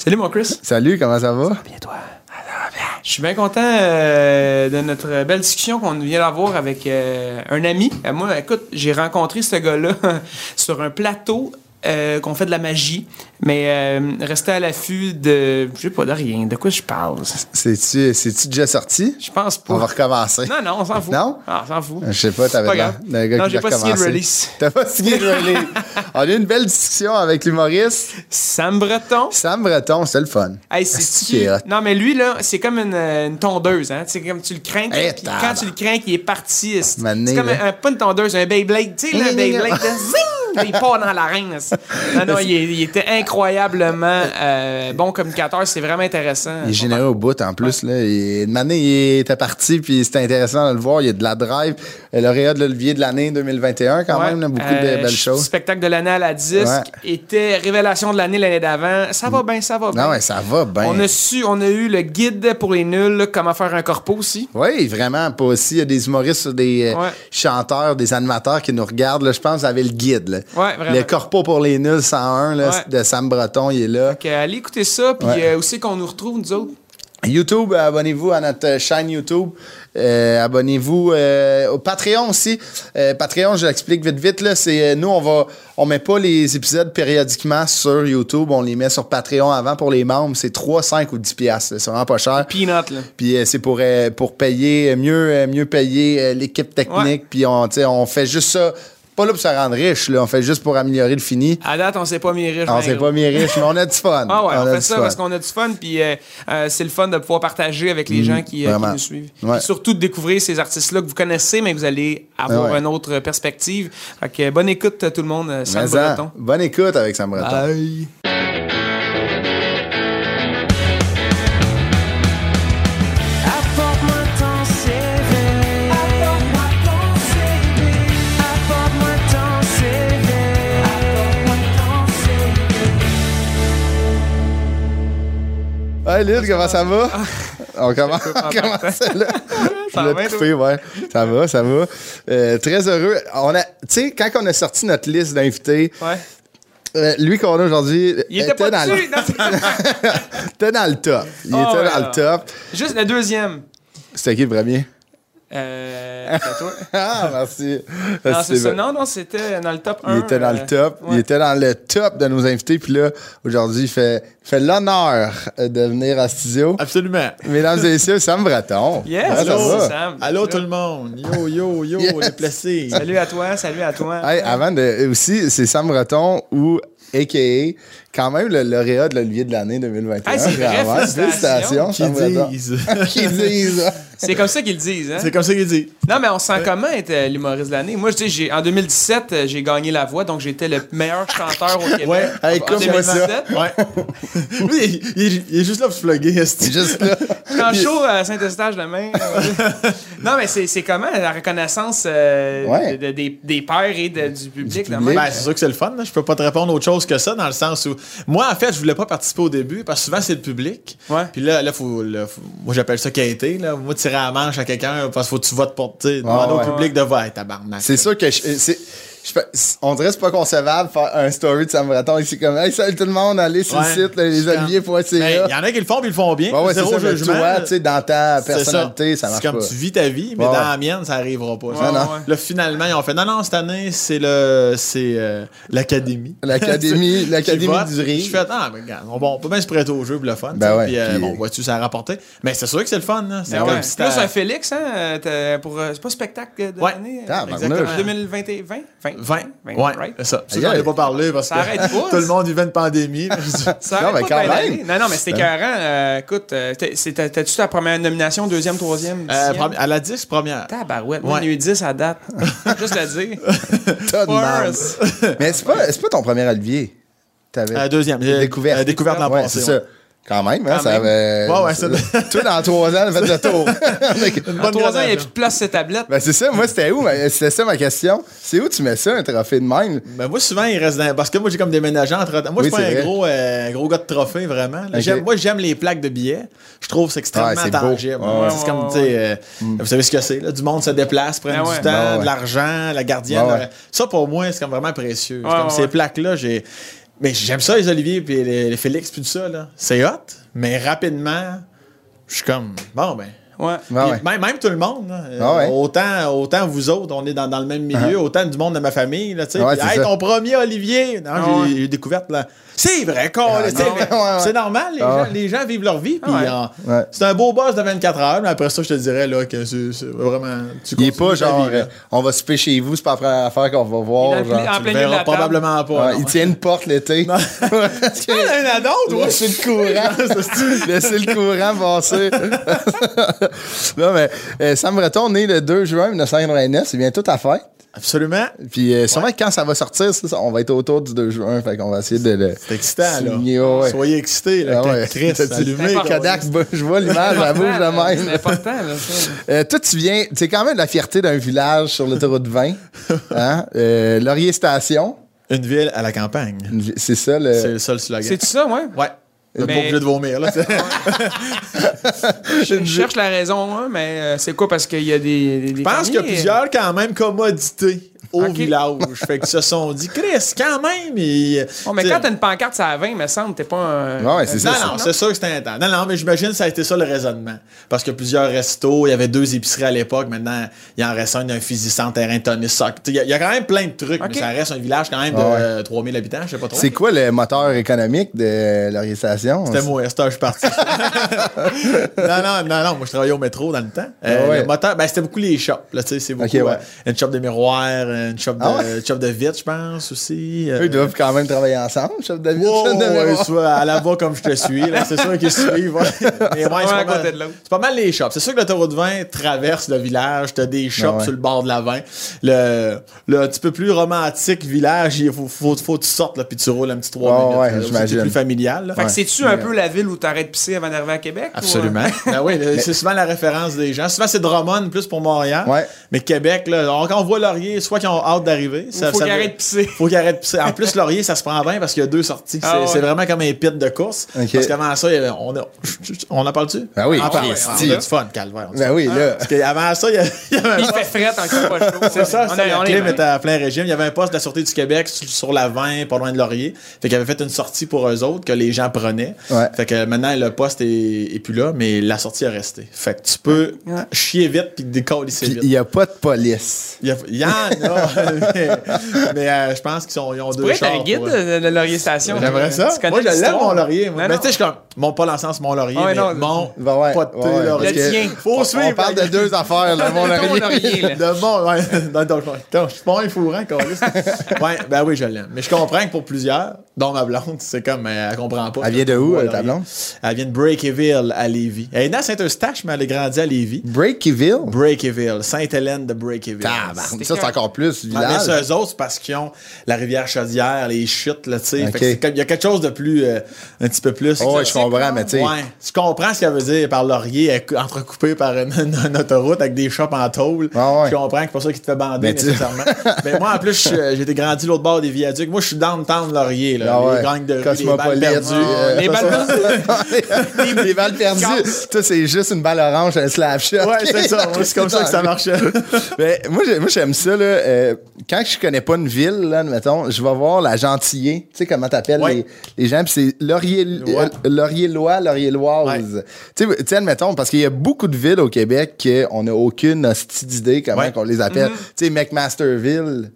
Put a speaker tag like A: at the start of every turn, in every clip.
A: Salut mon Chris.
B: Salut, comment ça va?
A: Bien toi. Je suis bien content euh, de notre belle discussion qu'on vient d'avoir avec euh, un ami. Euh, moi, écoute, j'ai rencontré ce gars-là sur un plateau euh, qu'on fait de la magie, mais euh, rester à l'affût de. Je sais pas de rien. De quoi je parle
B: C'est-tu, c'est-tu déjà sorti?
A: Je pense pas.
B: On va recommencer.
A: Non, non, on s'en fout.
B: Non?
A: Ah, on s'en fout.
B: Je sais pas, t'avais
A: Pas
B: l'air
A: grave.
B: d'un gars
A: Non,
B: qui
A: j'ai
B: voulait
A: pas signé de
B: recommencer.
A: release.
B: T'as pas signé de release. On a eu une belle discussion avec l'humoriste
A: Sam Breton.
B: Sam Breton, c'est le fun.
A: Hey,
B: Asti
A: c'est
B: qu'il est hot.
A: Non, mais lui, là, c'est comme une, euh, une tondeuse. Hein? C'est comme tu le crains.
B: Eh,
A: puis
B: tabarnak.
A: quand tu le crains, il est parti. esti.
B: Mané,
A: C'est comme
B: là.
A: un, un- pas une tondeuse, un Beyblade. Tu sais, là, un Beyblade, là, zing! il part dans l'arène. esti. Non, non, il, est- il était incroyablement euh, bon communicateur. C'est vraiment intéressant.
B: Il est généreux au bout en plus. Là. Il, une année, il était parti, puis c'était intéressant de le voir. Il y a de la drive. Le lauréat de l'Olivier de l'année 2021, quand
A: Ouais.
B: même, là, beaucoup
A: Euh,
B: de belles choses.
A: Spectacle de l'année à la disque
B: Ouais.
A: était révélation de l'année l'année d'avant. Ça va bien, ça va bien.
B: Non, ouais, ça va bien.
A: On a su, on a eu le guide pour les nuls, là, comment faire un corpo aussi.
B: Oui, vraiment. Pas aussi, il y a des humoristes, des euh,
A: Ouais.
B: chanteurs, des animateurs qui nous regardent. là. je pense que vous avez le guide. là.
A: Ouais, vraiment.
B: le Corpo pour les nuls 101 là,
A: Ouais.
B: de Sam Breton, il est là.
A: Donc, euh, allez écouter ça, puis
B: Ouais.
A: euh, où c'est qu'on nous retrouve, nous autres?
B: YouTube, abonnez-vous à notre euh, chaîne YouTube. Euh, abonnez-vous euh, au Patreon aussi. Euh, Patreon, je l'explique vite vite là, c'est euh, nous on va on met pas les épisodes périodiquement sur YouTube, on les met sur Patreon avant pour les membres, c'est 3 5 ou 10 piastres, là. c'est vraiment pas cher.
A: Peanut, là.
B: Puis euh, c'est pour, euh, pour payer, euh, mieux, euh, mieux payer euh, l'équipe technique.
A: Ouais.
B: Puis on, tu sais, on fait juste ça, pas là pour se rendre riche, là, on fait juste pour améliorer le fini.
A: À date, on s'est pas mis riche.
B: On
A: ben,
B: s'est
A: gros.
B: pas mis riche, mais on a du fun.
A: Ah ouais, on,
B: a
A: fait
B: du
A: ça
B: fun.
A: parce qu'on a du fun, puis euh, euh, c'est le fun de pouvoir partager avec les gens qui, euh, qui
B: Mm, vraiment.
A: nous suivent.
B: Ouais.
A: Puis surtout de découvrir ces artistes-là que vous connaissez, mais que vous allez avoir
B: Ah ouais.
A: une autre perspective. Fait que euh, bonne écoute euh, tout le monde, euh, Sam
B: Mais en,
A: Breton.
B: Bonne écoute avec Sam Breton.
A: Bye.
C: Apporte-moi ton CV. Apporte-moi ton CV. Apporte-moi ton CV. Apporte-moi ton CV.
B: Hey Lyd, comment ça va? On commence,
A: coupe en
B: on commence là.
A: Ah. Ça
B: Je
A: va,
B: l'ai coupé, ouais. Ça va, ça va. Euh, très heureux. On a, tu sais, quand on a sorti notre liste d'invités,
A: Ouais.
B: euh, lui qu'on a aujourd'hui
A: Il était pas
B: dans le,
A: dessus. non.
B: était dans le top. Il
A: Ah
B: était
A: ouais,
B: dans le
A: là.
B: top.
A: Juste le deuxième.
B: C'était qui le premier?
A: Euh, c'est à toi.
B: Ah, merci.
A: Non,
B: Merci,
A: c'est ça.
B: ben-
A: Non, non, c'était dans le top euh, 1.
B: Il était dans le top. Il était dans le top de nos invités. Puis là, aujourd'hui, il fait, fait l'honneur euh, de venir à studio.
D: Absolument.
B: Mesdames et messieurs, Sam Breton.
A: Yes,
B: Ah, ça
A: hello,
B: va?
A: Sam.
D: Allô tout le monde. Yo, yo, yo,
B: Yes.
D: les placés.
A: Salut à toi, salut à toi.
B: Hey, avant de. euh, Aussi, c'est Sam Breton ou AKA, quand même le lauréat de l'Olivier de l'année 2021.
A: Hey, c'est vrai,
B: Vraiment,
A: félicitations.
D: Qui
B: Sam Breton.
D: disent.
B: Qui disent.
A: C'est comme ça qu'ils le disent, hein?
D: C'est comme ça qu'ils disent.
A: Non, mais on se sent comment être euh, l'humoriste de l'année? Moi, je dis, j'ai- en 2017, euh, j'ai gagné la voix, donc j'étais le meilleur chanteur au
B: Eh
A: Québec.
D: Ouais.
B: Hey,
A: En
B: comme moi ça.
A: 2017,
D: Ouais. Lui, il, il- il est juste là pour se floguer. esti.
B: Juste là.
A: je suis en show à Saint-Eustache demain. non, mais c'est c'est comment la reconnaissance euh,
B: Ouais.
A: de- de- des, des pairs et de- du public? demain?
B: public.
D: Ben, c'est sûr que c'est le fun. là. Je peux pas te répondre autre chose que ça, dans le sens où. Moi, en fait, je voulais pas participer au début parce que souvent, c'est le public.
A: Ouais.
D: Puis là, là, faut, là, faut- moi, j'appelle ça qualité. Là. Moi, tirer à la manche à quelqu'un parce qu'il faut que tu votes pour. tu sais, demander
B: Ah, ouais.
D: au public de voter. Tabarnak.
B: C'est sûr que je, c'est- je fais- on dirait que c'est pas concevable faire un story de Sam Breton ici comme Hey, salut tout le monde, allez sur
D: Ouais.
B: le site, là, les
D: Je
B: oliviers.ca.
D: Ben, Il y en a qui le font, puis ils le font bien.
B: Ouais, ouais, c'est
D: Zéro
B: ça, mais
D: jugement,
B: toi,
D: là.
B: tu sais, dans ta
D: C'est
B: personnalité, ça, marche
D: C'est comme
B: pas.
D: tu vis ta vie, mais
B: Ouais,
D: dans
B: ouais.
D: la mienne, ça arrivera pas.
A: Ouais,
B: non.
A: ouais.
D: Là, finalement, ils ont fait non, non, cette année, c'est le c'est euh, l'académie.
B: L'académie, l'académie
D: Qui vote.
B: du rire.
D: Je fais attends, mais regarde, on, bon, on peut bien se prêter au jeu pour le fun.
B: Ben
D: tu sais,
B: ouais,
D: puis, euh,
B: puis-
D: bon, vois-tu, ça a rapporté. Mais c'est sûr que c'est le fun. là. C'est
A: Ben
D: comme
A: ouais.
D: si
A: Plus
D: t'as-
A: un Félix, hein, euh, t'as- pour, euh, c'est pas spectacle de
D: Ouais.
A: l'année? euh,
B: Ah, ben,
A: exactement.
B: là, je-
A: 2020, 20? 20?
D: 20.
A: 20,
D: ouais,
A: Ben, right?
D: c'est ça. C'est
B: Aïe,
D: ça, j'en ai
B: aïe.
D: pas parlé parce
A: Ça
D: que
A: arrête pas,
D: tout le
A: ça.
D: monde vivait une pandémie. Euh,
A: Ça
B: Non,
A: arrête
B: mais
A: pas
B: quand
A: bien
B: même.
A: d'aller. non, non, mais c'était écœurant. Euh, écoute, euh, t'es- c'était- t'as-tu ta première nomination, deuxième, troisième?
D: Euh,
A: dixième?
D: premi- à la 10 première.
A: Tabarouette, moi,
D: Ouais.
A: il y en a eu 10 à date. Juste le dire.
B: T'as de marde.
A: Force.
B: Mais c'est pas, c'est pas ton premier olivier. T'avais
D: Euh, deuxième.
B: Découverte.
D: Euh, découverte l'an
B: Ouais,
D: passé,
B: c'est
D: ouais.
B: ça. Quand même, hein,
A: Quand
B: ça avait.
D: Ouais, ouais, ça-
B: Toi, dans trois ans, faites le tour.
A: En
D: Bonne
A: trois ans, il n'y a
D: gradation.
A: plus de place sur cette tablette.
B: ben, c'est ça, moi, c'était où? ma- C'était ça ma question. C'est où tu mets ça, un trophée de même?
D: Ben moi, souvent, il reste dans. Parce que moi, j'ai comme déménagé entre temps. Moi,
B: Oui,
D: je suis pas
B: c'est
D: un
B: vrai.
D: gros, euh, gros gars de trophée, vraiment. là.
B: Ok.
D: J'aime- moi, j'aime les plaques de billets. Je trouve que c'est extrêmement
B: Ouais, c'est beau.
D: tangible.
B: Ouais, Mm.
D: c'est
A: ouais,
D: comme,
A: ouais,
D: tu sais, euh, vous savez ce que c'est. là. Du monde se déplace, prennent
A: Ben
D: du
A: ouais.
D: temps,
B: Ben ouais.
D: de l'argent, la gardienne.
B: Ben ouais.
D: euh, Ça, pour moi, c'est comme vraiment précieux. C'est
A: Ouais,
D: comme
A: ouais,
D: ces
A: ouais.
D: plaques-là, j'ai. Mais j'aime ça, les Olivier, puis les, les Félix, puis tout ça. là. C'est hot, mais rapidement, je suis comme, bon, ben.
A: Ouais.
B: Ah
D: Puis
B: ouais.
D: même, même tout le monde. là. Euh,
B: Ah ouais. Uh-huh.
D: autant, autant vous autres, on est dans, dans le même milieu, autant du monde de ma famille. Là, tu sais.
B: Ouais,
D: Puis,
B: c'est
D: hey,
B: ça.
D: ton premier Olivier! Non,
A: Ah
D: j'ai
A: ouais.
D: j'ai découvert là. C'est vrai, con, là, tu sais,
B: Ah, non,
D: mais
B: ouais, ouais.
D: C'est normal, les,
B: Ah
D: gens, les gens vivent leur vie. puis,
A: Ah
D: euh,
B: Ouais.
D: C'est un beau boss de 24 heures, mais après ça, je te dirais là, que c'est c'est vraiment. Tu
B: Il est
D: continues
B: pas
D: ta
B: genre,
D: vie, là.
B: euh, on va souper chez vous, c'est pas la première affaire qu'on va
A: Il
B: voir.
A: est
B: genre,
A: appelé- en
B: tu-
D: Tu
A: plein
D: le
A: milieu de
D: verras
A: la
D: probablement pas.
B: Ouais,
D: non.
B: il tient une porte l'été. Parce que-
D: Ah, il y en a un adon, toi!
B: Laissez le courant. Laissez le courant passer. non, mais euh, Sam Breton, né le 2 juin 1989, c'est bientôt ta fête.
D: Absolument.
B: Puis euh, sûrement que quand ça va sortir, ça, ça, on va être autour du 2 juin. Fait qu'on va essayer de le.
D: C'est excitant, là.
B: souligner, ouais, ouais.
D: Soyez excités, là.
B: Ah ouais.
D: Chris,
B: T'as dit-
D: allumé.
A: N'importe
D: quoi.
B: Kodak, je vois l'image, la bouge
A: Important, là.
B: de
A: C'est
B: même.
A: important, là, ça.
B: Euh, toi, tu viens, c'est quand même la fierté d'un village sur l'autoroute 20. Hein? Euh, Laurier Station,
D: Une ville à la campagne.
B: une vi- c'est ça le.
D: C'est le seul slogan.
A: C'est-tu ça, ouais?
D: Ouais. Le
A: Mais-
D: pauvre obligé de vomir, là.
A: Je cherche la raison, hein, mais euh, c'est quoi? Parce qu'il y a des. des- des
D: Je pense qu'il y a
A: familles,
D: plusieurs, quand même, commodités au
A: Ok.
D: village. Fait qu'ils se sont dit, Chris, quand même. il-
A: euh, ouais, mais
D: t'sais,
A: quand t'as une pancarte, ça à 20, me semble, t'es pas un.
B: Ouais, ouais, c'est ça.
D: non, non, c'est sûr que c'était intense. Non, non, mais j'imagine que ça a été ça le raisonnement. Parce que plusieurs restos, il y avait deux épiceries à l'époque. Maintenant, il en reste un, il y a un physicien, terrain tennis, soc. Il y, a- il y a quand même plein de trucs,
A: Ok.
D: mais ça reste un village quand même de
B: Ah ouais.
D: euh, 3000 habitants, je sais pas trop.
B: C'est quoi le moteur économique de Laurier Station?
D: C'était moi, c'était je suis parti. non, non, non, non, moi je travaillais au métro dans le temps. Euh,
B: Ah ouais.
D: Le moteur, ben, c'était beaucoup les shops. Là, tu sais, c'est beaucoup,
B: Ok, ouais.
D: euh, une shop de miroirs, euh, une shop de,
B: Ah ouais?
D: shop de vitre, je pense aussi. euh.
B: Eux doivent quand même travailler ensemble, chef de ville.
D: Wow,
B: chef de
D: ouais,
B: mémoire.
D: soit à la voix comme je te suis, là, c'est sûr qu'ils suivent. ouais. Mais ouais, c'est,
A: à
D: pas mal,
A: côté de l'autre.
D: c'est pas mal les shops. C'est sûr que l'autoroute 20 traverse le village, t'as des shops
B: Ah ouais.
D: sur le bord de la 20. Le, le petit peu plus romantique village, il faut, faut, faut que tu sortes là, puis tu roules un petit 3
B: Ouais,
D: minutes.
B: ouais,
D: là, où c'est
B: j'imagine.
D: plus familial. là.
A: Fait que
B: Ouais.
A: c'est-tu un peu la ville où t'arrêtes de pisser avant d'arriver à Québec? ou, euh?
D: euh, Absolument. ben oui, c'est souvent la référence des gens. Souvent, c'est Drummond plus pour Montréal.
B: Ouais.
D: Mais Québec, là, on- quand on voit Laurier, soit qu'ils ont hâte d'arriver. ça-
A: faut
D: ça
A: qu'ils
D: veut-
A: arrêtent de pisser.
D: Faut qu'ils arrêtent de pisser. En plus, Laurier, ça se prend bien parce qu'il y a deux sorties.
A: Ah
D: c'est
A: ouais.
D: c'est vraiment comme un pit de course.
B: Ok.
D: Parce qu'avant ça, il y avait- on, a- on en parle-tu?
B: Ben oui,
D: on Ah, en Ah, parle.
B: Christy.
D: On a du fun, Calvaire. on dit.
B: Ben oui, là.
D: Parce qu'avant ça, il y avait- il y avait
A: Il fait fret encore pas chaud.
D: c'est ça,
A: On
D: ça,
A: est- on
D: la
A: est
D: clim
A: bien.
D: était à plein régime. Il y avait un poste de la Sûreté du Québec sur, sur la 20, pas loin de Laurier. Fait qu'il avait fait une sortie pour eux autres que les gens prenaient.
B: Ouais.
D: Fait que maintenant, le poste est, est plus là, mais la sortie est restée. Fait que tu peux chier vite puis décoller
B: Puis
D: vite.
B: il n'y a pas de police.
D: Il y, a- il y en a, mais, mais, euh, je pense qu'ils ont, ils ont deux
A: Pourrais être
D: chars.
A: un guide
D: pour-
A: de, de Laurier Station.
D: J'aimerais ça.
A: Tu connais
D: Moi, je l'aime,
A: l'histoire?
D: mon laurier. moi.
A: Non,
D: Mais
A: non.
D: tu sais, je suis comme, mon pas l'encens, mon laurier,
A: Ah,
D: mais
A: ouais, non,
D: mon
B: Ben ouais,
D: pas de thé,
B: ouais, ouais.
D: laurier.
A: Le tien.
D: Faut suivre. hein.
B: On parle de
D: la-
B: deux affaires, là, mon
A: Ton
B: Laurier.
A: laurier, là.
D: de bon, ouais. Dans ton Attends, je suis pas un fourrant, câlisse. Ouais, ben oui, je l'aime. Mais je comprends que pour plusieurs, dont ma blonde, c'est comme, euh, elle comprend pas.
B: Elle vient de où,
D: Ouais,
B: euh, ta
D: elle-
B: blonde?
D: Elle vient de Breakerville, à Lévis. Elle est née à Saint-Eustache, mais elle a grandi à Lévis.
B: Breakyville?
D: Breakerville, Sainte-Hélène de Breakerville.
B: Tabarnak, ça, c'est encore plus
D: Ah, mais c'est
B: village.
D: eux autres, c'est parce qu'ils ont la rivière Chaudière, les chutes, là, tu sais. Fait
B: Ok.
D: que c'est comme- Il y a quelque chose de plus, euh, un petit peu plus.
B: Oh, ouais, je
D: exotique.
B: comprends, mais tu sais.
D: Ouais. Tu comprends ce qu'elle veut dire par laurier elle cou- entrecoupé par une, une autoroute avec des shops en tôle.
B: Ah ouais.
D: Je comprends que c'est pas ça qui te fait bander
B: Mais tu-
D: nécessairement. mais moi, en plus, je suis, euh, j'ai été grandi l'autre bord des viaducs. Moi, je suis downtown laurier, là.
B: Ah ouais.
D: Les gangs de rue, les balles
B: Cosmopolite,
D: perdues.
B: euh,
D: Ouais,
A: Les balles perdues.
B: Les balles perdues. Toi, c'est juste une balle orange, un slap shot.
D: Ouais, c'est ça. Moi, c'est comme ça que ça marchait.
B: Ben, moi, j'ai- moi, j'aime ça. Là, euh, quand je connais pas une ville, là, admettons, je vais voir la Gentillée. Tu sais comment t'appelles
D: Ouais.
B: les, les gens. Puis c'est Laurier,
D: Ouais.
B: euh, Laurier-Lois, Laurier-Loise. Tu sais, tu sais, admettons, parce qu'il y a beaucoup de villes au Québec qu'on n'a aucune hostie d'idée comment
D: Ouais. Mm-hmm.
B: qu'on les appelle. Tu sais, McMasterville.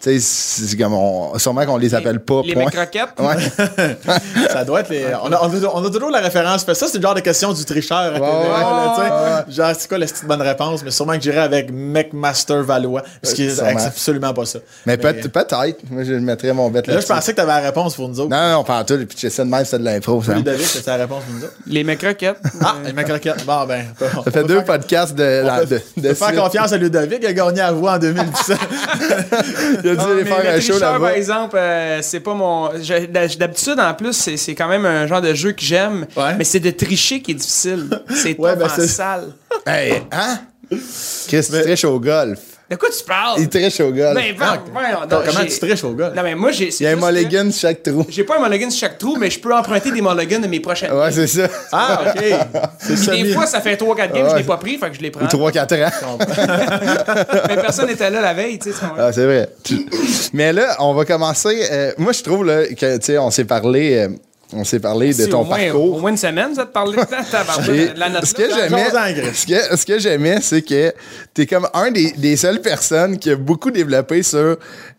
B: Tu sais, c'est comme on- sûrement qu'on les appelle pas.
A: Les
B: point.
A: mecs croquettes.
B: Ouais.
D: Ça doit être les. On a, on a- on a toujours la référence. Fait ça, c'est le genre de question du tricheur à TVA, là, tu sais. Genre, c'est quoi la petite bonne réponse? Mais sûrement que j'irai avec McMaster Valois. Parce que
B: Euh,
D: c'est
B: sûrement.
D: absolument pas ça.
B: Mais peut- peut-être. Moi, je mettrais mon bête
D: Là, je
B: là-dessus.
D: pensais que t'avais la réponse pour nous autres.
B: Non, non, pas en tout. Puis tu sais ça de même, c'est de l'impro. Ça,
D: Lui, David, c'était la réponse pour nous autres.
A: Les mecs croquettes.
D: Ah, il m'a croqué. Bon, ben. on
B: ça
D: peut
B: fait deux
D: faire-
B: podcasts de,
D: on
B: la-
D: peut-
B: de,
D: on
B: de
D: peut faire
B: suite.
D: confiance à Ludovic, il a gagné à voix en 2017.
B: Il Il a dû
A: Non,
B: aller
A: mais
B: faire
A: le
B: un show
A: tricheur,
B: là-bas.
A: par exemple, euh, c'est pas mon. je- d'hab- D'habitude, en plus, c'est c'est quand même un genre de jeu que j'aime.
D: Ouais.
A: Mais c'est de tricher qui est difficile. C'est
D: Ouais,
A: ouais,
D: ben,
A: en
D: c'est-
A: salle.
B: Hey, hein? Chris, il triche au golf.
A: De quoi tu parles?
B: Il triche Ah, au golf.
A: Mais ben, voyons donc,
D: Comment
A: j'ai-
D: tu triches au gars?
A: Non, mais moi, j'ai.
B: Il y a un mulligan sur chaque trou.
A: J'ai pas un mulligan sur chaque trou, mais je peux emprunter des mulligans de mes prochaines.
B: Ouais, c'est ça.
D: Ah, OK. C'est
A: Puis
D: semi-
A: des fois, ça fait 3-4 games, je
B: Ouais.
A: l'ai pas pris, fait que je les prends.
B: Ou 3-4 ans.
A: Mais personne n'était là la veille, tu sais. c'est vrai.
B: Ah, c'est vrai. Mais là, on va commencer. euh, moi, je trouve là, que, tu sais, on s'est parlé, euh, on s'est parlé de
A: Si,
B: ton
A: au moins,
B: parcours.
A: Au moins une semaine, ça te parlait de temps, tabarnak,
B: Et
A: de la note.
B: ce que
A: là.
B: j'aimais,
D: Jason Gris.
B: ce que, ce que j'aimais, c'est que t'es comme un des, des seules personnes qui a beaucoup développé sur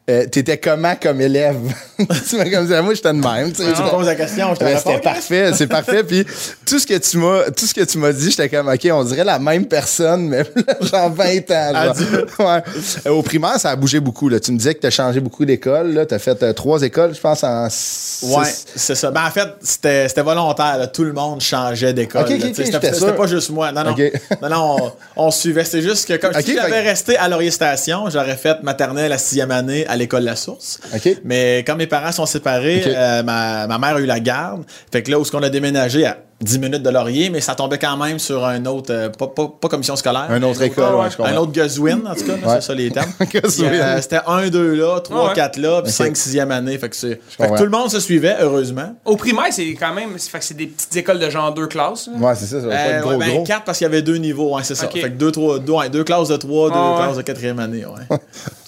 B: euh, t'étais comment comme élève. tu m'as comme ça, moi j'étais de même. tu sais.
D: Tu me poses la question, je te
B: Ouais,
D: réponds.
B: c'était parfait, c'est parfait. Puis tout ce que tu m'as, tout ce que tu m'as dit, j'étais comme, ok, on dirait la même personne, mais genre 20
D: Ah,
B: ans. genre. Ouais. Euh, Au primaire, ça a bougé beaucoup. Là. Tu me disais que t'as changé beaucoup d'école. Là, t'as fait euh, trois écoles, je pense, en six-
D: Ouais, c'est ça. Ben, en fait, c'était c'était volontaire. là. Tout le monde changeait d'école.
B: Ok,
D: là,
B: ok,
D: tu sais.
B: ok,
D: C'était-
B: j'étais
D: C'était
B: sûr.
D: pas juste moi. Non, non.
B: Ok.
D: non, non, on, on suivait. C'est juste que comme
B: Ok,
D: si
B: fait
D: j'avais
B: que-
D: resté à Laurier Station, j'aurais fait maternelle à sixième année à l'école La Source.
B: Ok.
D: Mais quand mes parents sont séparés,
B: Ok.
D: euh, ma, ma mère a eu la garde. Fait que là, où ce qu'on a déménagé à 10 minutes de Laurier, mais ça tombait quand même sur un autre, euh, pas, pas- pas commission scolaire.
B: Un autre école, ouais, je comprends.
D: Un autre Guzwin, en tout cas, là,
B: Ouais.
D: c'est ça les termes.
B: Guzwin.
D: Puis, euh, C'était un, deux là, trois,
A: Ah Ouais.
D: quatre là, puis
B: Ok.
D: cinq, sixième année. Fait que, c'est- fait que
B: comprends.
D: tout le monde se suivait, heureusement.
A: Au primaire, c'est quand même. c'est- Fait que c'est des petites écoles de genre deux classes. là.
B: Ouais, c'est ça, ça va pas
D: Euh,
B: être gros,
D: ouais, ben,
B: gros.
D: quatre parce qu'il y avait deux niveaux, ouais, c'est ça.
A: Ok.
D: Fait que deux, trois, deux, ouais, deux classes de trois, deux
A: Ah, ouais.
D: classes de quatrième année, ouais.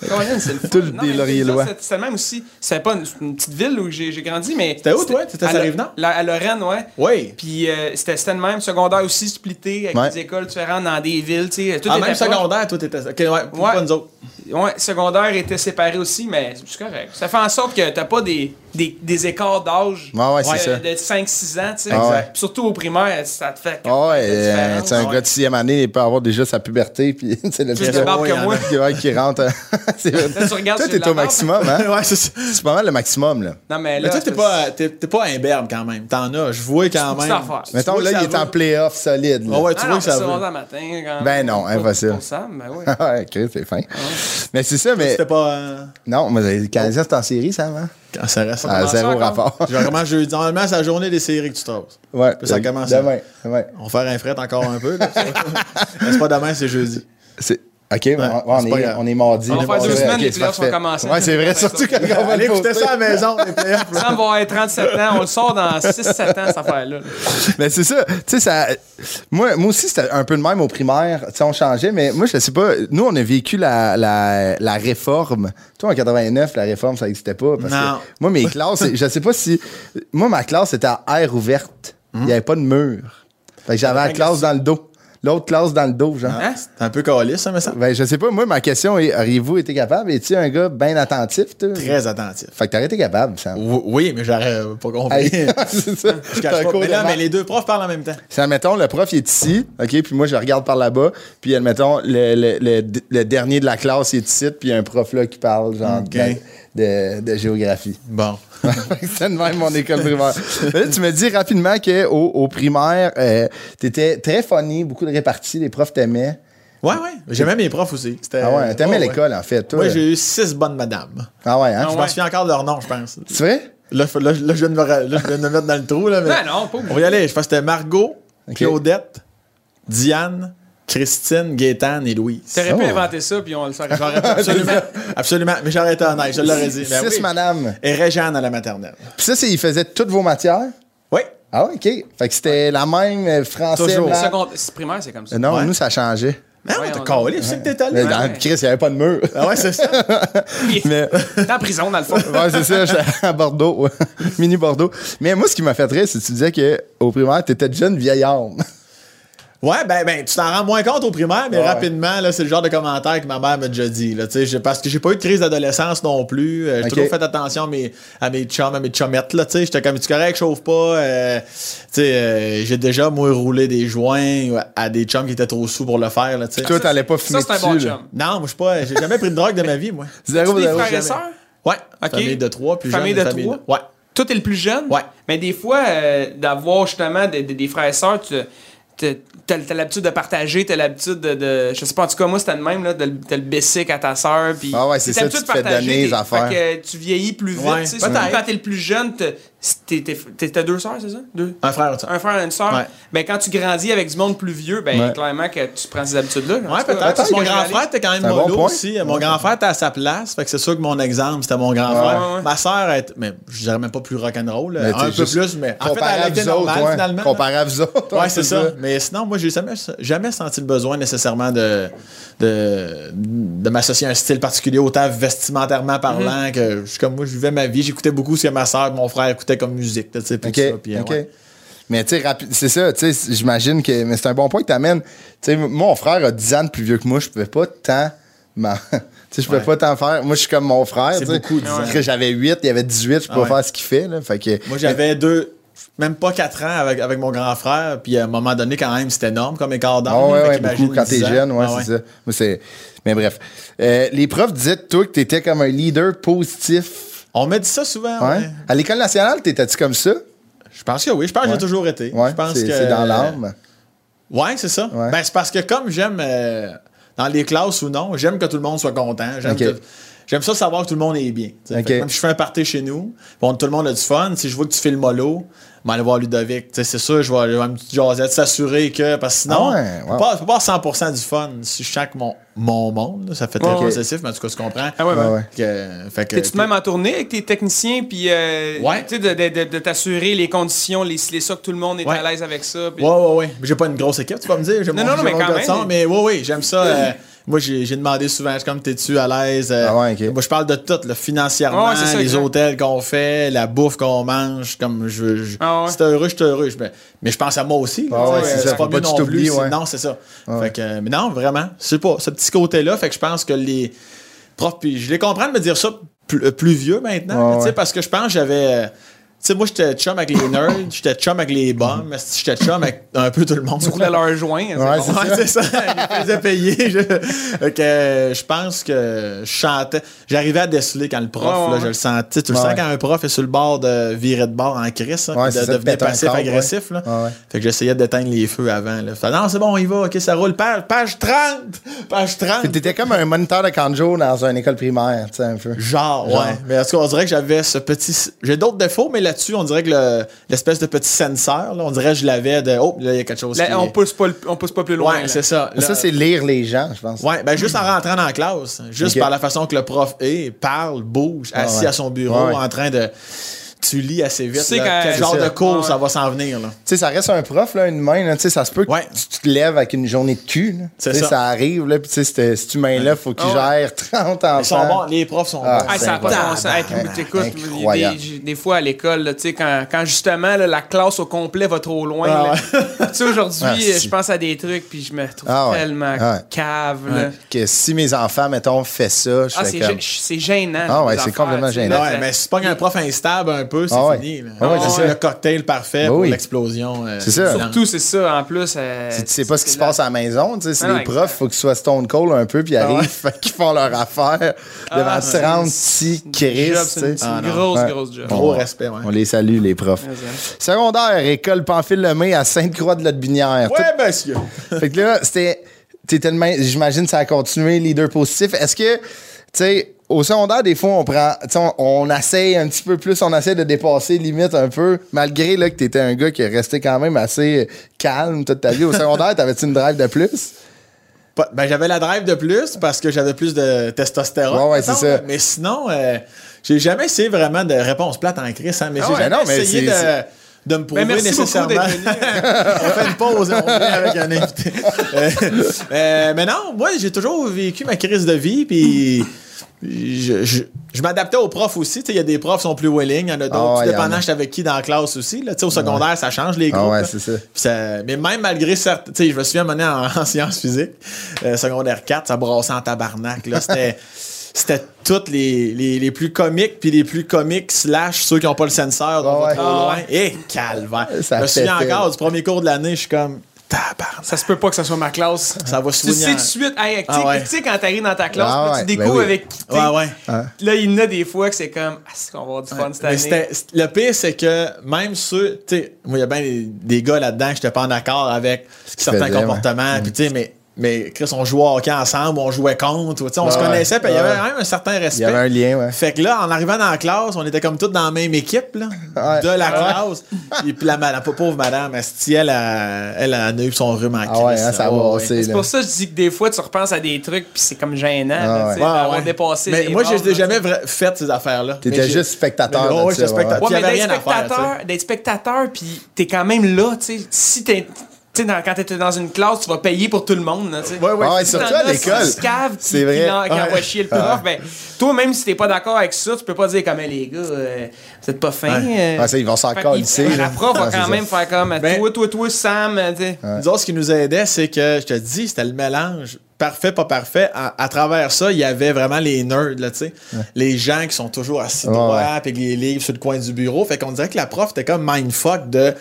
A: Caroline, c'est le fun.
B: Tout le
A: Non, mais
B: Laurier
A: c'est ça,
B: Lois.
A: c'est- C'est le même aussi. C'est pas une, une petite ville où j'ai j'ai grandi, mais.
D: C'était où, toi? T'étais à
A: Lo-
D: Rive-Nord?
A: la- À Lorraine, ouais.
D: Oui.
A: Puis euh, c'était c'était le même. Secondaire aussi, splitté, avec
B: Ouais.
A: des écoles différentes dans des villes, tu sais. Tout
D: Ah,
A: était
D: même
A: proche.
D: secondaire, toi, t'étais. Ok, ouais, pourquoi
A: Ouais.
D: nous autres?
A: Ouais, secondaire était séparé aussi, mais c'est correct. Ça fait en sorte que t'as pas des, des, des écarts d'âge
B: Ouais, ouais, c'est
A: euh,
B: ça.
A: de 5-6 ans, tu sais.
B: Ah, ouais.
A: Puis Surtout au primaire, ça te fait.
B: Ah ouais,
A: de
B: euh,
A: différence.
B: tu sais, un
A: Ouais.
B: gars de sixième année, il peut avoir déjà sa puberté, puis c'est le
A: Plus
B: petit
A: de barbe
D: oui,
A: que
D: il y en
A: moi.
D: a.
B: qui, ouais, qui rentre. c'est vrai.
A: Là, tu regardes
B: Toi,
A: sur
B: t'es
A: la
B: au
A: barbe.
B: maximum, hein?
D: ouais, c'est ça.
B: C'est pas mal le maximum, là.
A: Non, mais là.
D: Mais toi, t'es
A: c'est-
D: pas, t'es, t'es pas imberbe quand même. T'en as, je vois quand
A: C'est
D: même.
A: une petite affaire.
D: Tu
B: Mettons,
D: vois que
B: là,
D: ça
B: il est en
D: veut.
B: playoff solide. là.
D: Ah ouais,
A: Ah
D: tu
A: non,
D: vois que ça
A: mais
D: veut.
A: secondaire matin, quand
B: Ben non, impossible.
A: Pour ça, ben oui.
B: Ah ouais, Chris, c'est fin. Mais c'est ça, mais.
D: C'était pas. euh,
B: Non, mais le Canadien, c'est en série, ça, hein?
D: Quand ça reste.
B: Ah,
A: commence
B: zéro
A: encore.
B: rapport.
D: Genre, vraiment, jeudi. Normalement, c'est la journée des séries que tu t'oses.
B: Ouais.
D: Puis ça commence.
B: Demain, demain.
D: On va faire un fret encore un peu. là. Mais c'est pas demain, c'est jeudi.
B: C'est- OK, mais on- on,
D: c'est pas
B: est,
D: grave.
B: on est mardi.
A: On va faire
B: C'est
A: deux
B: vrai,
A: semaines,
B: ok,
A: les
B: c'est
A: playoffs vont
B: parfait.
A: commencer.
B: Ouais, c'est vrai,
A: Ça,
B: surtout quand on va
D: Allez,
B: le
D: écoutez
B: poster.
D: ça à la maison, les playoffs.
A: Ça, on va être 37 ans, on le sort dans 6-7 ans, cette affaire-là.
B: Mais Ben, c'est ça. Tu sais, ça. Moi, moi aussi, c'était un peu de même au primaire. Tu sais, on changeait, mais moi, je sais pas. Nous, on a vécu la, la, la réforme. Toi, en 89, la réforme, ça n'existait pas. Parce
D: Non.
B: Que moi, mes classes, je sais pas si. Moi, ma classe était à air ouverte. Il n'y avait pas de mur. Fait que j'avais la classe dans le dos. L'autre classe dans le dos, genre.
A: Hein?
D: C'est un peu calice, ça, mais ça.
B: Ben, je sais pas. Moi, ma question est auriez-vous été capable? Es-tu un gars bien attentif, toi?
D: Très attentif.
B: Fait que t'aurais été capable, ça.
D: Ou- Oui, mais j'aurais euh, pas compris.
B: Hey,
D: Je
B: c'est ça. T'as un
D: cache pas.
B: cours
D: Mais
B: de
D: là,
B: maths.
D: mais les deux profs parlent en même temps.
B: C'est, admettons, le prof, il est ici, OK, puis moi, je regarde par là-bas, puis, admettons, le, le- le- le dernier de la classe, il est ici, puis il y a un prof, là, qui parle, genre,
D: OK.
B: de, de- de géographie.
D: Bon.
B: C'était de même mon école primaire. Mais là, tu me dis rapidement qu'au au primaire, euh, t'étais très funny, beaucoup de réparties, les profs t'aimaient.
D: Ouais, ouais. J'aimais mes profs aussi. C'était-
B: Ah ouais, t'aimais
D: Euh, oh, ouais.
B: l'école, en fait, toi. euh.
D: Moi,
B: là.
D: j'ai eu six bonnes madames.
B: Ah ouais, hein?
D: Je m'en souviens encore de leur nom, je pense.
B: C'est vrai?
D: Là, faut- là, là, je viens de me, ra- là, je viens de me mettre dans le trou. Là, mais
A: Ben non, pas
D: On va y aller. Je pense que c'était Margot,
B: Ok.
D: Claudette, Diane, Christine, Gaétane et Louise.
A: T'aurais pu
B: Oh.
A: inventer ça, puis on le saurait.
D: J'aurais pu absolument. absolument. Mais j'aurais été honnête, je l'aurais dit. Ben
B: Six
D: oui.
B: madame.
D: Et Réjeanne à la maternelle.
B: Puis ça, c'est, ils faisaient toutes vos matières?
D: Oui.
B: Ah ouais, OK. Fait que c'était la même euh, français.
D: Toujours.
B: blanc.
A: Seconde, c'est primaire, c'est comme ça.
B: Euh, Non,
D: Ouais.
B: nous, ça changeait.
D: Mais on
A: Ouais,
D: t'a
A: on-
D: calé, je sais que t'es allé.
B: Mais dans
A: ouais.
B: Chris, il n'y avait pas de mur.
D: Ah ouais, c'est ça.
B: Mais.
A: T'es en prison, dans le fond.
B: Ouais, c'est ça, j'étais à Bordeaux, ouais. mini Bordeaux. Mais moi, ce qui m'a fait rire, c'est que tu disais qu'au primaire, t'étais déjà une vieille âme.
D: Ouais, ben, ben, tu t'en rends moins compte au primaire, mais
B: Ouais.
D: rapidement, là, c'est le genre de commentaire que ma mère m'a déjà dit, là, tu sais, j'ai- parce que j'ai pas eu de crise d'adolescence non plus, euh, j'ai
B: Ok.
D: toujours fait attention à mes, à mes chums, à mes chummettes, là, tu sais, j'étais comme, tu correct, chauffe pas, euh, tu sais, euh, j'ai déjà, moi, roulé des joints à des chums qui étaient trop sous pour le faire, là, tu sais.
B: Toi, t'allais pas fumer
A: Ça, c'est un bon
B: dessus, là.
A: chum.
D: Non, moi, je suis pas, j'ai jamais pris de drogue de ma vie, moi.
B: Zéro,
A: Des
B: zéro.
A: frères et
B: jamais.
A: sœurs?
D: Ouais,
A: Ok.
D: famille de trois, plus
A: Famille
D: jeune,
A: de
D: famille
A: trois?
D: de- Ouais.
A: Toi, t'es le plus jeune.
D: Ouais.
A: Mais des fois, euh, d'avoir justement des, des- des frères et sœurs, tu t'as t'as- t'as l'habitude de partager, t'as l'habitude de, de- Je sais pas, en tout cas, moi, c'était le même, là, de- t'as le bessic à ta sœur. puis
B: Ah ouais, c'est
A: t'as
B: ça,
A: l'habitude
B: tu
A: de
B: te fais
A: partager,
B: donner les
A: t'es-
B: affaires.
A: Fait que tu vieillis plus vite,
D: Ouais,
A: tu sais. surtout
D: peut-être.
A: Quand t'es le plus jeune, t'es- t'es- t'es- t'es- t'as deux sœurs, c'est ça? Deux?
D: Un frère, tu
A: Un frère et une sœur.
D: Ouais.
A: Ben, quand tu grandis avec du monde plus vieux, ben,
B: Ouais.
A: clairement que tu prends ces habitudes-là. là. En
D: Ouais,
A: tout cas,
D: peut-être.
A: c'est
D: parce
A: ce
D: que mon
A: que je
D: grand
A: réalise.
D: frère était quand même
B: C'est un bon
D: mollo
B: point.
D: aussi. Mon grand frère était à sa place. Fait que c'est sûr que mon exemple, c'était mon grand frère.
A: ouais, ouais.
D: Ma soeur, est, mais je dirais même pas plus rock'n'roll. euh,
B: Mais
D: Un
B: t'es
D: peu
B: juste
D: plus, mais en fait,
B: comparé
D: elle
B: à
D: était
B: vous autres,
D: normale
B: ouais.
D: finalement.
B: Comparé à vous autres.
D: Ouais, c'est ça. Mais sinon, moi, j'ai jamais, jamais senti le besoin nécessairement de, de, de m'associer à un style particulier, autant vestimentairement parlant
B: Mhm.
D: que je suis comme moi, je vivais ma vie. J'écoutais beaucoup ce que ma soeur et mon frère écoutaient comme musique. Tu sais, puis
B: OK.
D: tout ça, puis, euh,
B: OK.
D: ouais.
B: Mais tu sais, rapi- c'est ça, tu sais, j'imagine que. Mais c'est un bon point que tu amènes. Tu sais, m- mon frère a 10 ans de plus vieux que moi, je pouvais pas tant. m'en- tu sais, je pouvais pas tant faire. Moi, je suis comme mon frère.
D: C'est
B: tu sais.
D: beaucoup, 10 ans.
B: Parce que J'avais 8, il y avait 18, je pouvais
D: Ah ouais.
B: faire ce qu'il fait. Là, fait que,
D: Moi, j'avais deux, même pas quatre ans avec, avec mon grand frère. Puis à un moment donné, quand même, c'était énorme comme écart d'âge.
B: Ah ouais,
D: là,
B: ouais,
D: fait
B: beaucoup
D: qu'imagine
B: quand
D: 10
B: t'es
D: ans.
B: jeune, ouais,
D: Ah
B: c'est ça. Moi, c'est... Mais bref. Euh, les profs disaient de toi que t'étais comme un leader positif.
D: On me dit ça souvent.
B: Ouais.
D: Ah ouais.
B: À l'école nationale, t'étais-tu comme ça?
D: Je pense que oui. Je pense que j'ai toujours été.
B: Ouais,
D: je pense
B: c'est,
D: que
B: c'est dans l'âme.
D: Ouais, c'est ça.
B: Ouais.
D: Ben, c'est parce que comme j'aime euh, dans les classes ou non, j'aime que tout le monde soit content. J'aime
B: Ok.
D: que- j'aime ça savoir que tout le monde est bien. tu sais. Fait
B: Ok.
D: que Même si je fais un party chez nous, bon, tout le monde a du fun. Si je vois que tu fais le mollo, je vais aller voir Ludovic. Tu sais, C'est sûr, je vais aller voir une petite jasette, s'assurer que. Parce que sinon,
B: Ah ouais,
D: je peux
B: wow.
D: pas- je peux pas avoir 100% du fun. Si je sens que mon, mon monde, là, ça fait très
B: Ok.
D: possessif, mais en tout cas, tu comprends.
A: Ah ouais, ouais.
B: Ouais, ouais.
D: Que- fait que-
A: T'es-tu de même en tournée avec tes techniciens, puis euh,
D: Ouais.
A: tu sais, de, de- de- de t'assurer les conditions, les, les ça, que tout le monde est
D: Ouais.
A: à l'aise avec ça. puis-
D: Ouais, ouais, ouais. Mais J'ai pas une grosse équipe, tu vas me dire. J'ai
A: Non,
D: mon-
A: non,
D: j'ai
A: mais
D: mon
A: quand
D: gars de
A: même.
D: son, mais ouais, ouais, j'aime ça. euh, moi, j'ai j'ai demandé souvent, je suis comme, t'es-tu à l'aise? euh,
B: Ah ouais, ok.
D: Moi, je parle de tout, là, financièrement,
A: Ouais, ouais, c'est ça,
D: les
A: exact.
D: hôtels qu'on fait, la bouffe qu'on mange. Comme, je, veux- je,
A: Ah ouais.
D: Si t'es heureux, je suis heureux. Je- mais- mais je pense à moi aussi. là,
B: Ah
D: tu
B: ouais,
D: sais,
B: c'est ça, faut pas
D: mieux
B: que tu
D: non plus,
B: t'oublies,
D: c'est-
B: ouais.
D: Non, c'est ça. Fait que, euh, mais non, vraiment, c'est pas ce petit côté-là. Fait que je pense que les profs, puis je les comprends de me dire ça plus, euh, plus vieux maintenant,
B: Ouais,
D: tu sais,
B: ouais.
D: parce que je pense que j'avais. euh, Tu sais, moi, j'étais chum avec les nerds, j'étais chum avec les bums, j'étais chum avec un peu tout le monde.
A: Tu roulais leur joint. hein, c'est
B: Ouais,
A: bon.
B: c'est-
D: Ouais, c'est ça. Je les faisais payer. Je... Fait que, euh, je pense que je chantais. J'arrivais à déceler quand le prof,
A: Ouais,
D: là,
A: ouais.
D: je le sentais. Tu le
B: Ouais,
D: sens
B: ouais.
D: quand un prof est sur le bord de virer de bord en crise, hein,
B: Ouais,
D: puis
B: c'est
D: de
B: ça, de
D: devenir
B: péter un
D: passif-agressif.
B: câble, ouais.
D: là.
B: Ouais, ouais.
D: Fait que j'essayais d'éteindre les feux avant. Là. Fait, non, c'est bon, il va, ok, ça roule. Page, page 30! Page 30!
B: T'étais comme un moniteur de canjo dans une école primaire, tu sais, un peu.
D: Genre,
B: Genre.
D: ouais. Mais en tout cas, on dirait que j'avais ce petit. J'ai d'autres défauts, mais là-dessus, on dirait que le- l'espèce de petit sensor, là, on dirait que je l'avais de. Oh, là, il y a quelque chose. qui
A: Là, on
D: est-
A: pousse pas, le- on pousse pas plus loin.
D: Ouais,
A: là.
D: c'est ça.
B: Ça,
D: Là-
B: c'est lire les gens, je pense.
D: Ouais, ben juste en rentrant dans la classe, juste
B: Ok. Ah,
D: par la façon que le prof est, parle, bouge, assis
B: ouais.
D: à son bureau,
B: Ouais, ouais.
D: en train de. Tu lis assez vite.
A: Tu sais
D: là,
A: quand-
D: quel
A: c'est
D: genre
B: ça. Ah,
D: de cours
A: Ouais.
D: ça va s'en venir. Là.
B: Tu sais, ça reste un prof, là, une main, là, tu sais, ça se peut que
D: Ouais.
B: tu tu te lèves avec une journée de cul, là.
D: C'est
B: Tu sais,
D: ça.
B: ça arrive, là, puis tu sais, cette- cet humain-là, faut qu'il
A: Ah ouais.
B: gère 30
D: Ils sont bons,
B: enfants.
D: les profs sont
B: Ah,
D: bons.
A: Ah, ça a pas de bon sens. Hey, puis,
B: Incroyable.
A: t'écoutes, il y a des-
B: Incroyable.
A: j'ai- des, fois à l'école, là, tu sais, quand, quand justement là, la classe au complet va trop loin.
D: Ah
A: là. tu sais, aujourd'hui,
B: Ah, si.
A: je pense à des trucs puis je me trouve
B: Ah ouais.
A: tellement
B: Ah ouais.
A: cave. là.
B: Que si mes enfants, mettons, font ça, je
A: Ah,
B: fais
A: c'est
B: comme...
A: gê- c'est gênant.
B: Ah
A: là,
B: ouais,
A: les
B: c'est
A: affaires,
B: complètement
A: tu sais,
B: gênant.
A: là,
D: Ouais,
A: ça-
D: mais si tu pognes un prof instable un peu, c'est
B: Ah ouais.
D: fini. là.
B: Ah ouais, Bah
D: Là,
A: c'est
D: c'est
A: ça.
D: le cocktail parfait pour
B: Oui.
D: l'explosion. euh,
B: C'est ça.
D: du
A: Surtout, c'est ça, en plus. euh,
B: Tu sais pas ce qui
A: c'est
B: se
A: la-
B: passe à la maison, tu sais, c'est
A: Ah non,
B: les profs,
A: exact. Ah
B: faut qu'ils soient stone cold un peu, puis ils
D: ouais.
B: arrivent, fait qu'ils font leur affaire devant 30 petits Chris,
A: Job,
B: tu
A: C'est Ah, une,
B: sais.
A: c'est
D: Ah,
A: une
D: non.
A: grosse,
B: Ouais.
A: grosse job.
D: Gros respect, ouais.
B: On les salue, les profs. Secondaire, école Pamphile-Lemay à Sainte-Croix-de-Lotbinière.
D: Ouais, monsieur.
B: Tout- Fait que là, c'était. t'es tellement- J'imagine que ça a continué, leader positif. Est-ce que, tu sais, au secondaire, des fois, on prend. tu sais, on, on essaye un petit peu plus, on essaie de dépasser limite un peu, malgré là, que t'étais un gars qui est resté quand même assez calme toute ta vie. Au secondaire, t'avais-tu une drive de plus?
D: Pas- ben, j'avais la drive de plus parce que j'avais plus de testostérone.
B: Ouais, ouais,
D: mettons,
B: c'est ça.
D: là. Mais sinon, euh, j'ai jamais essayé vraiment de réponse plate en crise, hein, mais j'ai
B: Ah ouais,
D: jamais
B: non, mais
D: essayé
B: c'est-
D: de, de me prouver
A: Ben, merci beaucoup
D: nécessairement.
A: d'être venu.
D: on fait une pause et on revient avec un invité. Euh, euh, mais non, moi, j'ai toujours vécu ma crise de vie, puis. Je, je- je m'adaptais aux profs aussi. Tu sais, Il y a des profs qui sont plus willing, il y en a d'autres.
B: Ah ouais,
D: tout
B: y en
D: dépendant,
B: a.
D: j'étais avec qui dans la classe aussi. Là, Tu sais, au secondaire, ça change les
B: Ah
D: groupes.
B: ouais,
D: là.
B: c'est ça.
D: Puis ça- mais même malgré certains. Tu sais, je me souviens, à un moment donné, en, en sciences physiques, euh, secondaire 4, ça brassait en tabarnak. Là. C'était, c'était toutes les, les, les plus comiques, puis les plus comiques, slash ceux qui n'ont pas le senseur, donc
B: Ah ouais.
D: va trop
A: Ah
D: loin.
A: ouais.
D: Et calvaire.
B: Ça
D: je me souviens
B: pétait.
D: encore du premier cours de l'année, je suis comme. tabarnak.
A: Ça se peut pas que ça soit ma classe.
D: Ça va
A: Tu
D: swinguer
A: sais
D: en-
A: tout de suite, hey, tu sais-
D: Ah ouais.
A: tu sais, quand t'arrives dans ta classe,
B: Ah
A: là,
B: ouais,
A: tu
B: ben
A: découvres
B: oui.
A: avec qui t'es.
D: Ouais, ouais.
A: Là, il y en a des fois que c'est comme, ah, c'est qu'on va avoir du fun cette
D: Mais
A: année.
D: c'était- c't- le pire, c'est que même ceux, tu sais, moi, il y a bien des, des gars là-dedans que j'étais pas en accord avec certains
B: faisaient, ouais. Mm.
D: comportements, puis tu sais, mais, mais Chris, on jouait au hockey ensemble, on jouait contre, ou, tu sais, on se
B: Ouais,
D: connaissait, puis il y
B: ouais.
D: avait même un certain
B: Il
D: respect.
B: y avait un lien, ouais.
D: Fait que là, en arrivant dans la classe, on était comme tous dans la même équipe, là,
B: Ouais.
D: de la classe. Et puis la, ma- la pauvre madame, Asti, elle, a- elle, en a eu son rhume en crise.
B: Ah ouais, hein, ça va
D: Ouais, ouais.
B: aussi.
A: C'est pour ça que je dis que des fois, tu repenses à des trucs, puis c'est comme gênant. là,
B: ouais.
A: tu sais,
D: Ah, Ouais,
A: d'avoir
D: ouais.
A: dépassé
D: Mais
A: les
D: moi,
A: bornes,
D: j'ai
A: là,
D: jamais vra- fait ces affaires-là.
B: T'étais
D: Mais j'ai-
B: juste spectateur
D: Mais
B: de
D: ouais,
B: ça,
D: j'étais
B: ouais.
D: spectateur.
A: Ouais,
D: Puis il y
A: mais
D: avait
A: d'être
D: rien à faire, tu sais.
A: spectateur, d'être spectateur, puis t'es quand même là, tu sais. Si t'es. Tu sais, dans- quand t'étais dans une classe, tu vas payer pour tout le monde. Là, tu sais.
D: Ouais, ouais.
B: Ah ouais,
A: Si
B: surtout
A: t'en
B: à
A: as,
B: l'école.
A: c'est cave qui-
B: C'est
A: qui
B: vrai.
A: l'en- qui
B: Ouais.
A: envoie chier le prof. Ben, toi, même si t'es pas d'accord avec ça, tu peux pas dire comme Eh, les gars, euh, vous êtes pas fins. euh.
B: Ouais, ça, ils vont s'en
A: Fait que
B: calisser,
A: il-
B: là.
A: La prof
B: Ouais,
A: va
B: c'est
A: quand
B: ça.
A: même faire comme
D: Ben-
A: toi, toi, toi, Sam. euh, tu sais.
D: Nous autres, ce qui nous aidait, c'est que, je te dis, c'était le mélange parfait, pas parfait. À, à travers ça, il y avait vraiment les nerds, là, tu sais. Les gens qui sont toujours assis
B: Ouais,
D: droits, puis avec les livres sur le coin du bureau. Fait qu'on dirait que la prof était comme mindfuck de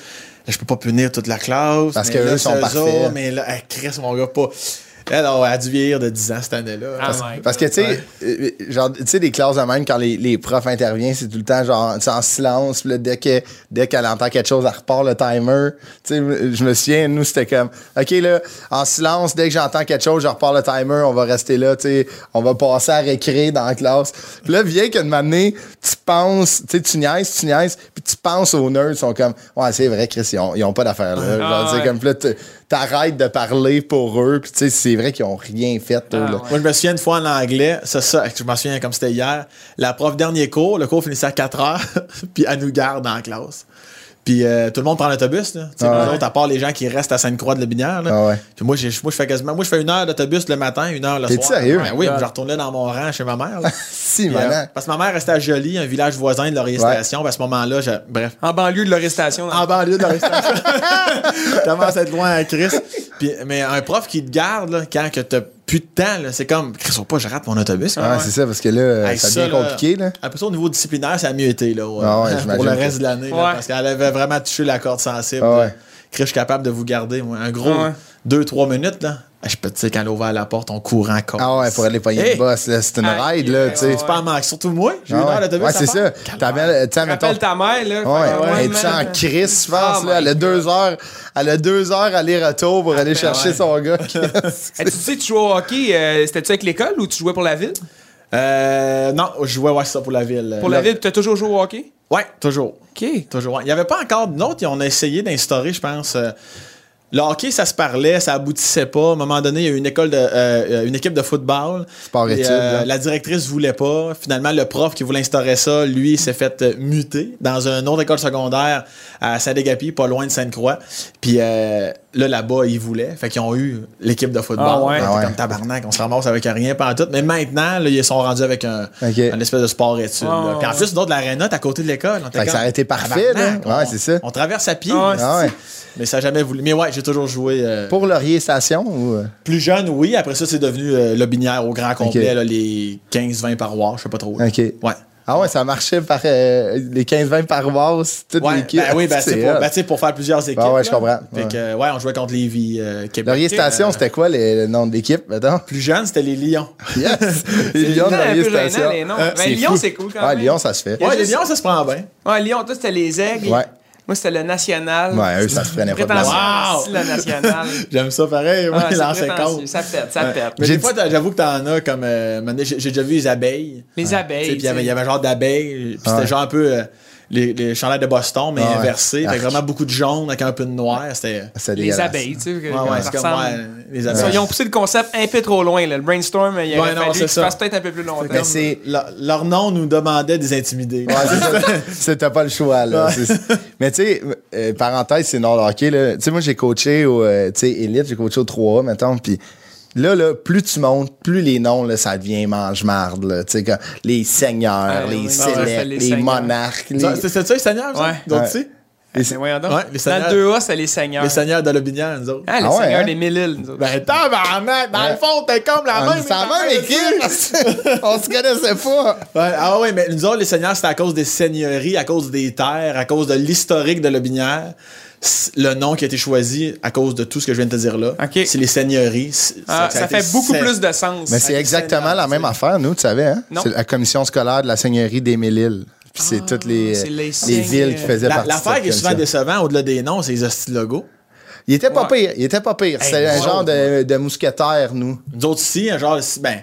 D: je peux pas punir toute la classe.
B: Parce
D: mais
B: que
D: là,
B: eux sont
D: c'est eux
B: parfaits.
D: autres, Mais là, hey, Chris, mon gars, pas. Elle elle a dû vieillir de 10 ans cette année-là.
A: Ah,
D: Parce-
A: my God.
B: Parce que, tu sais, euh, genre, tu sais, des classes de même, quand les, les profs interviennent, c'est tout le temps, genre, tu sais, en silence. Puis là, dès que- dès qu'elle entend quelque chose, elle repart le timer. Tu sais, je me souviens, nous, c'était comme, OK, là, en silence, dès que j'entends quelque chose, je repars le timer, on va rester là, tu sais, on va passer à récréer dans la classe. Puis là, vient qu'une année, tu penses, tu sais, tu niaises, tu niaises, puis tu penses aux nerds, ils sont comme, ouais, c'est vrai, Chris, ils ont, ils ont pas d'affaires, là.
A: Ah,
B: Genre, tu sais,
A: ouais.
B: comme, puis là, tu- t'arrêtes de parler pour eux, puis tu sais, c'est vrai qu'ils ont rien fait, eux,
A: Ah,
B: là.
A: ouais.
D: Moi, je me souviens une fois en anglais, c'est ça, je m'en souviens comme c'était hier. La prof, dernier cours, le cours finissait à 4 heures, puis elle nous garde en classe. Puis euh, tout le monde prend l'autobus, là. Tu
B: Ah
D: sais, nous
B: ouais.
D: autres, à part les gens qui restent à Sainte-Croix de la Binière, là.
B: Ah ouais.
D: Puis moi, j'ai- moi, je fais quasiment, moi, je fais une heure d'autobus le matin, une heure le soir.
B: T'es-tu sérieux?
D: Ouais, oui, je retournais dans mon rang chez ma mère, là.
B: Si,
D: Puis, euh,
B: maintenant.
D: parce que ma mère restait à Jolie, un village voisin de l'orientation. puis À ce moment-là, je- bref,
A: En banlieue de l'arrestation.
D: en banlieue de l'arrestation. Commence à être loin à Chris. Puis, mais un prof qui te garde là, quand que t'as plus de temps, là, c'est comme Chris, faut pas, que je rate mon autobus. quoi.
B: Ah, c'est ça, parce que là,
D: Hey,
B: ça devient compliqué, là.
D: Après ça, au niveau disciplinaire, ça a mieux été là, ouais.
B: Ah ouais, j'imagine
D: pour le
B: que-
D: reste de l'année. là,
A: Ouais.
D: Parce qu'elle avait vraiment touché la corde sensible.
B: Ah
D: là.
B: ouais.
D: Chris, je suis capable de vous garder moi, un gros
A: Ah ouais.
D: 2-3 minutes. Là. Ah, Je peux, tu sais, quand elle a ouvert la porte, on court en
B: Ah ouais, pour aller pogner
D: Hey!
B: le boss, là, c'est une
A: Ah,
B: ride, là, tu sais.
D: C'est pas en manque. Surtout moi, j'ai eu
B: Ah
D: une
B: ouais.
D: heure d'autobus.
B: Ouais,
D: à
B: c'est ça.
D: faire.
B: T'amènes, tu sais, mettons.
A: Rappelle ta mère, là.
B: Ouais,
A: Fait que,
B: ouais. Et
A: man,
B: puis en crise, je pense,
A: Oh
B: là.
A: my
B: Elle a
A: God.
B: deux heures, elle a deux heures aller-retour pour aller
A: Après,
B: chercher
A: ouais.
B: son gars.
A: Hey, tu sais, tu jouais au hockey, euh, c'était-tu avec l'école ou tu jouais pour la ville?
D: Euh, non, je jouais ouais, c'est ça pour la ville.
A: Pour la ville, tu as toujours joué au hockey?
D: Ouais, toujours.
A: OK.
D: Toujours. ouais. Il n'y avait pas encore de autre. On a essayé d'instaurer, je pense. euh, le hockey, ça se parlait, ça aboutissait pas. À un moment donné, il y a eu une école de, euh, une équipe de football.
B: Sport-études,
D: Et, euh,
B: là.
D: la directrice voulait pas. Finalement, le prof qui voulait instaurer ça, lui, il s'est fait euh, muter dans une autre école secondaire à Saint-Dégapi, pas loin de Sainte-Croix. Puis euh, là, là-bas, ils voulaient. Fait qu'ils ont eu l'équipe de football.
A: Ah ouais.
D: Fait que
B: Ah ouais.
D: Comme tabarnak, on se ramasse avec rien pendant tout. Mais maintenant, là, ils sont rendus avec un,
B: Ok.
D: un espèce de sport-études. là.
A: Ah
D: Puis en
A: ouais.
D: plus, d'autres, l'aréna, t'es à côté de l'école. On était
B: Fait que ça
D: comme,
B: aurait été parfait, là.
D: tabarnak,
B: Ouais,
D: on-
B: c'est ça.
D: On traverse à pied.
A: Ah ouais,
B: Ah ouais.
D: Mais ça a jamais voulu. Mais ouais, j'ai toujours joué. euh,
B: Pour Laurier Station ou. euh,
D: Plus jeune, oui. Après ça, c'est devenu euh, le binière au grand complet, là, les 15-20 parois, je sais pas trop. là.
B: OK.
D: Ouais.
B: Ah ouais, ça marchait par euh, les 15-20 paroisses, toute
D: Ouais,
B: l'équipe.
D: ben oui, ben, c'est pour,
B: hot.
D: ben, tu sais, pour faire plusieurs équipes.
B: ouais, je
D: là.
B: comprends.
D: Fait que, euh, ouais, on jouait contre Lévis, euh, Québec.
B: Laurier Station,
D: Euh,
B: c'était quoi le, le nom de l'équipe, mettons?
D: Plus jeune, c'était les Lions.
B: Yes! Les Lions
A: tout le
B: de
A: temps un
B: Laurier
A: peu gênant,
B: Station.
A: les noms.
B: Hein,
A: Mais Lyon,
B: fou.
A: c'est cool quand
B: Ouais,
A: même.
B: Lyon, ça se fait.
A: y a
D: Ouais, les
A: juste-
D: Lions, ça se prend bien.
A: Ouais, Ah, Lyon, toi, c'était les aigles.
B: Ouais.
A: Moi, c'était le national.
B: Ouais, eux, ça se prenait pas de
A: Prétentieux,
D: place. Wow!
A: c'est le national.
D: J'aime ça pareil.
A: Ah,
D: Ouais,
A: c'est
D: l'ancien
A: prétentieux,
D: compte.
A: Ça pète, ça pète.
D: Mais
B: J'ai
D: des fois, t'as- j'avoue que t'en as comme. euh, maintenant, j'ai j'ai déjà vu les abeilles.
A: Les
D: Tu sais,
A: abeilles.
D: Puis il y avait- il y
A: tu sais.
D: avait genre d'abeilles. Puis
B: Ouais. Ah
D: c'était genre un peu euh, les, les chandails de Boston, mais
B: Ouais.
D: inversés. Fait que
B: Arc. Ah,
D: vraiment beaucoup de jaune avec un peu de noir. C'était.
B: C'est
A: Les
B: dégueulasse.
A: abeilles, tu sais. que-
D: Ouais,
A: comment
D: ouais,
A: ça
D: c'est comme.
A: ressemble.
D: ouais, les
A: Ça,
D: abeilles.
A: Ils ont poussé le concept un peu trop loin. là. Le brainstorm, il
D: Ouais,
A: aurait
D: non,
A: fallu
D: c'est
A: qu'il
D: ça.
A: se fasse peut-être un peu plus longtemps.
B: Mais c'est-
D: Leur, leur nom nous demandait des intimidés.
B: Ouais, Ah, c'est ça. C'était pas le choix, là. C'est- Mais tu sais, euh, parenthèse, c'est non hockey, là. Tu sais, moi, j'ai coaché au, euh, tu sais, élite, j'ai coaché au 3A, mettons, puis là, là, plus tu montes, plus les noms, là, ça devient mange-marde, là. Tu sais, comme les seigneurs,
A: Ah,
B: les
A: oui. Ah, ouais,
B: sélects,
A: les
B: les,
A: seigneurs.
B: monarques, les...
D: Ça, C'est c'est ça, les seigneurs? ça?
A: Ouais.
D: Donc,
B: Ouais.
D: tu sais,
A: Mais voyons donc.
D: Ouais, les
A: Dans
D: seigneurs.
A: le 2A, c'est les seigneurs.
D: les seigneurs de l'Aubinière, nous autres.
A: Ah, les
B: Ah ouais,
A: seigneurs
B: hein?
A: des mille îles. nous autres.
D: Ben, tabarnak! Dans le fond, t'es comme la
B: On
D: même.
B: est sur la même équipe! On se connaissait pas!
D: Ouais, ah oui, mais nous autres, les seigneurs, c'était à cause des seigneuries, à cause des terres, à cause de l'historique de Lobinière. c- le nom qui a été choisi à cause de tout ce que je viens de te dire là,
A: Ok.
D: c'est les seigneuries. C-
A: Ah,
D: a
A: ça
D: été
A: fait beaucoup
D: sept-
A: plus de sens.
B: Mais c'est exactement la même affaire, nous, tu savais, hein?
A: Non. Ah,
B: C'est la commission scolaire de la Seigneurie des Mille-Îles. Puis c'est toutes les,
A: c'est les
B: les
A: signes,
B: villes qui
A: euh,
B: faisaient
D: La-
B: partie de
D: L'affaire
B: cette
D: qui est souvent
B: commission.
D: décevante, au-delà des noms, c'est les hosties de logos.
B: Il était pas
A: Ouais.
B: pire, il était pas pire. C'était
D: Hey,
B: un
D: nous
B: genre de, de mousquetaire, nous.
D: Nous autres ici, un genre, de si- ben,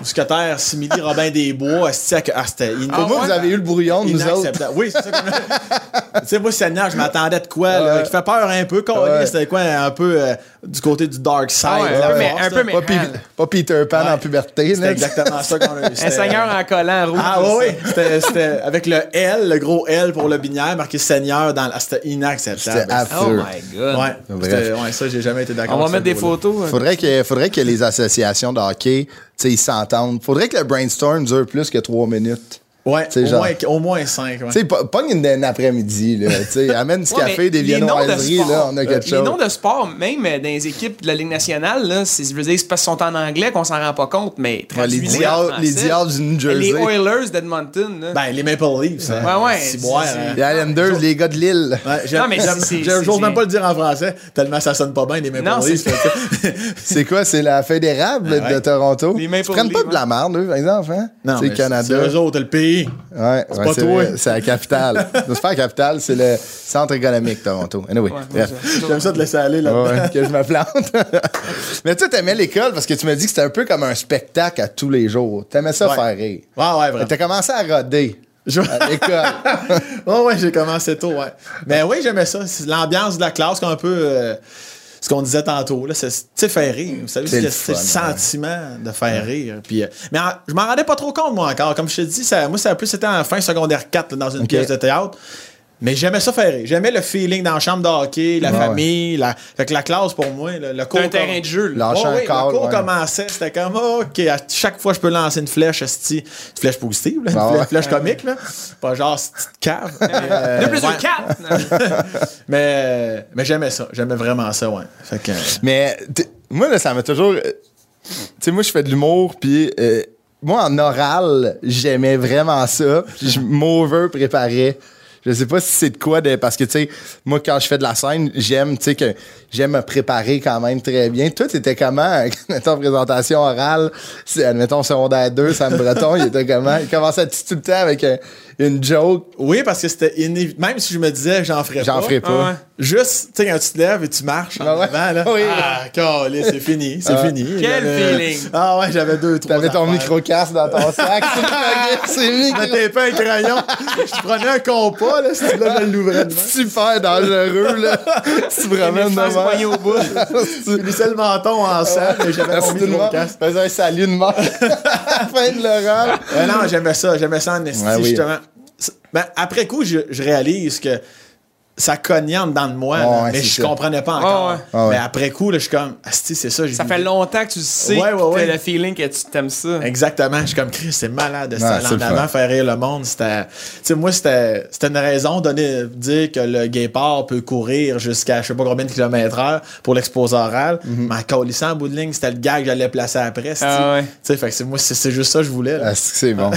D: mousquetaire, simili, Robin des Bois, hostie à que- ah, c'était in-
B: Pour moi,
A: ouais?
B: vous avez eu le brouillon de nous autres.
D: inacceptable. Oui, c'est ça qu'on a- Tu sais, moi, Seigneur, je m'attendais de quoi, là,
B: Ouais.
D: qui fait peur un peu, quand
B: Ouais.
D: c'était quoi, un peu euh, du côté du dark side.
A: Ah ouais,
D: de la
A: un peu, mais-
D: force,
A: un
D: là.
A: peu, mais-
B: Pas, Pi-
A: Man.
B: pas Peter Pan en
D: Ouais.
B: puberté,
D: C'était
B: là.
D: exactement ça qu'on a eu.
A: Un
D: c'était- euh,
A: seigneur en collant rouge.
D: Ah oui, c'était c'était avec le L, le gros L pour le binaire, marqué Seigneur dans la- C'était inacceptable.
B: C'était affreux.
A: Oh my God.
D: Ouais,
B: Bref.
D: c'était- ouais, ça, j'ai jamais été
B: Ah,
D: d'accord.
A: On va
D: avec
A: mettre
D: ce
A: des
D: mot-là.
A: photos. euh,
B: Faudrait que, faudrait que les associations de hockey, tu sais, ils s'entendent. Faudrait que le brainstorm dure plus que trois minutes.
D: Ouais,
B: C'est
D: au,
B: genre-
D: moins, au moins cinq. ouais.
B: Tu sais, po- pogne une, un après-midi, là. Tu sais, amène du
A: Ouais, mais
B: café, des
A: les noms de
B: viennoiseries,
A: sport,
B: là, on a
A: euh,
B: quelque
A: Les
B: chose.
A: noms de sport, même euh, dans les équipes de la Ligue nationale, là, c'est, je veux dire, c'est parce qu'ils sont en anglais qu'on s'en rend pas compte, mais
B: Ouais, les,
A: traduis-les en
B: diables,
A: français.
B: les diables du New Jersey.
A: Les Oilers d'Edmonton. là.
D: Ben, les Maple Leafs. hein.
A: Ouais, ouais,
D: C'est
A: c'est-
D: boire,
A: c'est-
D: hein.
B: Les Islanders, les gars de Lille.
D: Ouais, j'aime-
A: Non, mais
D: j'aime-
A: c'est-
D: j'aime-
A: c'est-
D: J'ose
A: c'est-
D: même pas le dire en français, tellement ça sonne pas bien, les Maple
A: Non,
D: Leafs.
A: c'est-
D: fait que-
B: C'est quoi? C'est la fédérable
D: Ah ouais.
B: de Toronto?
A: Les
B: Ils
A: Maple
B: prennent pas
A: Leafs,
B: de la merde, eux, par exemple, hein?
D: Non,
B: C'est
D: mais
B: Canada. Ah.
D: C'est eux autres, le pays.
B: Ouais, ouais,
D: pas
B: c'est
D: toi.
B: vrai, C'est la capitale. De se faire capitale, c'est le centre économique, Toronto. Anyway,
A: Ouais,
B: bref.
A: ouais,
D: J'aime ça de laisser aller là
B: Ouais, ouais, que je me plante. Mais tu sais, t'aimais l'école parce que tu me dis que c'était un peu comme un spectacle à tous les jours. T'aimais ça
D: Ouais.
B: faire rire.
D: Ouais,
B: Fait
D: ouais,
B: que
D: vraiment.
B: T'as commencé à roder
D: Je-
B: à l'école.
D: ouais, ouais, j'ai commencé tôt, ouais. Mais oui, j'aimais ça. C'est l'ambiance de la classe qu'on peut. euh, ce qu'on disait tantôt, là, c'est, tu sais, faire rire. Vous savez,
B: C'est
D: c'est
B: le
D: le, c'est le
B: fun, ouais.
D: sentiment de faire rire. Puis, euh, mais en- je m'en rendais pas trop compte, moi, encore. Comme je te dis, ça, moi, ça a plus été en fin secondaire 4, là, dans une pièce de théâtre. Mais j'aimais ça faire rire. J'aimais le feeling dans la chambre de hockey, la
B: Ouais,
D: famille. La... Fait que la classe, pour moi, là, le cours.
A: C'est un terrain de jeu. là.
B: Lâcher
D: Ouais,
B: un
D: ouais,
B: corps.
D: le cours
B: ouais.
D: commençait, c'était comme OK, à chaque fois je peux lancer une flèche, esti, une flèche positive, là, une
B: Ah
D: flèche,
B: ouais.
D: flèche comique, là. Pas genre cette petite cave. mais, euh,
A: Deux plus
D: ouais.
A: deux, quatre.
D: mais, mais j'aimais ça. J'aimais vraiment ça, ouais. Fait que, euh,
B: Mais t'es- moi, là, ça m'a toujours. euh, Tu sais, moi, je fais de l'humour, puis euh, moi, en oral, j'aimais vraiment ça. puis Je m'over préparais. Je sais pas si c'est de quoi de. Parce que, tu sais, moi, quand je fais de la scène, j'aime, tu sais, que j'aime me préparer quand même très bien. Toi, t'étais comment, euh, mettons, présentation orale, si, admettons, secondaire 2, Sam Breton, il était comment? Il commençait tout le temps avec un- une joke,
D: oui, parce que c'était inévitable. Même si je me disais j'en ferais pas.
B: j'en ferai pas.
A: Ah Ouais.
D: Juste, tu sais, quand tu te lèves et tu marches en
B: Ah ouais.
D: avant, là.
B: Oui. Ah.
D: Ah, calé, c'est fini, c'est fini.
A: Quel
D: J'avais-
A: feeling.
D: Ah ouais, j'avais deux, trois.
B: T'avais ton
D: affaires.
B: micro-casque dans ton sac. c'est micro
D: Je mettais pas un crayon. je prenais un compas, là, c'était là, je l'ouvrais de même.
B: super dangereux, là. tu vraiment
A: Une face poignée
B: de
A: au bout.
D: Je finissais le menton en salle, mais j'avais pas
B: Merci
D: mis
B: tout le
D: de
B: monde.
D: podcast.
B: Ah, Faisais un salut de mort. fin de l'oral.
D: Euh, non, j'aimais ça, j'aimais ça en esti,
B: Ouais, oui.
D: justement. C'est- ben, après coup, je, je réalise que ça cognait en dedans de moi,
B: Ouais,
D: là,
B: ouais,
D: mais
B: c'est
D: je
B: ça.
D: comprenais pas encore.
A: Ouais, ouais.
B: Ah, ouais.
D: Mais après coup, là, je suis comme, asti, c'est ça. j'ai
A: Ça
D: vu-
A: fait longtemps que tu le sais.
D: Ouais, ouais,
A: puis t'as
D: ouais.
A: le feeling que tu t'aimes ça.
D: Exactement. Je suis comme, Chris, c'est malade de
B: Ouais,
D: ça
B: c'est
D: en
B: le
D: avant,
B: fun.
D: faire rire le monde. C'était, tu sais, moi, c'était, c'était une raison de donner- dire que le guépard peut courir jusqu'à je sais pas combien de kilomètres heure pour l'exposé oral.
B: Mhm.
D: Mais en colissant en bout de ligne, c'était le gars que j'allais placer après. c'ti.
A: Ah ouais.
D: Tu sais, fait que c'est, moi, c'est, c'est juste ça que je voulais. là.
B: Ah, c'est que c'est bon.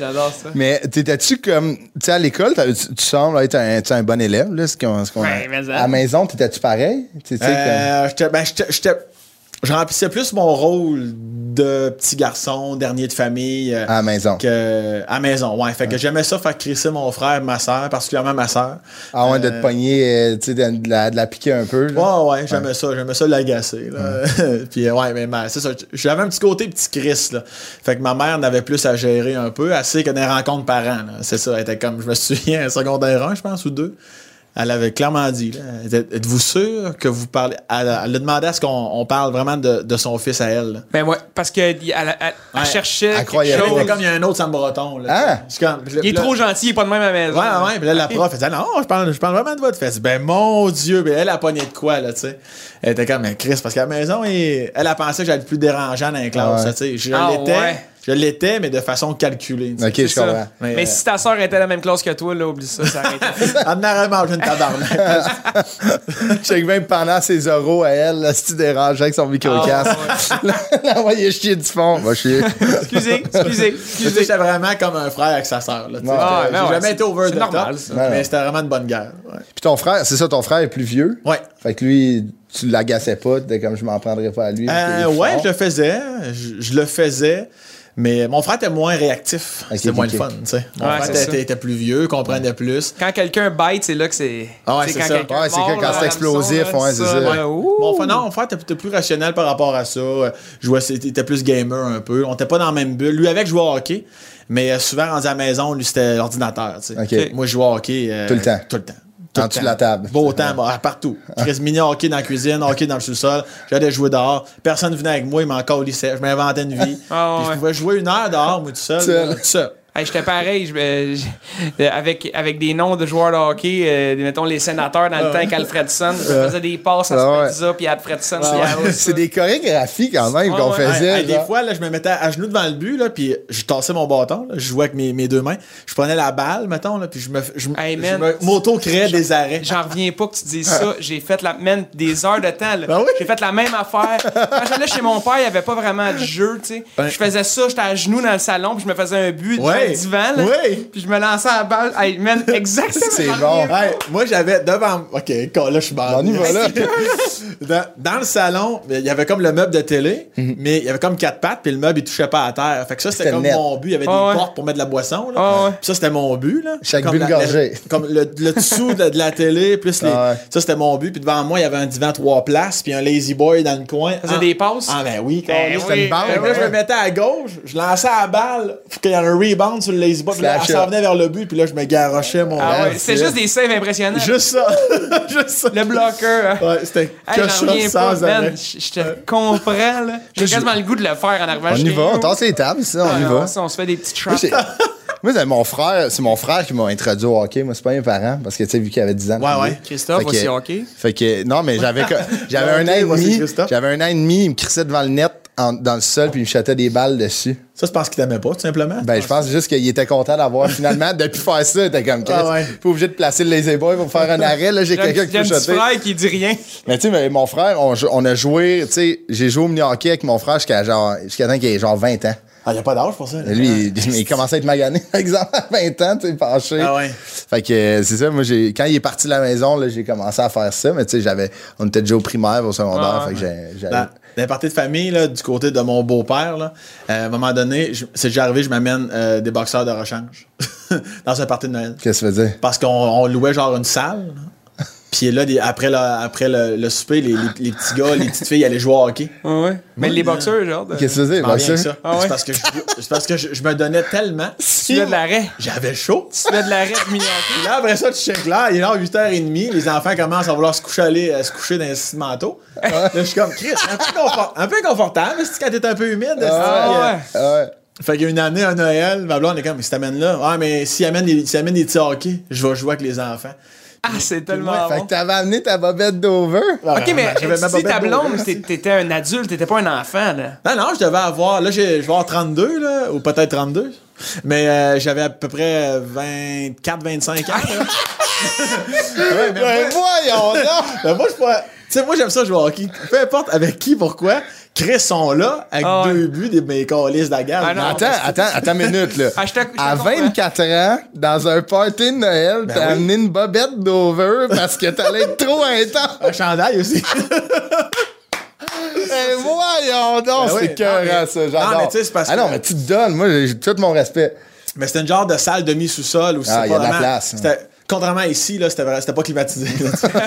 A: J'adore ça.
B: Mais t'étais-tu comme. Tu sais, à l'école, t'avais- tu, tu sembles être un, tu sais, un bon élève, là. Ce qu'on, ce qu'on-
A: Ouais, mais ça.
B: à la maison, t'étais-tu pareil? Tu sais, comme-
D: Euh, j'étais- ben, j'étais- j'étais- je remplissais plus mon rôle de petit garçon, dernier de famille. euh,
B: à la maison.
D: que, à maison, ouais. Fait que j'aimais ça faire crisser mon frère, ma soeur, particulièrement ma soeur.
B: Ah ouais, de te pogner, euh, tu sais, de, de la, de la piquer un peu. là.
D: Ouais, ouais, j'aimais ça, j'aimais ça l'agacer. Là. Puis euh, ouais, mais ma- c'est ça. J'avais un petit côté petit Chris. Là. Fait que ma mère n'avait plus à gérer un peu, assez que des rencontres par an. là. C'est ça, elle était comme, je me souviens, secondaire 1, je pense, ou deux. Elle avait clairement dit, là, elle était, êtes-vous sûr que vous parlez... Elle, elle a demandé à ce qu'on on parle vraiment de, de son fils à elle. là.
A: Ben ouais, parce que elle, elle- elle- elle
D: Ouais.
A: cherchait
B: Elle
A: quelque
B: croyait
A: chose.
B: pas.
D: Elle était comme, il y a un autre Sam Breton. Là,
B: Ah!
D: Je suis comme- je-
A: Il est
D: là-
A: trop gentil, il est pas de même à la maison.
D: Ouais, ouais. Puis là, la prof, elle disait, non, je parle, je parle vraiment de votre fesse. Ben, mon Dieu. Ben, elle a pogné de quoi, là, tu sais. Elle était comme, mais Chris, parce qu'à la maison, elle, elle a pensé que j'allais être plus dérangeant dans les classes,
B: Ouais.
D: là, tu sais. Je
A: Ah,
D: l'étais.
A: ouais.
D: Je l'étais, mais de façon calculée. tu sais.
B: Ok, je
A: C'est ça.
B: comprends.
A: Mais,
D: Mais, euh,
A: si ta soeur était la même classe que toi, là, oublie ça, ça arrête.
D: Elle n'aurait mangé une tabarnak.
B: Check même pendant ses oraux à elle, la petite dérange avec son micro-casque.
A: Ah,
B: L'envoyer chier du fond. Va chier.
A: excusez, excusez,
D: Tu sais,
A: excusez.
D: J'étais vraiment comme un frère avec sa sœur. là, tu sais.
B: Ouais.
D: J'étais-
A: Ouais, mais
D: J'ai
A: Ah, ouais,
D: jamais
A: c'est-
D: été over
A: c'est
D: the top,
A: normal, ça.
D: mais c'était vraiment une bonne guerre. Ouais.
B: Puis ton frère, c'est ça, ton frère est plus vieux.
D: Ouais.
B: Fait que lui, tu l'agaçais pas, t'étais comme je m'en prendrais pas à lui.
D: Euh,
B: Il est
D: ouais,
B: fort.
D: je le faisais. Je, je le faisais. Mais mon frère était moins réactif.
B: Ok,
D: C'était moins
B: ok,
D: le
B: ok.
D: fun, tu sais. Mon
A: Ouais,
D: frère
A: c'est
D: était,
A: ça.
D: était- était plus vieux, comprenait plus.
A: Quand quelqu'un bite, c'est là que c'est.
D: Ah ouais,
A: tu sais,
D: c'est ça.
A: quelqu'un
B: Ouais, c'est
A: mord,
B: que quand
A: là,
B: c'est
A: dans le
B: explosif,
A: son, là,
B: ouais, c'est ça.
A: là, ouh.
D: Mon frère, non, mon frère était plutôt plus rationnel par rapport à ça. Euh, Jouait, c'était était plus gamer un peu. On était pas dans la même bulle. Lui avec, je jouais au hockey. Mais euh, souvent, rendu à la maison, lui, c'était l'ordinateur. tu sais.
B: Ok.
D: Moi, je jouais au hockey. euh,
B: Tout le temps.
D: Tout le temps.
B: En
D: Tout le
B: dessous de
D: temps.
B: la table.
D: Beau temps, bah, partout. Je faisais mini hockey dans la cuisine, hockey dans le sous-sol. J'allais jouer dehors. Personne venait avec moi, il m'encore lycée. Je m'inventais une vie.
A: Ah ouais,
D: Puis
A: ouais.
D: Je pouvais jouer une heure dehors, moi, tout seul.
B: Seul.
D: là, Tout seul.
A: Hey, J'étais pareil, je- euh, je- euh, avec, avec des noms de joueurs de hockey, euh, mettons les sénateurs dans le temps avec Alfredson, je faisais des passes à
B: Ah ouais.
A: Spezza puis à Alfredson. puis à
B: Ah Ouais, C'est des chorégraphies quand même
A: Ouais,
B: qu'on
A: ouais.
B: faisait.
D: Ah Ouais, hey, des
B: genre.
D: fois, là, je me mettais à genoux devant le but, là, puis je tassais mon bâton, là, je jouais avec mes, mes deux mains. Je prenais la balle, mettons, là, puis je me, je,
A: Hey,
D: je
A: man.
D: me- m'auto-créais des arrêts.
A: J'en reviens pas que tu dises ça. J'ai fait la même des heures de temps. là.
D: Ben oui.
A: J'ai fait la même affaire. Quand j'allais chez mon père, il n'y avait pas vraiment de jeu. tu sais.
D: Ouais.
A: Je faisais ça, j'étais à genoux dans le salon, puis je me faisais un but devant
D: Ouais.
A: le divan. là.
D: Ouais.
A: Puis je me lançais à la balle. Hey, man, exactement.
B: C'est
A: j'en
B: bon.
A: reviens pas.
D: Hey, moi, j'avais devant. Ok, con, là, je suis mort.
B: On y va là.
D: dans, dans le salon, il y avait comme le meuble de télé, mais il y avait comme quatre pattes, puis le meuble, il touchait pas à terre. Fait que ça, c'était
B: Mhm. C'était
D: comme
B: net.
D: mon but. Il y avait des
A: Ah ouais.
D: portes pour mettre de la boisson. Là.
A: Ah ouais.
D: Puis ça, c'était mon but. Là.
B: Chaque
D: Comme
B: but
D: la-
B: une gorgée.
D: la- Comme le, le dessous de, de la télé, plus les.
B: Ah ouais.
D: Ça, c'était mon but. Puis devant moi, il y avait un divan trois places, puis un lazy boy dans le coin.
A: Faisais
D: Ah.
A: des passes?
D: Ah, ben oui,
A: Ben
D: con,
A: oui.
D: c'était une bande. Fait que là, je me mettais à gauche, je lançais la balle, faut qu'il y en ait un rebound sur le lazy boy, puis là,
B: Slash
D: elle s'en
B: up.
D: venait vers le but, puis là, je me garochais mon.
A: Ah ouais,
D: Ah,
A: c'est juste des saves impressionnants.
D: Juste ça. juste ça.
A: Le bloqueur. hein.
D: Ouais, c'était
A: Hey,
D: que
A: j'en reviens
D: ça
A: pas,
D: sans arrêt.
A: man. Je je te comprends, là. J'ai quasiment le goût de le faire en arrivant
B: On y
A: chez
B: va,
A: nous.
B: on tasse les tables, ça, on
A: Ah
B: y
A: non,
B: va.
A: ça, on se fait des petits
B: Moi,
A: traps.
B: j'ai- Moi, c'est mon frère, c'est mon frère qui m'a introduit au hockey. Moi, c'est pas mes parents, parce que, tu sais, vu qu'il avait 10 ans.
D: Ouais, ouais.
A: Christophe,
B: Fait que-
A: aussi hockey.
B: Fait que, non, mais j'avais, co- j'avais un an
D: Ok,
B: et
D: voici
B: demi.
D: Christophe.
B: J'avais un an et demi, il me crissait devant le net, en- dans le sol, puis il me chatait des balles dessus.
D: Ça, c'est parce qu'il t'aimait pas, tout simplement.
B: Ben, je pense juste qu'il était content d'avoir finalement, depuis faire ça, il était comme, Chris,
D: Ah ouais.
B: pas obligé de placer le laser boy pour faire un arrêt, là, j'ai
A: J'ai un
B: quelqu'un qui
A: petit-
B: peut
A: un petit
B: shotter.
A: frère qui dit rien.
B: Mais tu sais, mais mon frère, on, jou- on a joué, tu sais, j'ai joué au mini-hockey avec mon frère jusqu'à genre, jusqu'à temps qu'il ait genre 20 ans.
D: Ah, y a pas d'âge pour ça. là.
B: Lui, il, il commençait à être magané, par exemple, à 20 ans, tu sais, penché.
D: Ah ouais.
B: Fait que euh, c'est ça, moi, j'ai, quand il est parti de la maison, là, j'ai commencé à faire ça, mais tu sais, j'avais, on était déjà au primaire, au
A: Ah
B: secondaire,
A: ouais.
B: fait que j'ai, j'avais-
D: Dans, dans la partie de famille, là, du côté de mon beau-père, là, euh, à un moment donné, je- c'est déjà arrivé, je m'amène euh, des boxeurs de rechange dans un party de Noël.
B: Qu'est-ce que ça veut dire?
D: Parce qu'on on louait genre une salle. là. Puis là, des- après, le, après le, le souper, les, les- les petits gars, les petites filles allaient jouer au hockey.
A: Ouais, ouais. Mais les boxeurs, genre. de-
B: Qu'est-ce que ça veut
D: Je
B: dire?
D: m'en
B: Ah, Bien
D: viens avec
B: sûr.
D: ça.
A: Ah ouais.
D: C'est parce que, je, c'est parce que je, je me donnais tellement.
A: Tu fais de l'arrêt.
D: J'avais chaud.
A: Tu fais de l'arrêt de mini-hockey.
D: Puis là, après ça, tu check là, il est là 8h30, les enfants commencent à vouloir se coucher, aller, euh, se coucher dans les petits manteaux. Là, je suis comme, Chris, un peu, confort- un peu inconfortable, c'est quand t'es un peu humide. c'est-tu,
A: Ah
D: euh,
A: ouais.
B: Ah ouais.
D: Fait qu'il y a une année, à Noël, ma blonde est comme, si t'amènes là, ah, mais s'il amène, des- s'il amène des petits hockey, je vais jouer avec les enfants.
A: Ah, c'est tellement
B: Fait
A: bon.
B: que t'avais amené ta bobette d'over.
D: Bah
A: Ok, mais
D: J'avais ma
A: si
D: bobette
A: ta
D: d'eau,
A: blonde,
D: là.
A: t'é- t'étais un adulte, t'étais pas un enfant, là.
D: Non, non, je devais avoir, là, j'ai- je vais avoir 32, là, ou peut-être 32. Mais euh, j'avais à peu près euh, 24, 25 ans. là. Ouais, mais moi-
B: Ben voyons donc!
D: Ben, moi, je pourrais- Tu sais, moi, j'aime ça jouer au hockey. Peu importe avec qui, pourquoi. Chris sont là, avec
A: Ah ouais.
D: deux buts des mes câlisses de la gare.
A: Ah non.
B: Attends, attends, attends une minute, là.
A: Ah, je te- je te
B: à
A: comprends.
B: 24 ans, dans un party de Noël, t'as
D: Ben oui.
B: amené une bobette d'over parce que t'allais être trop intense.
D: Un chandail aussi.
B: Eh, voyons donc,
D: Ben oui,
B: c'est
D: non,
B: écœurant,
D: mais-
B: ça,
D: non,
B: j'adore.
D: mais tu sais, c'est parce
B: Ah non,
D: que-
B: mais tu te donnes, moi, j'ai tout mon respect.
D: Mais c'était une genre de salle demi-sous-sol aussi.
B: Ah,
D: c'est
B: il y a
D: pas
B: de la
D: vraiment-
B: place, hein.
D: c'était- Contrairement à ici, là, c'était vrai- c'était pas climatisé.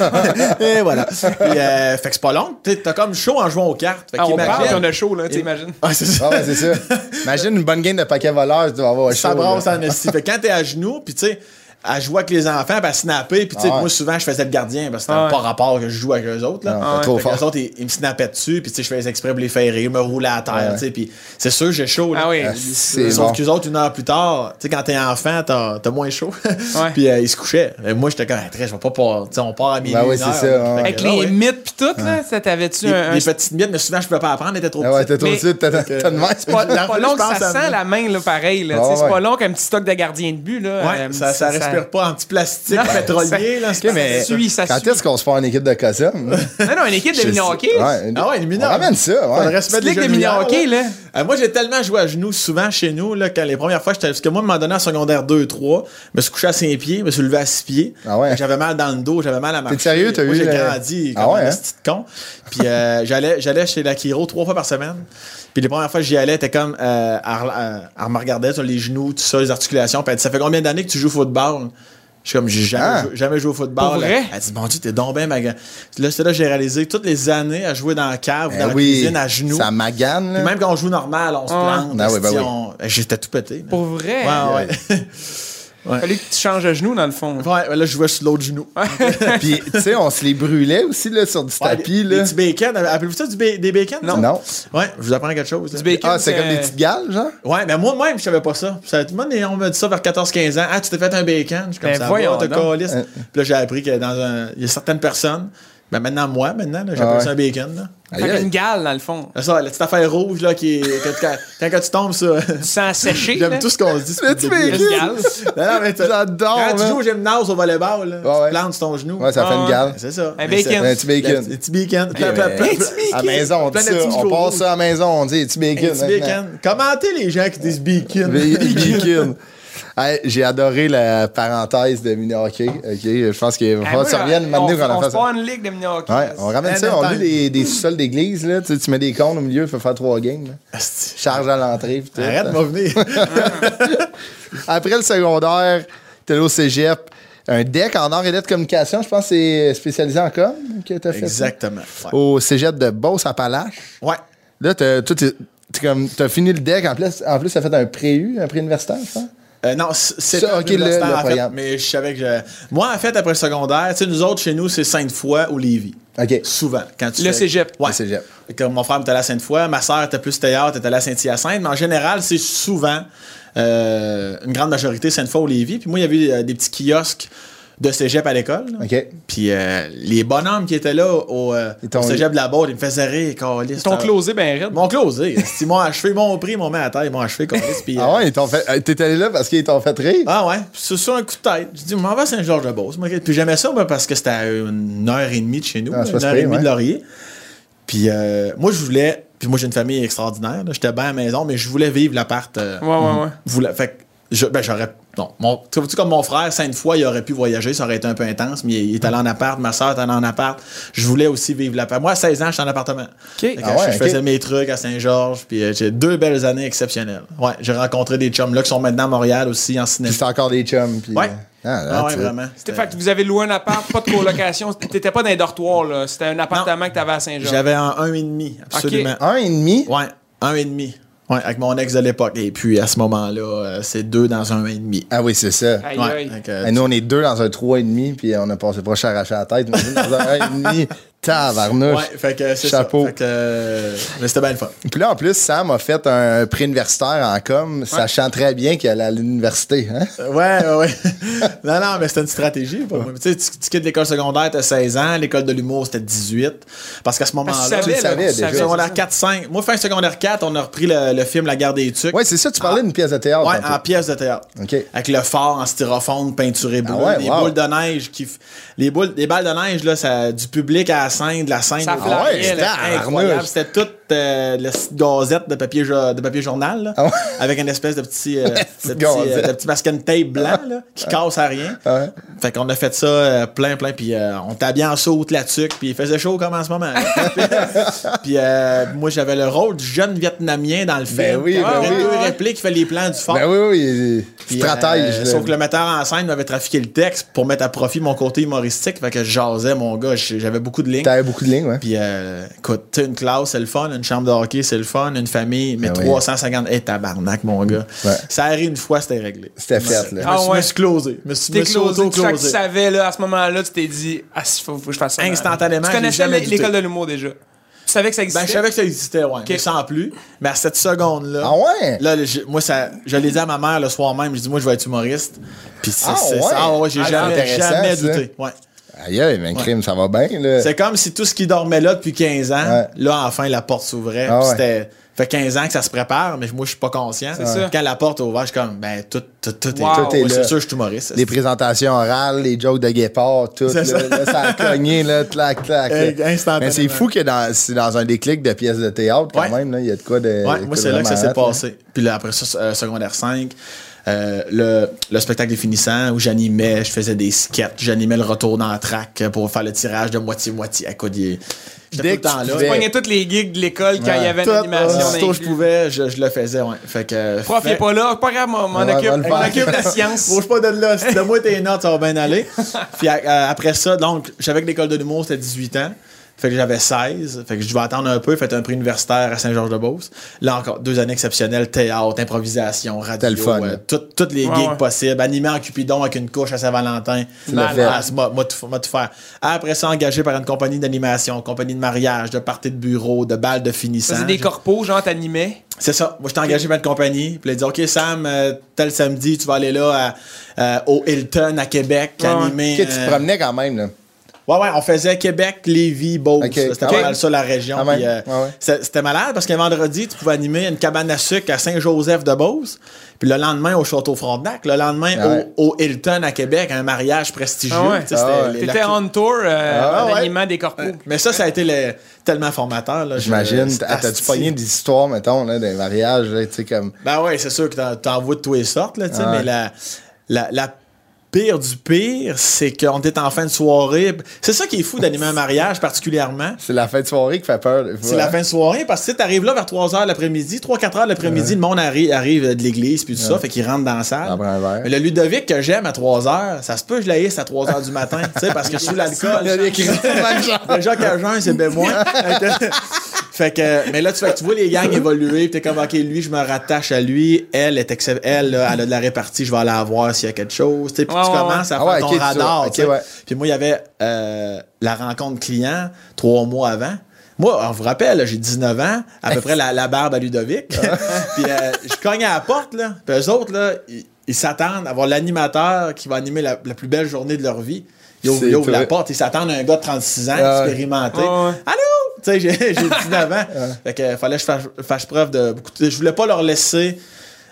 D: Et voilà. Puis, euh, fait que c'est pas long. T'sais, T'as comme chaud en jouant aux cartes. Fait
A: Ah, on parle, puis on
D: qu'imagine-
A: a chaud, là, t'imagines.
D: Ah, c'est
B: Ah
D: ça.
B: ouais, c'est ça. Imagine une bonne game de paquet voleur, tu vas avoir
D: Ça
B: chaud,
D: brasse
B: là.
D: en esti. Fait que quand t'es à genoux, puis tu sais, elle jouait avec les enfants, puis elle snappait. Puis, tu sais,
B: Ah ouais.
D: moi, souvent, je faisais le gardien, parce que c'était
A: Ah ouais.
D: pas rapport que je joue avec eux autres. Là.
B: Non,
A: Ah ouais.
B: trop
D: Fait que
B: fort.
D: les autres, ils, ils me snappaient dessus, puis tu sais, je faisais exprès pour les faire rire, me rouler à terre,
B: Ouais.
D: tu sais, puis c'est sûr, j'ai chaud. là.
A: Ah oui.
B: Ah, c'est
D: Sauf
B: bon.
D: qu'eux autres, une heure plus tard, tu sais, quand t'es enfant, t'as t'as moins chaud. Puis euh, ils se couchaient. Et moi, j'étais comme, Ah, très, je vais pas part, tu sais, on part à minuit.
B: Ben oui,
D: une
B: c'est
D: heure,
B: ça, ouais.
D: là. Fait que
A: Avec
D: là,
A: les
D: Ah ouais.
A: mythes pis tout, là, ça t'avais-tu
D: Les,
A: un.
D: les
A: un-
D: petites miettes, mais souvent, je pouvais pas apprendre, elles étaient trop
B: Ah ouais, t'es
D: petites.
B: trop
A: Mais-
B: dessus, t'as t'as de même.
D: C'est pas-
A: C'est pas
D: Parfois,
A: long
D: je
A: que ça
D: pense à-
A: sent la main, là, pareil. là,
B: Ah
A: tu sais, C'est
B: ouais.
A: pas long qu'un petit stock de gardien de but. Là,
D: Ouais,
A: euh,
D: ça, ça respire pas en petit plastique
A: Non,
D: pétrolier, là.
A: Ok, mais-
B: Mais
A: Ça suit, ça
B: quand
A: suit.
B: est-ce qu'on se fait une équipe de costume?
A: Non, non, une équipe de mini hockey.
D: Ah ouais, les mineurs.
B: On ramène ça, ouais.
D: Faudrait se
A: Petite
D: mettre des
A: ligue de
D: genouillères,
A: mini-hockey, là.
D: Euh, moi, j'ai tellement joué à genoux souvent chez nous, là, quand les premières fois, j'étais- parce que moi, à un moment donné, en secondaire 2-3, je me suis couché à 5 pieds, je me suis levé à 6 pieds.
B: Ah ouais.
D: J'avais mal dans le dos, j'avais mal à ma
B: T'es sérieux, t'as
D: Moi,
B: eu
D: j'ai
B: le-
D: grandi
B: Ah
D: comme
B: ouais,
D: un
B: hein?
D: petit con. Puis euh, j'allais, j'allais chez la chiro trois fois par semaine. Puis les premières fois que j'y allais, était comme, euh, elle, elle- elle me regardait sur les genoux, tout ça, les articulations. Puis elle dit, ça fait combien d'années que tu joues au football? Je suis comme, j'ai jamais,
B: Ah.
D: joué, jamais joué au football.
A: Pour
D: Elle-
A: vrai?
D: Elle dit, mon Dieu, t'es donc bien magan. Là, c'est là que j'ai réalisé toutes les années à jouer dans la cave,
B: Ben
D: dans la
B: oui,
D: cuisine, à genoux.
B: Ça magane, là.
D: Puis même quand on joue normal, on se
A: Ah.
D: plante.
B: Ben oui, ben
D: si
B: oui.
D: on- J'étais tout pété. man.
A: Pour vrai.
D: Ouais, ouais.
A: Fallait que tu changes de genou, dans le fond.
D: ouais, là, je jouais sur l'autre genou.
B: Puis, tu sais, on se les brûlait aussi, là, sur du tapis,
D: Des
B: là.
D: petits bacon. euh, Appelez-vous ça du ba- des bacon? ça?
B: Non.
D: Ouais, je vous apprends quelque chose. là.
A: Du bacon.
B: Ah, c'est
A: c'est-
B: comme des petites gales, genre?
D: Ouais, mais moi-même, je savais pas ça. ça moi, on m'a dit ça vers 14-15 ans. Ah, tu t'es fait un bacon. Je suis comme
A: Ben
D: ça.
A: voyons
D: va, t'as
A: donc.
D: câlisse.
B: Euh.
D: Puis là, j'ai appris que dans un. Il y a certaines personnes. Ben maintenant, moi, maintenant, là, j'appelle
B: Ah ouais.
D: ça un bacon. là.
A: Fait
B: Aïe, aïe.
A: une gale, dans le fond.
D: C'est Ah, Ça, la petite affaire rouge, là, qui est. que tu- Quand, quand, tu tombes, ça.
A: Tu sens séché. là.
D: J'aime tout ce qu'on se dit.
B: Mais tu fais
A: Une
D: Non,
A: gale.
D: non, mais tu-
B: J'adore,
D: Quand tu
B: man.
D: joues au gymnase au volleyball, là,
B: Ouais,
D: tu
B: ouais.
D: plantes sur ton genou.
B: Ouais, ça fait
A: Ah,
B: une
A: ouais.
B: gale.
D: C'est ça.
A: Un
D: Mais
A: bacon.
B: Un petit
D: c'est- la-
B: bacon.
D: Les petits bacons. Plein, plein, plein,
B: mais-
D: plein.
B: À la maison, on dit
D: Plein de
B: ça.
D: petits
B: On
D: jours.
B: passe ça à la maison, on dit tu
D: Un petit bacon. Commentez les gens qui disent
B: hein.
D: bacon.
B: Bacon. Hey, J'ai adoré la parenthèse de mini hockey. Ok, je pense qu'il va
A: Eh,
B: falloir
A: moi,
B: que Ah, ça revienne maintenant
A: on-
B: qu'on
A: on
B: a
A: se
B: fait ça.
A: prend une ligue de mini hockey.
B: Ouais, on ramène ça. On a des, des sous-sols d'église, là. Tu, sais, tu mets des cônes au milieu, il faut faire trois games. là.
D: Asti.
B: Charge à l'entrée. puis tout. hein.
D: Arrête de m'en venir.
B: Après le secondaire, t'es allé au cégep. Un deck en art et lettres de communication, je pense que c'est spécialisé en com que t'as fait. ça.
D: Exactement. Ouais.
B: Au cégep de Beauce-Appalaches.
D: Ouais.
B: Là, t'as toi, t'es- t'es comme- t'as fini le deck. En plus, en plus, t'as fait un pré-U, un pré-universitaire, je pense.
D: Euh, non, c- c'est
B: Ça,
D: un
B: ok, le-
D: universitaire,
B: le
D: en fait,
B: programme.
D: mais je savais que je- Moi, en fait, après le secondaire, tu sais, nous autres, chez nous, c'est Sainte-Foy ou Lévis.
B: OK.
D: Souvent. Quand tu
A: Le
D: fais-
A: cégep.
D: Ouais.
B: Le cégep.
D: Fait que mon frère était allé à Sainte-Foy, ma soeur était plus théâtre, était allée à Saint-Hyacinthe, mais en général, c'est souvent euh, une grande majorité Sainte-Foy ou Lévis. Puis moi, il y avait euh, des petits kiosques de cégep à l'école. là.
B: OK.
D: Puis euh, les bonhommes qui étaient là au, euh,
B: Ils t'ont-
D: au cégep de la Borde, ils me faisaient rire, câlisse.
A: Ton
D: Ah,
A: closé, ben raide.
D: Mon closé. Ils m'ont achevé, ils m'ont pris, ils m'ont mis à terre, ils m'ont achevé, câlisse, puis,
B: Ah ouais, ils t'ont fait. euh, T'es allé là parce qu'ils t'ont fait rire.
D: Ah ouais, puis c'est sur un coup de tête. Je dis, m'en va à Saint-Georges-de-Beauce. moi. Puis j'aimais ça ben, parce que c'était à une heure et demie de chez nous,
B: Ah, c'est
D: une
B: pas
D: heure et
B: pire,
D: demie
B: ouais.
D: de Laurier. Puis euh, moi, je voulais. Puis moi, j'ai une famille extraordinaire. là. J'étais bien à la maison, mais je voulais vivre l'appart. euh,
A: Ouais, ouais, ouais.
D: voulais- fait que je- ben, j'aurais. Non, mon, tu vois-tu, comme mon frère, sainte fois, il aurait pu voyager, ça aurait été un peu intense, mais il, il est allé en appart, ma soeur est allée en appart. Je voulais aussi vivre l'appart. Moi, à 16 ans, j'étais en appartement. Fait que
B: Ah ouais,
D: je, je
B: ok.
D: faisais mes trucs à Saint-Georges, puis euh, j'ai deux belles années exceptionnelles. Ouais, j'ai rencontré des chums là qui sont maintenant à Montréal aussi en cinéma.
B: Puis c'est encore des chums. Puis,
D: Ouais.
B: euh,
D: Ah,
B: là,
D: ouais,
B: tu-
D: vraiment.
A: C'était fait que vous avez loué un appart, pas de colocation. T'étais pas dans les dortoirs, là. C'était un appartement que t'avais à Saint-Jean.
D: J'avais un un et demi, absolument.
B: Un et demi.
D: Ouais, un et demi. Ouais, avec mon ex de l'époque. Et puis à ce moment-là, euh, c'est deux dans un et demi.
B: Ah oui, c'est ça.
A: Aïe,
D: Ouais,
A: aïe.
D: fait que,
B: Et nous, on est deux dans un trois et demi, puis on a passé proche à arracher la tête. mais nous, dans un et demi, tabarnouche.
D: ouais, fait que c'est
B: Chapeau.
D: ça. Fait que, euh, mais c'était bien le fun.
B: Puis là, en plus, Sam a fait un pré universitaire en com, sachant très bien qu'il allait à l'université. Hein?
D: Euh, Ouais, ouais, ouais. non, non, mais c'était une stratégie. pour moi. Tu sais, tu- tu quittes l'école secondaire, t'as 16 ans. L'école de l'humour, c'était 18. Parce qu'à
A: Parce
D: ce
A: que
D: moment-là,
B: le
A: là,
B: savais,
A: tu
B: déjà.
A: savais,
D: secondaire
A: c'est ça.
D: 4-5. Moi, fin secondaire 4, on a repris le, le film La guerre des tucs.
B: Ouais, c'est ça, tu parlais d'une pièce de théâtre.
D: ah. Ouais,
B: tantôt.
D: en pièces de théâtre.
B: OK.
D: Avec le fort en styrofoam peinturé bleu,
B: Ah ouais,
D: les
B: wow.
D: boules de neige qui f- les boules les balles de neige là, ça du public à la scène, de la scène.
A: Ça
D: au-
A: flambe. Ah ouais,
D: c'était
B: c'était
D: incroyable,
B: armeux.
D: c'était toute euh, la petite gazette de papier jo- de papier journal là,
B: Ah ouais.
D: avec une espèce de petit euh, de
B: petite
D: petit, euh,
B: gazette. Ah
D: de petit masking tape blanc là, qui casse à rien.
B: Ouais.
D: Fait qu'on a fait ça euh, plein plein puis euh, on était bien en saute la tuque puis il faisait chaud comme en ce moment. là. puis euh, moi j'avais le rôle du jeune vietnamien dans le film.
B: Ben oui,
D: Puis
B: ben
D: après
B: oui.
D: deux répliques, il fait les plans du fort.
B: Ben oui, oui, oui,
D: Puis,
B: stratège.
D: euh,
B: là.
D: sauf que le metteur en scène m'avait trafiqué le texte pour mettre à profit mon côté humoristique. Fait que je jasais, mon gars. J- J'avais beaucoup de lignes.
B: T'avais beaucoup de lignes, ouais.
D: Puis, euh, écoute, tu sais, une classe, c'est le fun. Une une chambre de hockey, c'est le fun, une famille, mais
B: Ben oui.
D: 350, hey, tabarnak, mon gars.
B: Ouais.
D: Ça arrive une fois, c'était réglé.
B: C'était fait, là.
D: Je me
A: Ah
D: suis-
A: ouais.
D: me suis closé. Je me suis,
A: Tu
D: me
A: t'es
D: suis
A: closé. Tu
D: auto-closé.
A: savais, là, à ce moment-là, tu t'es dit, ah, il faut, faut que je fasse ça.
D: Instantanément,
A: Tu
D: j'ai
A: connaissais
D: jamais
A: l'é-
D: douté.
A: l'école de l'humour déjà. Tu savais que ça existait.
D: Ben, je savais que ça existait, ouais. Mais sans plus. Mais à cette seconde-là.
B: Ah ouais?
D: Là, le- je- moi, ça, je l'ai dit à ma mère le soir même. J'ai dit, moi, je vais être humoriste. Puis c'est
B: Ah
D: c'est
B: ouais?
D: ça. Ah ouais, j'ai
B: Ah,
D: jamais,
B: c'est intéressant,
D: jamais
B: ça.
D: douté. Ouais.
B: Aïe, aïe, mais crime, ça va bien, là.
D: C'est comme si tout ce qui dormait là depuis 15 ans,
B: Ouais.
D: là, enfin, la porte s'ouvrait.
B: Ah
D: Puis
B: ouais.
D: c'était. Fait 15 ans que ça se prépare, mais moi, je suis pas conscient.
A: ça.
D: Quand la porte est ouverte, je suis comme, ben, tout, tout, tout est
A: Wow.
D: là.
B: Tout est
D: Ouais,
B: là.
D: C'est sûr, je suis humoriste.
B: Les présentations orales, les jokes de guépard, tout. Là,
D: C'est ça.
B: Là, ça a cogné, là, clac, clac.
D: Euh,
B: là.
D: instantanément.
B: Mais c'est fou que dans, c'est dans un déclic de pièces de théâtre, quand
D: Ouais.
B: même, là, il y a de quoi de.
D: Ouais,
B: de
D: moi,
B: quoi
D: c'est là que ça
B: euh, vraiment
D: s'est
B: hot, là.
D: passé. Puis là, après ça, euh, secondaire 5, euh, le, le spectacle des finissants où j'animais, je faisais des sketchs, j'animais le retour dans la track pour faire le tirage de moitié-moitié à codier.
B: Dès
D: J'étais tout le
B: que
D: temps
B: tu
D: là.
A: Je
B: pouvais.
D: Ouais,
A: poignais toutes les gigs de l'école quand il y avait une
D: tout,
B: euh,
A: animation.
D: aussitôt que je
A: inclus.
D: pouvais, je, je le faisais, ouais. Fait que. euh,
A: Prof, il
D: fait-
A: est pas là. Pas grave, m'en m'en
B: Ouais,
A: occupe.
B: va le
A: m'en
B: faire.
A: occupe de la science.
D: Bouge pas de là. Si de moi tes notes, ça va bien aller. Puis à- à- après ça, donc, j'avais que l'école de l'humour, c'était 18 ans. Fait que j'avais 16. Fait que je devais attendre un peu. Fait un prix universitaire à Saint-Georges-de-Beauce. Là encore, deux années exceptionnelles. Théâtre, improvisation, radio. euh,
B: C'était le fun, là.
D: tout- toutes les
A: Ouais,
D: gigs
A: ouais.
D: possibles. Animé en Cupidon avec une couche à Saint-Valentin.
B: l'as
D: Ah,
B: fait.
D: c'est moi, moi, tout, moi, tout faire. Après ça, engagé par une compagnie d'animation, compagnie de mariage, de parties de bureau, de balles de
A: Ça,
D: finissant.
A: c'est des corpos, genre, t'animais.
D: C'est ça. Moi, j'étais engagé par une compagnie. Puis, elle dit OK, Sam, euh, tel samedi, tu vas aller là à- euh, au Hilton à Québec,
A: Ouais, ouais.
D: animer.
B: Que tu te
D: euh,
B: promenais quand même, là.
D: Ouais, ouais, on faisait Québec, Lévis, Beauce.
B: Ok,
D: C'était
B: quand
D: pas
B: même.
D: mal ça, la région.
B: Quand même.
D: Puis, euh,
B: Ouais, Ah ouais.
D: c'est- C'était malade parce qu'un vendredi, tu pouvais animer une cabane à sucre à Saint-Joseph-de-Beauce. Puis le lendemain, au Château-Frontenac. Le lendemain,
B: Ah ouais.
D: au, au Hilton à Québec, un mariage prestigieux.
A: Ah ouais.
D: Tu sais, c'était
B: Ah ouais.
D: les- la
A: T'étais
D: clé-
A: on tour euh,
B: Ah,
A: en
B: ouais.
A: animant des corpos.
D: Mais ça, ça a été le- tellement formateur. là. Je-
B: J'imagine.
D: c'était
B: Ah, T'as-tu
D: asti.
B: pogné des histoires, mettons, là, des mariages, là, tu sais, comme.
D: Ben ouais, c'est sûr que t'en- t'en vois de toutes les sortes, là, tu sais,
B: Ah ouais.
D: mais la, la, la pire du pire, c'est qu'on était en fin de soirée. C'est ça qui est fou d'animer un mariage particulièrement.
B: C'est la fin de soirée qui fait peur. des
D: C'est
B: fois,
D: la
B: hein.
D: fin de soirée parce que tu sais, t'arrives là vers 3h l'après-midi, 3-4h l'après-midi, le monde arri- arrive euh, de l'église puis tout ça, fait qu'il rentre dans la salle.
B: On prend un verre.
D: Mais le Ludovic que j'aime à 3h, ça se peut que je la hisse à 3h du matin, tu sais, parce que sous l'alcool.
B: Il y a des crises de mal genre.
D: Déjà qu'à jeun, c'est bien moins. fait que, mais là, tu, fais que tu vois les gangs évoluer, pis t'es comme, OK, lui, je me rattache à lui, elle, est excep- elle, là, elle a de la répartie, je vais aller la voir s'il y a quelque chose, tu sais, puis
A: Ouais,
D: tu
A: ouais,
D: commences à
B: ouais. Ah
D: faire
B: ouais,
D: ton
B: ok, tu
D: radar,
B: vois, ok,
D: tu sais.
B: ouais.
D: Puis moi, il y avait euh, la rencontre client trois mois avant. Moi, on vous rappelle, là, j'ai 19 ans, à peu près la, la barbe à Ludovic. puis euh, je cogne à la porte, là. Puis eux autres, là, ils ils s'attendent à voir l'animateur qui va animer la, la plus belle journée de leur vie. Ils ouvrent,
B: C'est
D: ils ouvrent
B: toi.
D: la porte, ils s'attendent à un gars de 36 ans,
B: Ah ouais.
D: expérimenté.
A: Ah ouais.
D: Allô? Tu sais, j'ai j'ai 19 ans. Fait que euh, fallait que je fasse, fasse preuve de beaucoup de- Je voulais pas leur laisser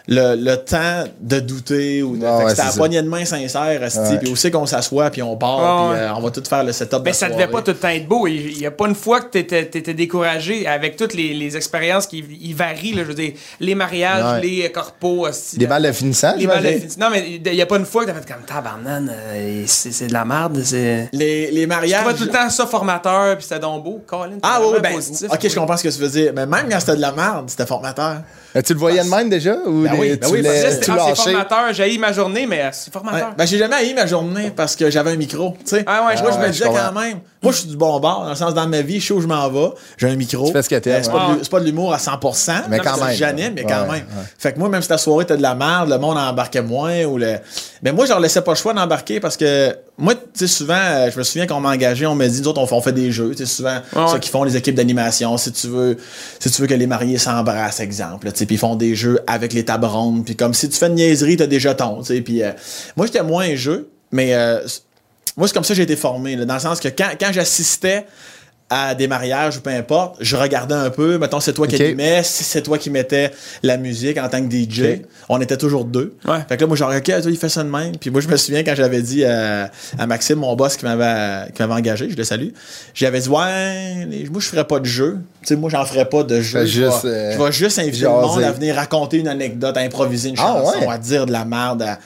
D: le, le temps de douter ou de.
B: Ah
D: fait que
B: ouais,
D: c'était
B: c'est
D: à
B: ça.
D: poignée de main sincère, Asti.
B: Ouais.
D: Puis aussi qu'on s'assoit, puis on part,
A: Ah
D: puis
A: ouais.
D: euh, on va tout faire le setup. de
A: Ben,
D: la
A: ça
D: soirée.
A: devait pas tout le temps être beau. Il n'y a pas une fois que t'étais étais découragé avec toutes les, les expériences qui ils varient. Là, je veux dire, les mariages,
B: Ouais.
A: les euh, corpos. aussi,
B: Des
A: la-
B: balles de finissant,
A: les balles de
B: j'imagine.
A: finissant. Non, mais il n'y a pas une fois que t'as fait comme tabarnan, euh, c'est c'est de la merde. C'est.
D: Les, les
A: Tu
D: mariages.
A: vois tout le temps ça formateur, puis c'était donc beau. Colin, t'es
D: Ah, ouais,
A: vraiment
D: ouais, ben,
A: positif.
D: ok, je comprends ce que tu veux dire. Mais même quand c'était de la merde, c'était formateur.
B: Euh, Tu le voyais de même déjà? Ou
D: Ah, Ben oui,
B: les-
D: ben
B: tu
D: oui, parce que
B: l'as-
A: Là, c'est
B: tu
A: ah, c'est
B: lâché?
A: formateur. J'ai eu ma journée, mais euh, c'est
D: Ouais.
A: formateur.
D: Ben, j'ai jamais haï ma journée parce que j'avais un micro, tu sais.
A: Ah ouais, je-
D: moi, je
B: ouais,
D: me
B: je
D: disais
B: comprends.
D: quand même, moi, je suis du bon bord, dans le sens, dans ma vie, je sais où je m'en vais, j'ai un micro.
B: Tu fais ce que t'aimes,
D: Euh, C'est pas,
A: ouais.
D: de l'hu- c'est pas de l'humour à 100%,
B: Mais
D: non,
B: quand
D: c'est
B: même.
D: J'anime, mais quand
B: Ouais,
D: même.
B: ouais.
D: Fait que moi, même si ta soirée, t'as de la merde, le monde embarquait moins, ou le. Mais moi, je leur laissais pas le choix d'embarquer parce que, moi, tu sais, souvent, euh, je me souviens qu'on m'a engagé, on m'a dit, nous autres, on, fait- on fait des jeux, tu sais, souvent,
A: Ouais, ouais.
D: ceux qui font les équipes d'animation, si tu veux, si tu veux que les mariés s'embrassent, exemple, tu sais, puis ils font des jeux avec les tables rondes, puis comme si tu fais une niaiserie, t'as des jetons, tu sais, puis euh, moi j'étais moins jeu, mais euh, c- moi c'est comme ça que j'ai été formé, là, dans le sens que quand, quand j'assistais à des mariages ou peu importe, je regardais un peu, mettons c'est toi
B: Ok.
D: qui animais, si c'est toi qui mettais la musique en tant que DJ,
B: Ok.
D: on était toujours deux.
A: Ouais.
D: Fait que là moi genre ok, il fait ça de même, puis moi je me souviens quand j'avais dit à, à Maxime mon boss qui m'avait qui m'avait engagé, je le salue, j'avais dit ouais, les- moi je ferais pas de jeu, tu sais moi j'en ferais pas de jeu
B: Fait
D: je,
B: juste,
D: vais,
B: euh,
D: je vais juste inviter le
B: jaser.
D: monde à venir raconter une anecdote, à improviser une
B: Ah,
D: chanson,
B: ouais.
D: à dire de la merde. à-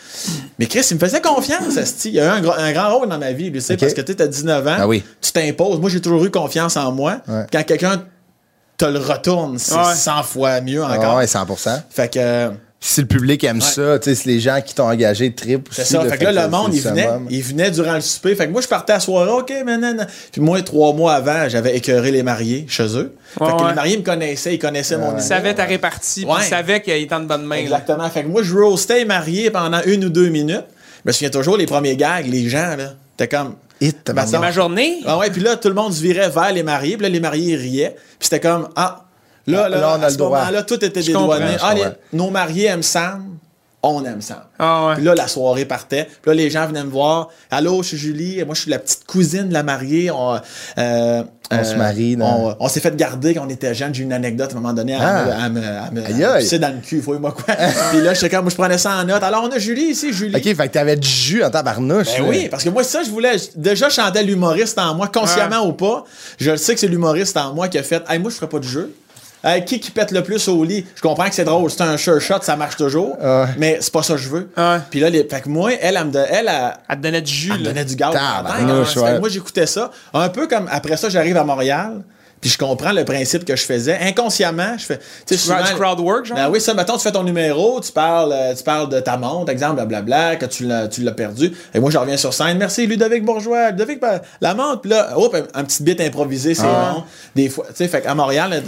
D: Mais Chris, il me faisait confiance, esti. Il y a eu un, gr- un grand rôle dans ma vie, lui, tu sais,
B: Ok.
D: parce que tu as 19 ans,
B: Ah oui.
D: tu t'imposes. Moi, j'ai toujours eu confiance en moi.
B: Ouais.
D: Quand quelqu'un te le retourne, c'est
A: Ouais.
D: 100 fois mieux
B: Ah
D: encore.
B: ouais, 100%.
D: Fait que. euh,
B: Puis si le public aime ça, tu sais, c'est les gens qui t'ont engagé trip aussi.
D: C'est ça.
B: là,
D: Fait que là, le monde,
B: c'est
D: il venait,
B: summum.
D: il venait durant le souper. Fait que moi, je partais à soirée, OK, maintenant. Puis moi, trois mois avant, j'avais écœuré les mariés chez eux. Fait
A: Ouais,
D: que
A: ouais.
D: les mariés me connaissaient, ils connaissaient mon
A: Il
D: idée.
A: savait ta répartie, puis
D: Ouais.
A: il savait qu'il était en bonne main. là.
D: Exactement. Fait que moi, je roastais les mariés pendant une ou deux minutes. Je me souviens toujours, les premiers gags, les gens, là, t'es comme.
B: Et t'as
D: Bah,
B: marre.
A: C'est ma journée.
D: Ah ouais, puis là, tout le monde se virait vers les mariés, puis là, les mariés riaient, puis c'était comme, ah, là,
B: Ah,
D: là,
B: là, on a
D: à
B: le
D: ce
B: droit.
D: moment-là, tout était dédouané.
B: comprends,
D: Ah,
B: je
D: les-
B: comprends.
D: nos mariés aiment Sam, on aime Sam.
A: Ah ouais.
D: Puis là, la soirée partait, puis là, les gens venaient me voir, allô, je suis Julie, moi, je suis la petite cousine de la mariée, on, euh, euh,
B: se marie, là.
D: On, on s'est fait garder quand on était jeunes, j'ai eu une anecdote à un moment donné, à
B: Ah.
D: me- à me, à me- à
B: Aïe,
D: me
B: aïe.
D: pisser dans le cul, faut moi quoi. puis là, j'étais comme, moi, je prenais ça en note, alors on a Julie ici, Julie.
B: OK, fait que t'avais du jus en tabarnouche.
D: Ben
B: là.
D: oui, parce que moi, ça, je voulais. je- Déjà, je chantais l'humoriste en moi, consciemment ou pas. Je le sais que c'est l'humoriste en moi qui a fait. Hey, moi, je ferais pas de jeu. Hey, qui qui pète le plus au lit? Je comprends que c'est drôle, c'est un sure shot, ça marche toujours.
B: Ouais.
D: Mais c'est pas ça que je veux.
A: Ouais.
D: Puis là, les, fait que moi, elle, elle me don- elle, elle-
A: Elle te donnait du jus.
D: elle me
A: là.
D: donnait du gaz.
B: Tabarnouche,
D: dans la tête. hein.
B: ouais.
D: Moi, j'écoutais ça. Un peu comme après ça, j'arrive à Montréal. Puis je comprends le principe que je faisais. Inconsciemment, je fais. Tu sais,
A: Du crowd-
D: souvent-
A: du crowd work, genre?
D: Ben oui, ça, mettons, tu fais ton numéro, tu parles, euh, tu parles de ta montre, exemple, blablabla, que tu l'as, tu l'as perdu. Et moi, je reviens sur scène. Merci, Ludovic Bourgeois. Ludovic, ben, la montre, puis là, hop, un, un petit bit improvisé, c'est bon. Des fois, tu sais, fait qu'à Montréal,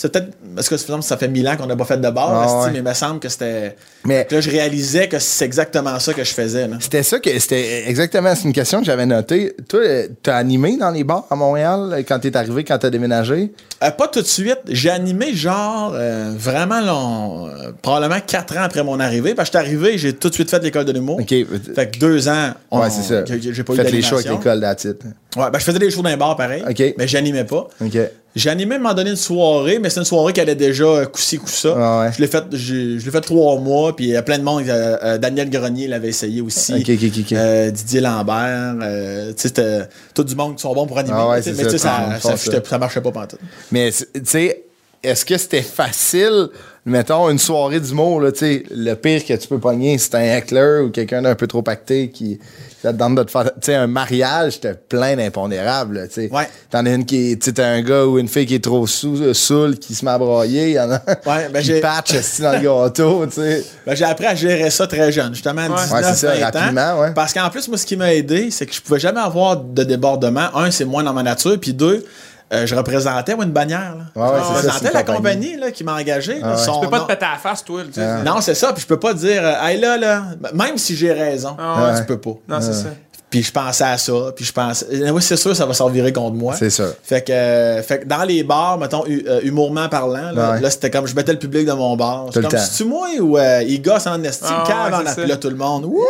D: c'est peut-être. Parce que par exemple, ça fait mille ans qu'on n'a pas fait de bar,
B: Ah,
D: esti,
B: ouais.
D: mais il me semble que c'était.
B: Mais-
D: que Là, je réalisais que c'est exactement ça que je faisais, là.
B: C'était ça que c'était exactement c'est une question que j'avais notée. Toi, euh, t'as animé dans les bars à Montréal euh, quand t'es arrivé, quand t'as déménagé.
D: Euh, pas tout de suite. J'ai animé genre euh, vraiment long, euh, probablement quatre ans après mon arrivée. Parce que j'étais arrivé, j'ai tout de suite fait l'école de l'humour.
B: Ok. euh,
D: Fait que deux ans, on-
B: ouais, c'est ça.
D: Oh, j'ai j'ai pas eu
B: Faites les shows avec
D: d'animation.
B: l'école d'attitude.
D: Ouais, ben, je faisais des shows dans les bars pareil,
B: Ok.
D: mais j'animais pas.
B: OK.
D: J'ai animé à un moment donné une soirée, mais c'est une soirée qui allait déjà euh, coup-ci, coup-ça.
B: Ah ouais.
D: Je l'ai fait, j'ai- je l'ai fait trois mois, puis il y a plein de monde. euh, euh, Daniel Grenier l'avait essayé aussi.
B: Ok, ok, ok, ok.
D: Euh, Didier Lambert. euh, tu sais, c'était tout du monde qui sont bons pour animer.
B: Ah ouais,
D: tu sais,
B: c'est
D: mais tu sais,
B: ça, tout le
D: ça,
B: monde
D: ça,
B: font ça.
D: fitait- ça marchait pas pantoute.
B: Mais c'est- tu sais, est-ce que c'était facile, mettons, une soirée d'humour, là, tu sais, le pire que tu peux pogner, c'est un heckler ou quelqu'un d'un peu trop pacté qui qui te demande de te faire. Tu sais, un mariage, c'était plein d'impondérables, là, tu sais.
D: Ouais.
B: T'en as une qui est, tu sais, t'as un gars ou une fille qui est trop sous, euh, saoule, qui se met à brailler, il y en a
D: Ouais, ben,
B: qui
D: j'ai-
B: patch esti, dans le gâteau, tu sais.
D: Ben, j'ai appris à gérer ça très jeune, justement à 19
B: Ouais, c'est ça,
D: 20 ans.
B: rapidement, ouais.
D: Parce qu'en plus, moi, ce qui m'a aidé, c'est que je pouvais jamais avoir de débordement. Un, c'est moins dans ma nature. Puis deux, euh, je représentais moi, une bannière. là.
B: Ouais, ouais,
D: je
B: c'est ça,
D: représentais
B: c'est une
D: la
B: compagnie. Ah,
D: compagnie là, qui m'a engagé. là, son
A: Tu peux pas
D: nom.
A: te péter à la face, toi. tu sais.
D: Non, c'est ça. Puis je peux pas dire, euh, hey là, là, même si j'ai raison,
A: Ah
B: ouais.
D: tu peux pas.
A: Non, c'est ça.
D: Puis je pensais à ça, puis je pensais... Euh, Oui, c'est sûr, ça va s'en virer contre moi.
B: C'est sûr.
D: Fait que, euh, fait que dans les bars, mettons, hu- euh, humourement parlant, là,
B: Ouais.
D: là, c'était comme, je mettais le public de mon bar.
B: Tout
D: C'est
B: le
D: comme,
B: temps.
D: c'est-tu moi ou euh, il gosse en estime,
A: Ah,
D: cave
A: ouais,
D: en
A: c'est
D: la-
A: ça.
D: Puis là, tout le monde, wouh!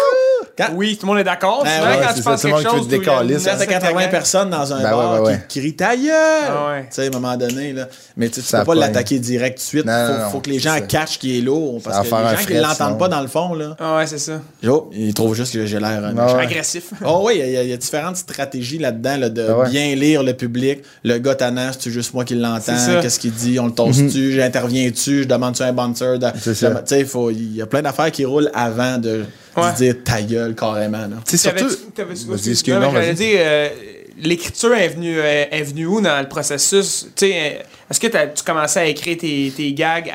D: Quand-
A: Oui, tout le monde est d'accord.
D: Ben
A: Souvent,
D: ouais,
A: quand
B: Ah, c'est
A: tu
B: ça,
A: penses
B: tout le
A: quelque
B: monde
A: chose,
B: qui hein. veut
A: tout le monde
B: décaler, ça.
D: 180 personnes dans un
B: Ben
D: bar
B: ouais, ouais,
D: qui-
B: ouais.
D: qui, rient ta gueule.
A: Ah ouais.
D: Tu sais, à un moment donné, là. Mais tu sais, tu
B: Ça
D: peux pas
B: pogne.
D: l'attaquer direct tout de suite.
B: Non,
D: faut,
B: non, non,
D: faut que
B: c'est
D: les gens
B: ça.
D: catchent qu'il est lourd.
B: va
D: Parce que
B: faire un
D: les gens qui
B: fret,
D: l'entendent
B: sinon.
D: pas dans le fond, là,
A: Ah ouais, c'est ça.
D: oh, ils trouvent juste que j'ai l'air. euh,
B: Ah ouais.
A: Agressif.
D: Oh oui, il y, a- il y a différentes stratégies là-dedans là, de
B: Ah ouais.
D: bien lire le public. Le gars tannant, c'est juste moi qui l'entends.
A: C'est ça.
D: Qu'est-ce qu'il dit On le tosse-tu J'interviens-tu Je demande-tu un bouncer de-
B: Mhm. C'est ça.
D: de- Tu sais, faut- il y a plein d'affaires qui roulent avant de, de
A: Ouais.
D: dire ta gueule carrément. là.
B: Tu sais, surtout.
A: T'avais- t'avais-
B: Vas-y, excuse-moi,
A: Non, mais j'allais
B: vas-y.
A: dire, euh, l'écriture est venue, euh, est venue où dans le processus? Tu sais, euh, est-ce que t'as- tu commençais à écrire tes, tes gags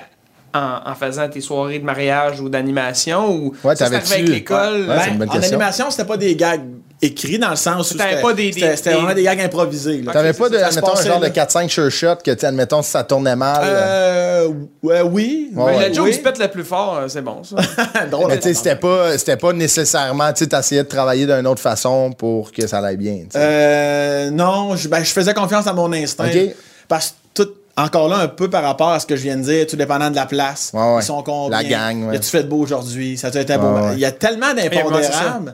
A: en, en faisant tes soirées de mariage ou d'animation? Ou
B: Ouais,
A: ça, c'est
B: t'avais-tu-
A: arrivé avec l'école?
B: Ouais,
D: Ben,
B: c'est une bonne
D: en
B: question.
D: animation, c'était pas des gags écrits dans le sens où
A: T'avais
D: c'était
A: pas des- des-
D: c'était- c'était
A: des-
D: vraiment des gags improvisés. là.
B: T'avais
D: Ça-
B: pas de,
D: ça se
B: admettons, un
D: passait,
B: genre
D: là.
B: de 4-5 sure shot que, tu sais, admettons, si ça tournait mal.
D: Euh, ouais,
B: Ouais,
D: oui. mais
B: ouais.
A: Le Ben, joke qui se pète le plus fort, euh, c'est bon, ça.
D: Drôle,
B: Mais tu sais, c'était pas, c'était pas nécessairement, tu sais, t'essayais de travailler d'une autre façon pour que ça aille bien. tu sais.
D: Euh, non, je, ben, je faisais confiance à mon instinct.
B: Ok.
D: Parce que tout, encore là, un peu par rapport à ce que je viens de dire, tout dépendant de la place.
B: Ouais, ouais.
D: Ils sont combien?
B: La gang, ouais.
D: Y a-tu fait de beau aujourd'hui? Ça a-tu été beau?
B: Ouais, ouais.
D: Il y a tellement d'impondérables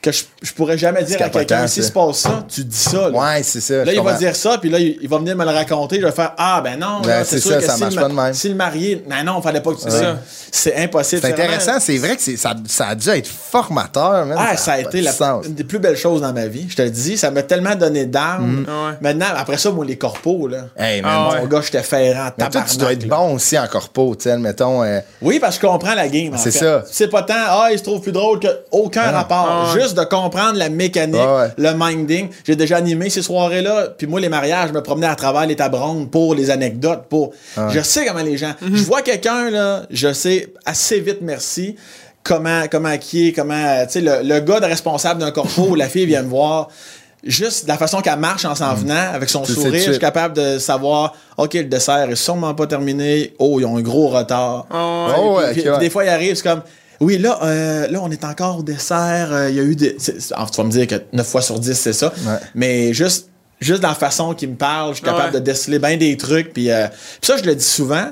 D: que je, je pourrais jamais dire à
B: capotant,
D: quelqu'un, si
B: ça.
D: se passe ça, tu dis ça. Là.
B: ouais, c'est ça. je
D: Là, il va
B: comprends.
D: dire ça, puis là, il il va venir me le raconter. Je vais faire Ah, ben non,
B: Ben,
D: là,
B: c'est
D: c'est sûr
B: ça,
D: que
B: ça
D: si,
B: marche
D: le,
B: pas de même.
D: si le marié, ben non, fallait pas que tu dises
A: Ouais.
D: ça. C'est impossible.
B: C'est
D: vraiment-
B: intéressant, c'est vrai que c'est- ça, ça a dû être formateur, man.
D: ah, ça a
B: pas de
D: été la,
B: sens.
D: une des plus belles choses dans ma vie. Je te le dis, ça m'a tellement donné d'âme.
A: Ouais.
D: Maintenant, après ça, moi, les corpos, là.
B: Hey, man.
A: Ah, ouais.
D: Mon gars, j'étais ferrant.
B: Mais toi,
D: tabarnak,
B: tu dois être
D: là.
B: bon aussi en corpo, tu sais, admettons. euh,
D: Oui, parce que je comprends la game. en
B: C'est
D: fait.
B: ça.
D: C'est pas tant, ah, il se trouve plus drôle que aucun rapport.
A: Ah ouais.
D: Juste juste de comprendre la mécanique,
B: Ouais, Ah, ouais.
D: le minding. J'ai déjà animé ces soirées-là. Puis moi, les mariages, je me promenais à travers les tabronnes pour les anecdotes. pour
B: Ah,
D: Je sais comment les gens.
A: Mhm.
D: Je vois quelqu'un, là, je sais assez vite, merci. Comment, comment qui est, comment. euh, Tu sais, le, le gars de responsable d'un corpo, la fille vient me voir. Juste la façon qu'elle marche en s'en venant, avec son
B: Mhm. Tu sais tout de
D: sourire, je suis
B: suite.
D: capable de savoir, OK, le dessert est sûrement pas terminé. Oh, ils ont un gros retard.
A: Oh,
B: Oh,
D: Puis-
B: ouais,
D: puis-
B: ok, ouais.
D: Des fois, il arrive, c'est comme. Oui, là, euh, là, on est encore au dessert. euh, Il y a eu des. c'est- c'est- alors, tu vas me dire que 9 fois sur 10, c'est ça. Mais juste, juste dans la façon qu'il me parle, je suis capable
A: Ouais.
D: de déceler bien des trucs. Puis, euh, puis ça, je le dis souvent.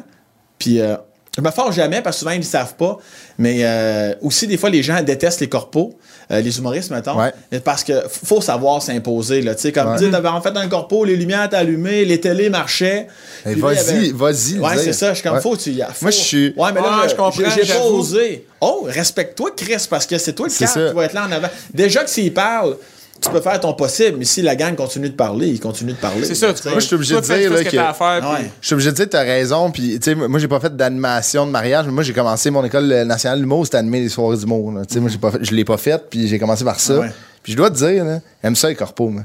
D: Puis euh, je me force jamais parce que souvent, ils ne savent pas. Mais euh, aussi, des fois, les gens détestent les corpos, euh, les humoristes, mettons.
B: Ouais.
D: Mais Parce que f- faut savoir s'imposer. là. Tu sais, comme
B: Ouais.
D: dire, t'avais en fait un corpo, les lumières étaient allumées, les télés marchaient.
B: Eh,
D: Puis lui, il
B: vas-y,
D: avait-
B: vas-y, le
D: Ouais,
B: dire.
D: c'est ça. Je suis comme,
B: Ouais.
D: faut que tu y ailles.
B: Moi, je suis-
D: Ouais, mais là,
A: Ouais,
D: Ah, je
A: Ah, je comprends,
D: J'ai j'ai pas
A: j'avoue.
D: osé. Oh, respecte-toi, Chris, parce que c'est toi le
B: C'est
D: cadre
B: ça.
D: qui va être là en avant. Déjà que s'il parle, tu peux faire ton possible, mais si la gang continue de parler, il continue de parler.
A: C'est ça,
D: Tu
A: tu
D: sais.
B: Moi, je suis obligé
A: Toi,
B: de
A: fais
B: dire,
A: tout
B: là,
A: ce que
B: que-
A: t'as à faire. puis-
D: Ouais.
B: Je suis obligé de dire, t'as raison. Puis, tu sais, moi, j'ai pas fait d'animation de mariage, mais moi, j'ai commencé mon école euh, nationale d'humour, c'était animer les soirées d'humour. là. Tu sais, moi, j'ai pas fait, je l'ai pas fait, puis j'ai commencé par ça.
D: Ah ouais.
B: Puis, je dois te dire, là, j'aime ça, les corpos, moi.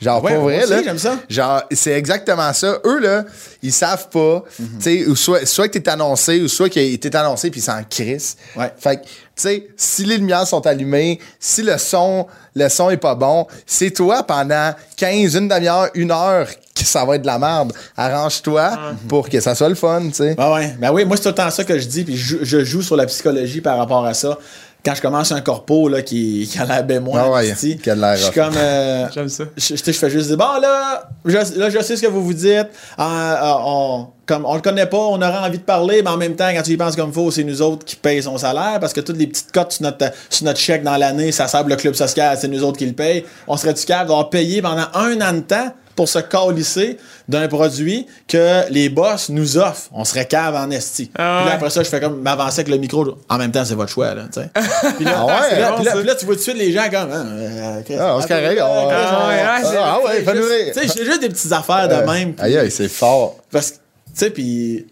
B: Genre,
D: Ouais,
B: pour
D: moi
B: vrai,
D: aussi,
B: là.
D: j'aime ça.
B: Genre, c'est exactement ça. Eux, là, ils savent pas.
D: Mhm.
B: Tu sais, ou soit, soit que t'es annoncé, ou soit que t'es annoncé, puis ils s'en crissent.
D: Ouais.
B: Fait que, tu sais, si les lumières sont allumées, si le son, le son est pas bon, c'est toi pendant 15, une demi-heure, une heure que ça va être de la merde. Arrange-toi pour que ça soit le fun, tu sais.
D: Ah ouais. Ben oui, moi, c'est tout le temps ça que je dis, puis je, je joue sur la psychologie par rapport à ça. Quand je commence un corpo là, qui, qui a l'air bien moins,
B: Ah ouais,
D: investi,
B: qui a de l'air
D: je suis
B: rough.
D: comme. euh,
A: J'aime ça.
D: Je, je- je fais juste dire, bon, là, je, là, je sais ce que vous vous dites. Euh, euh, on, comme, on le connaît pas, on aurait envie de parler, mais en même temps, quand tu y penses comme faut, c'est nous autres qui payons son salaire parce que toutes les petites cotes sur notre, sur notre chèque dans l'année, ça sert pour le club social, c'est nous autres qui le payent. On serait-tu capable d'avoir payé pendant un an de temps pour se calisser d'un produit que les boss nous offrent? On serait cave en esti.
A: Ah
D: Puis là,
A: ouais.
D: après ça, je fais comme m'avancer avec le micro. je- En même temps, c'est votre choix, là, tu sais. Puis là,
B: Ah ouais?
D: puis là-
A: bon,
D: puis là-
A: ça.
D: puis là, tu vois tout de suite les gens comme. Ah, euh, Chris,
B: Ah, on se carré, on-
D: Chris,
A: Ah ouais,
B: Ah,
A: ouais, c'est-
B: ah ouais, fais-nous
D: Juste-
B: rire. Euh,
D: Tu sais, j'ai juste des petites affaires de même. puis-
B: Aïe, aïe, c'est fort.
D: Parce que, tu sais, puis.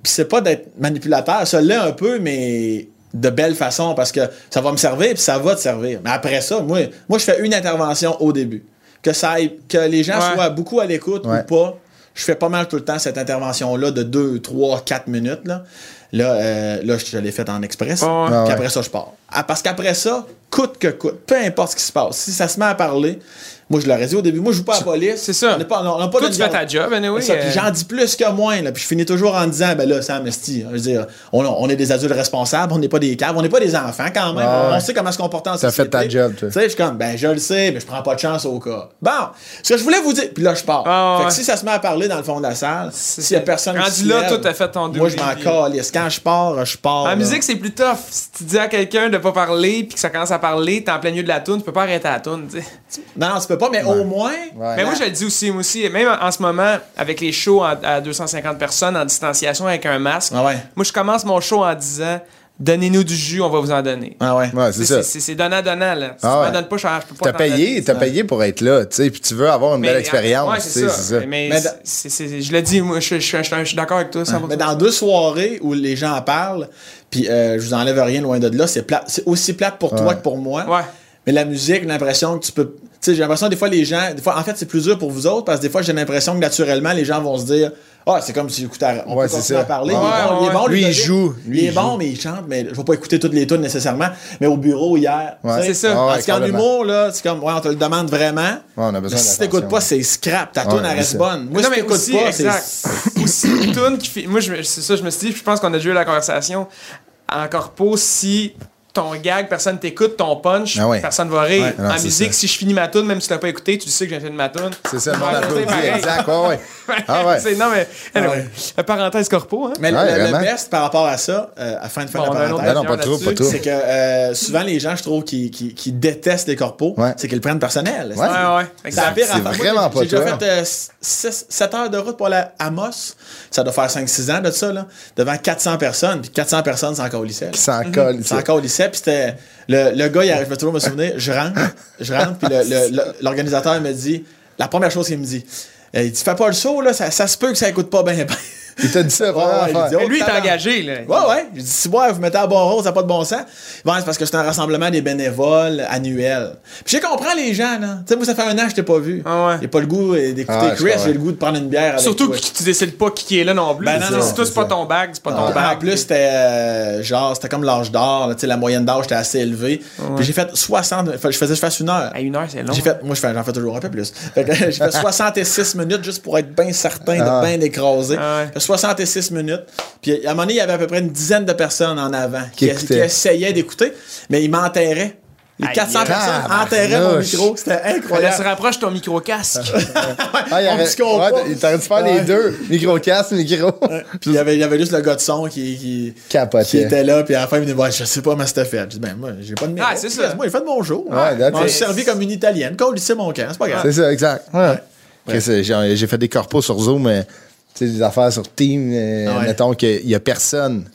D: Puis c'est pas d'être manipulateur, ça l'est un peu, mais de belle façon, parce que ça va me servir, puis ça va te servir. Mais après ça, moi, moi je fais une intervention au début. Que, ça aille- que les gens
A: Ouais.
D: soient beaucoup à l'écoute
B: Ouais.
D: ou pas, je fais pas mal tout le temps cette intervention-là de 2, 3, 4 minutes. Là, là, euh, là je, je l'ai faite en express.
A: Ouais, ouais.
B: Ah ouais.
D: Puis après ça, je pars. Ah, parce qu'après ça, coûte que coûte, peu importe ce qui se passe, si ça se met à parler, moi je l'aurais dit au début, moi je joue pas à la police.
A: C'est ça.
D: On n'a pas, on n'a pas
A: Toi,
D: de
A: tu fais ta
D: garde.
A: job, anyway.
D: C'est ça, puis
A: euh,
D: j'en dis plus que moins. Là. Puis je finis toujours en disant, ben là, c'est amnesty. Je veux dire, on, on est des adultes responsables, on n'est pas des caves, on n'est pas des enfants quand même.
B: Ah ouais.
D: On sait comment se comporter en
B: T'as
D: société.
B: fait ta job, toi.
D: Tu sais, je suis comme, ben je le sais, mais je prends pas de chance au cas. Bon, ce que je voulais vous dire, puis là, je pars.
A: Ah ouais.
D: Fait que si ça se met à parler dans le fond de la salle, s'il y a personne
A: Rendu
D: qui se
A: là,
D: lève,
A: toi, t'as fait ton
D: Moi, je m'en
A: devoir.
D: calisse. Quand je pars, je pars.
A: En
D: là.
A: musique, c'est plus tough. Si tu dis à quelqu'un de pas parler, puis que ça commence à parler, t'es en plein milieu de la tune, tu peux pas arrêter la tune.
D: Non, non, tu peux pas, mais au moins.
B: Ouais.
A: Mais moi, je le dis aussi, moi aussi, même en en ce moment, avec les shows en- à 250 personnes en distanciation avec un masque,
D: Ah ouais.
A: moi, je commence mon show en disant Donnez-nous du jus, on va vous en donner.
D: Ah ouais.
B: Ouais,
A: C'est-
B: c'est ça.
A: c'est- C'est c'est donnant-donnant, là. Si
B: Ah
A: tu
B: ouais.
A: m'en donnes pas, je je peux pas.
B: T'as
A: t'en
B: payé,
A: donner.
B: t'as payé pour être là, tu sais, puis tu veux avoir une
A: Mais- ah,
B: belle expérience,
A: ouais,
B: tu sais, c'est ça.
A: Mais,
D: Mais-
A: c'est- c'est- je le dis, moi, je, je- je- je- je suis d'accord avec toi. 100%.
D: Mais dans deux soirées où les gens en parlent, puis euh, je vous enlève rien loin de là, c'est plate- c'est aussi plate pour toi que pour moi.
A: Ouais.
D: Mais la musique, j'ai l'impression que tu peux. Tu sais, j'ai l'impression que des fois les gens. Des fois, en fait, c'est plus dur pour vous autres parce que des fois, j'ai l'impression que naturellement, les gens vont se dire Ah, c'est comme si j'écoutais. à- On
B: Ouais,
D: peut
B: c'est
D: continuer à
B: ça.
D: parler.
B: Ouais,
D: il est bon,
A: ouais,
D: il est bon,
B: ouais.
D: lui,
B: Lui, il
D: logique.
B: joue. Lui,
D: il est
B: il
D: bon,
B: joue.
D: mais il chante, mais je vais pas écouter toutes les tunes nécessairement. Mais au bureau hier.
B: Ouais.
D: tu sais,
A: C'est ça.
B: Ah ouais,
D: Parce qu'en
B: complètement.
D: humour, là, c'est comme Ouais, on te le demande vraiment.
B: on a besoin
D: Mais Si
B: d'attention,
D: t'écoutes pas,
B: ouais.
D: c'est scrap. Ta
B: Ouais,
D: tune, elle
B: c'est
D: reste
B: ça.
D: bonne. Moi,
A: non,
D: si
A: mais
D: t'écoutes
A: aussi,
D: pas, c'est.
A: exact. aussi, une toune qui fait. Moi, je me- c'est ça, je me suis dit, je pense qu'on a déjà eu la conversation. En corpo, si ton gag, personne t'écoute, ton punch,
B: Ah ouais.
A: personne va rire.
D: Ouais,
B: non,
A: en
B: c'est
A: musique,
B: ça.
A: si je finis ma toune, même si tu l'as pas écouté, tu sais que j'ai fait de ma toune.
B: C'est ça, le
A: Ouais,
B: monde
A: c'est
B: applaudit,
A: pareil.
B: exact, ouais, ouais. Ah ouais.
A: C'est- non, mais. anyway, Parenthèse corpo, hein.
D: Mais le-
B: Ouais,
D: le, le
B: vraiment.
D: best par rapport à ça, euh, afin de faire
A: Bon, on a
D: la
A: un autre
D: parenthèse,
B: Ben non, pas trop, pas trop.
D: c'est que euh, souvent les gens, je trouve, qui, qui, qui détestent les corpos,
B: Ouais.
D: c'est qu'ils le prennent personnel.
B: Ouais.
A: Ouais, ouais,
D: C'est la
A: exact.
D: pire
B: C'est
D: affaire. Moi,
B: vraiment
D: j'ai-
B: pas
D: J'ai déjà
B: toi.
D: fait 7 heures de route pour aller à Amos. Ça doit faire 5-6 ans de ça, là, devant 400 personnes. Puis 400 personnes, c'est encore au lycée.
B: Qui s'en colle,
D: C'est encore au lycée, Mhm. puis c'était. Le, le gars, il arrive, je vais toujours me souvenir, je rentre, je rentre, puis le- le- le- l'organisateur me dit, la première chose qu'il me dit, euh, il dit, fais pas le saut, là, ça, ça se peut que ça écoute pas bien, ben.
B: Il t'a dit ça,
D: Ouais, ouais,
B: première affaire.
D: l'idiot.
A: Mais lui, il est
D: talent.
A: engagé, là.
D: Ouais, ouais. J'ai dit, si ouais, vous mettez à bord rose, ça n'a pas de bon sens. Bon, c'est parce que c'est un rassemblement des bénévoles annuel. Puis je comprends les gens, là. Tu sais, moi, ça fait un an que je t'ai pas vu.
A: Ah ouais.
D: J'ai pas le goût euh, d'écouter
B: Ah, je
D: Chris,
B: comprends.
D: j'ai le goût de prendre une bière avec
A: Surtout
D: toi.
A: que tu décides pas qui est là non plus.
D: Ben non,
A: Si
D: non,
A: toi,
B: c'est
A: c'est pas
B: ça.
A: ton bag, c'est pas ton
D: Ah,
A: bag.
D: en plus, c'était euh, genre, c'était comme l'âge d'or. là, Tu sais, la moyenne d'âge était assez élevée. Puis j'ai fait 60. fait- Je faisais, je fasse une heure.
A: à une heure, c'est long.
D: J'ai fait, moi, je fais- j'en fais toujours un peu plus. Fait que j'ai fait 66 minutes juste pour être bien certain de bien écraser.
A: Ah ouais.
D: Fait 66 minutes. Puis à un moment donné, il y avait à peu près une dizaine de personnes en avant qui,
B: écoutaient.
D: qui essayaient d'écouter, mais ils m'enterraient. Les
A: Aïe,
D: 400
A: aïe.
D: personnes
B: Ah,
D: enterraient mon
B: barnouche.
D: micro. C'était
A: Fallait se
D: incroyable.
A: rapproche ton micro-casque.
B: Ah, il
D: On
B: aurait-
D: se comprend.
B: ouais, il t'aurait dû faire les
D: Ouais.
B: deux. Micro-casque, micro.
D: Puis il y, avait, il y avait juste le gars de son qui, qui,
B: Capotait.
D: qui était là, puis à la fin, il me dit Ouais, Je sais pas comment c'était fait. Je dis Ben, moi, j'ai pas de micro.
A: Ah, c'est ça.
D: Moi, j'ai fait de mon jour.
B: Ouais, that's
D: On
B: it.
D: s'est servi comme une italienne. Quand c'est mon camp, c'est pas grave.
B: C'est ça, exact. Ouais. Chris, euh, J'ai j'ai fait des corpos sur Zoom, mais tu sais, des affaires sur Team, euh,
D: Ah ouais.
B: mettons qu'il y a personne.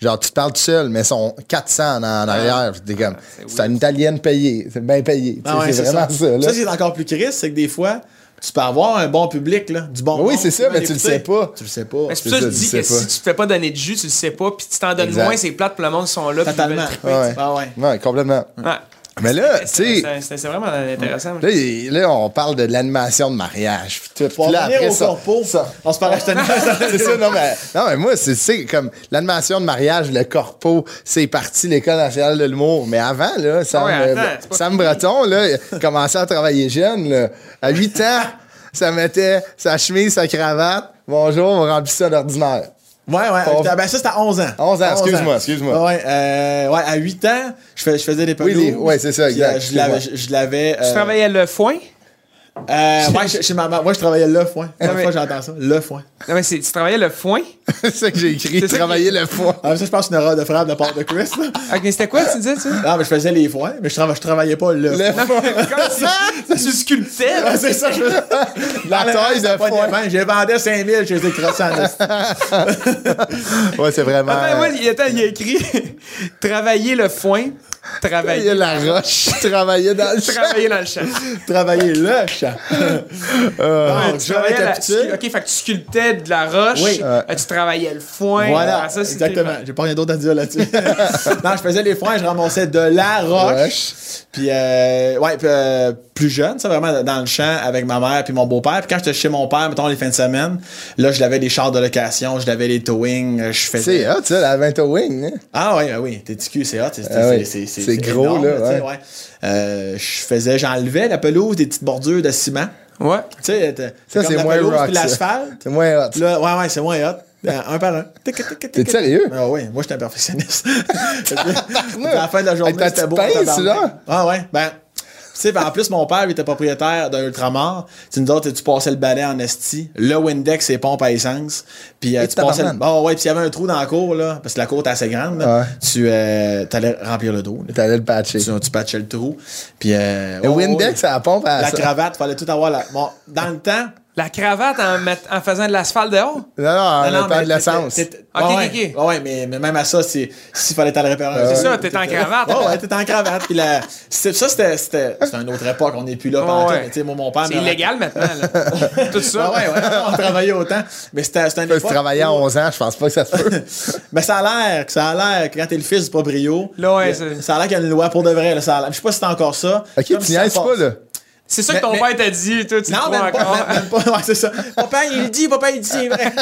B: Genre, tu te parles tout seul, mais ils sont 400 en, en
D: Ah.
B: arrière. Puis t'es comme, c'est une italienne payée, c'est bien payé. Tu sais,
D: Ah ouais,
B: c'est vraiment ça. là.
D: Ça, c'est encore plus triste, c'est que des fois, tu peux avoir un bon public, là, du bon
B: Ben oui,
D: monde,
B: c'est ça,
D: tu vas
B: mais tu le
D: l'écouter.
B: sais pas.
D: Tu le sais pas.
A: Mais C'est pour ça que je dis
B: C'est
A: que
B: ça, tu sais
A: si
B: pas.
A: tu te fais pas donner de jus, tu le sais pas, puis tu t'en donnes
B: Exact.
A: moins, c'est plate pour le monde qui sont là. puis ils
D: Totalement.
A: veulent triper.
B: Ouais.
D: Ah ouais.
B: Ouais, complètement.
D: Euh,
A: Ouais.
B: Mais là, tu
A: C'est
B: sais,
A: c'est- c'est vraiment intéressant.
B: là, il- là, on parle de l'animation de mariage. Puis tout.
D: Pour
B: Puis là,
D: revenir
B: après
D: au
B: ça-
D: corpo,
B: ça-
D: on se parle acheter
B: c'est ça, non, mais, non, mais moi, c'est, c'est comme l'animation de mariage, le corpo, c'est parti, l'École nationale de l'humour. Mais avant, là, Sam,
A: Ah ouais, attends,
B: euh,
A: c'est pas
B: Sam Breton, là, il a commencé à travailler jeune, là. À 8 ans, ça mettait sa chemise, sa cravate. Bonjour, on remplit ça d'ordinaire.
D: Ouais, ouais.
B: On-
D: Ah, Ben, ça, c'était à 11 ans.
B: 11 ans, excuse-moi, excuse-moi.
D: Ouais, euh, ouais, à 8 ans, je, fais- je faisais des
B: Oui,
D: pelouses.
B: les- ouais, c'est ça,
D: Puis,
B: exact,
D: euh, Je l'avais. Je, je l'avais, euh,
A: Tu travaillais le foin?
D: euh, ouais, chez, chez ma mère. Moi, je travaillais le foin. La première
A: mais-
D: fois, que j'entends ça. Le foin.
A: Non, mais c'est- tu travaillais le foin?
B: c'est ça que j'ai écrit,
A: C'est ça
B: travailler le foin.
D: Ah, ça, je pense que c'est une erreur de frappe de la part de Chris, là.
A: Ah, mais c'était quoi, tu disais, ça?
D: Non, mais je faisais les foins, mais je, trava- je travaillais pas le,
B: Le
D: foin.
B: foin.
A: Ça se sculptait?
D: Ah, c'est ça, je faisais.
B: La taille de foin.
D: J'ai vendu 5000 chez les croissants. là.
B: Ouais, c'est vraiment.
A: Attends, moi, il, attends, il a écrit Travailler le foin, travailler,
B: Travailler la roche, travailler dans le champ.
A: travailler dans le champ.
D: Travailler le chat.
A: Ouais,
B: Oh,
D: Donc,
A: tu
D: je
A: travaillais la, scu-
D: récapitule.
A: ok, fait que tu sculptais de la roche,
D: Oui.
A: euh, tu travaillais le foin.
D: Voilà,
A: Ah, ça, c'était-
D: exactement. J'ai pas rien d'autre à dire là-dessus. non, je faisais les foins, je ramassais de la roche.
B: Roche.
D: Puis, euh, ouais, puis, euh, plus jeune, ça vraiment dans le champ avec ma mère puis mon beau-père. Puis quand j'étais chez mon père, mettons les fins de semaine, là, je l'avais des chars de location, je l'avais les towing, euh, je faisais.
B: C'est hot, ça, la 20 wing, hein?
D: Ah oui, oui, t'es TQ, c'est hot. c'est-
B: Ah
D: c'est-
B: oui,
D: c'est- C'est
B: c'est
D: c'est
B: gros,
D: énorme,
B: là,
D: tu sais,
B: ouais.
D: ouais. Euh, je faisais, j'enlevais la pelouse, des petites bordures de ciment.
A: Ouais.
D: Tu sais, t'as-
B: Ça,
D: t'as
B: c'est
D: comme la
B: moins
D: pelouse
B: rock.
D: puis
B: ça.
D: l'asphalte.
B: C'est moins hot.
D: Là, ouais, ouais, c'est moins hot. Ben, un par un. Tic, tic, tic, tic,
B: T'es
D: tic.
B: sérieux?
D: Ah oui, moi, j'étais un perfectionniste. Fait que, à la fin de la journée,
B: Avec ta
D: c'était beau.
B: petite pince,
D: tabarnak. Ah ouais, ben... Tu sais, ben, en plus, mon père, il était propriétaire d'un Ultramar. Tu nous autres, tu passais le balai en esti, le Windex et pompe à essence. Puis euh,
B: Et
D: tu passais le...
B: tabarnak.
D: Ah ouais, puis il y avait un trou dans la cour, là, parce que la cour était assez grande. là.
B: Ouais.
D: Tu euh, allais remplir le trou. là.
B: T'allais le patcher.
D: Tu, tu patchais le trou. Puis... euh,
B: Le
D: ouais, ouais,
B: Windex,
D: ouais.
B: à la pompe à
D: La
B: ça.
D: cravate, fallait tout avoir. La... Bon, dans le temps...
A: La cravate en, met- en faisant de l'asphalte dehors?
B: Non, non, en
D: Non, non,
B: mettant
D: mais
B: de l'essence.
D: t'étais- t'étais-
A: Ok,
D: Ah ouais,
A: ok,
D: ouais.
A: ok.
D: Ouais, mais, mais même à ça, c'est- s'il fallait t'en réparer un.
A: C'est ça, t'es en cravate.
D: Ah Ouais, ouais, t'es en cravate. Puis la, c'est- ça, c'était, c'était, c'était une autre époque. On n'est plus là
A: Ah
D: pendant
A: Ouais.
D: tout. mais tu sais, moi, mon père.
A: C'est
D: me-
A: illégal maintenant, là. Tout ça.
D: Ah ouais, ouais, on travaillait autant. Mais c'était, c'était une
B: Tu peux
D: époque.
B: travailler à 11 ans, je pense pas que ça se peut.
D: Mais ça a l'air, que ça a l'air, que quand t'es le fils du Proprio,
A: Là, ouais,
D: il y a-
A: c'est-
D: ça a l'air qu'il y a une loi pour de vrai. Là, ça a l'air. Je sais pas si c'est encore ça.
B: Ok,
D: Comme
B: tu
D: si ça
B: niaises
D: passe.
B: pas, là.
A: C'est ça
D: Mais-
A: que ton
D: mais-
A: père t'a dit, toi, tu le
D: Non,
A: crois
D: même
A: encore.
D: pas, même, même pas. Ouais, c'est ça. Papa, il le dit, papa, il le dit, c'est vrai.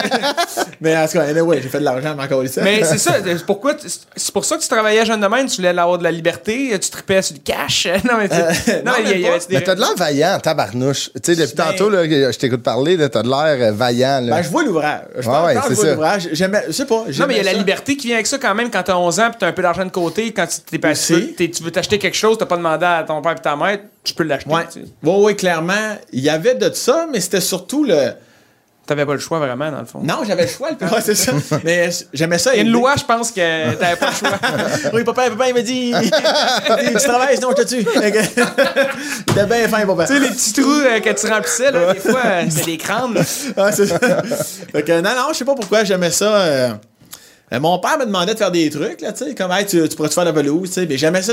D: mais en tout cas, anyway, j'ai fait de l'argent, mais encore ici.
A: Mais c'est ça, c'est pourquoi tu- c'est pour ça que tu travaillais jeune de même, tu voulais avoir de la liberté, tu tripais sur le cash. Non, mais tu-
D: Euh, non,
A: il y a- il y
D: même
A: avait
D: pas.
A: des-
B: Mais t'as de l'air vaillant, tabarnouche. Tu sais, depuis
D: Ben-
B: tantôt, là, que je t'écoute parler, là, t'as de l'air euh, vaillant, là.
D: Ben, je vois l'ouvrage. Je
B: Ouais,
D: pense
B: ouais,
D: quand
B: c'est
D: je vois
B: ça.
D: l'ouvrage. J'aimais, je sais pas.
A: Non, mais il y a la
D: ça.
A: liberté qui vient avec ça quand même quand t'as 11 ans pis t'as un peu d'argent de côté. Quand tu, t'es pas, tu,
D: Aussi.
A: veux, t'es- tu veux t'acheter quelque chose, t'as pas demandé à ton père et ta mère, tu peux l'acheter.
D: Ouais.
A: tu sais.
D: Ouais, ouais, clairement. Il y avait de ça, mais c'était surtout le.
A: T'avais pas le choix vraiment, dans le fond.
D: Non, j'avais le choix, le plus. Ouais, c'est ça. mais j'aimais ça.
A: Il y a une
D: aider.
A: loi, je pense que t'avais pas le choix.
D: Oui, papa, papa, il m'a dit. Il dit, tu travailles, sinon je te tue. Fait que- il était bien fin, papa.
A: tu sais, les petits trous euh, que tu remplissais, là, des fois, euh, c'était des crânes. là.
D: Ah, c'est ça. Fait que, non, non, je sais pas pourquoi j'aimais ça. euh, euh, mon père me demandait de faire des trucs, là, tu sais, comme, hey, tu, tu pourrais-tu faire la pelouse, tu sais, mais j'aimais ça.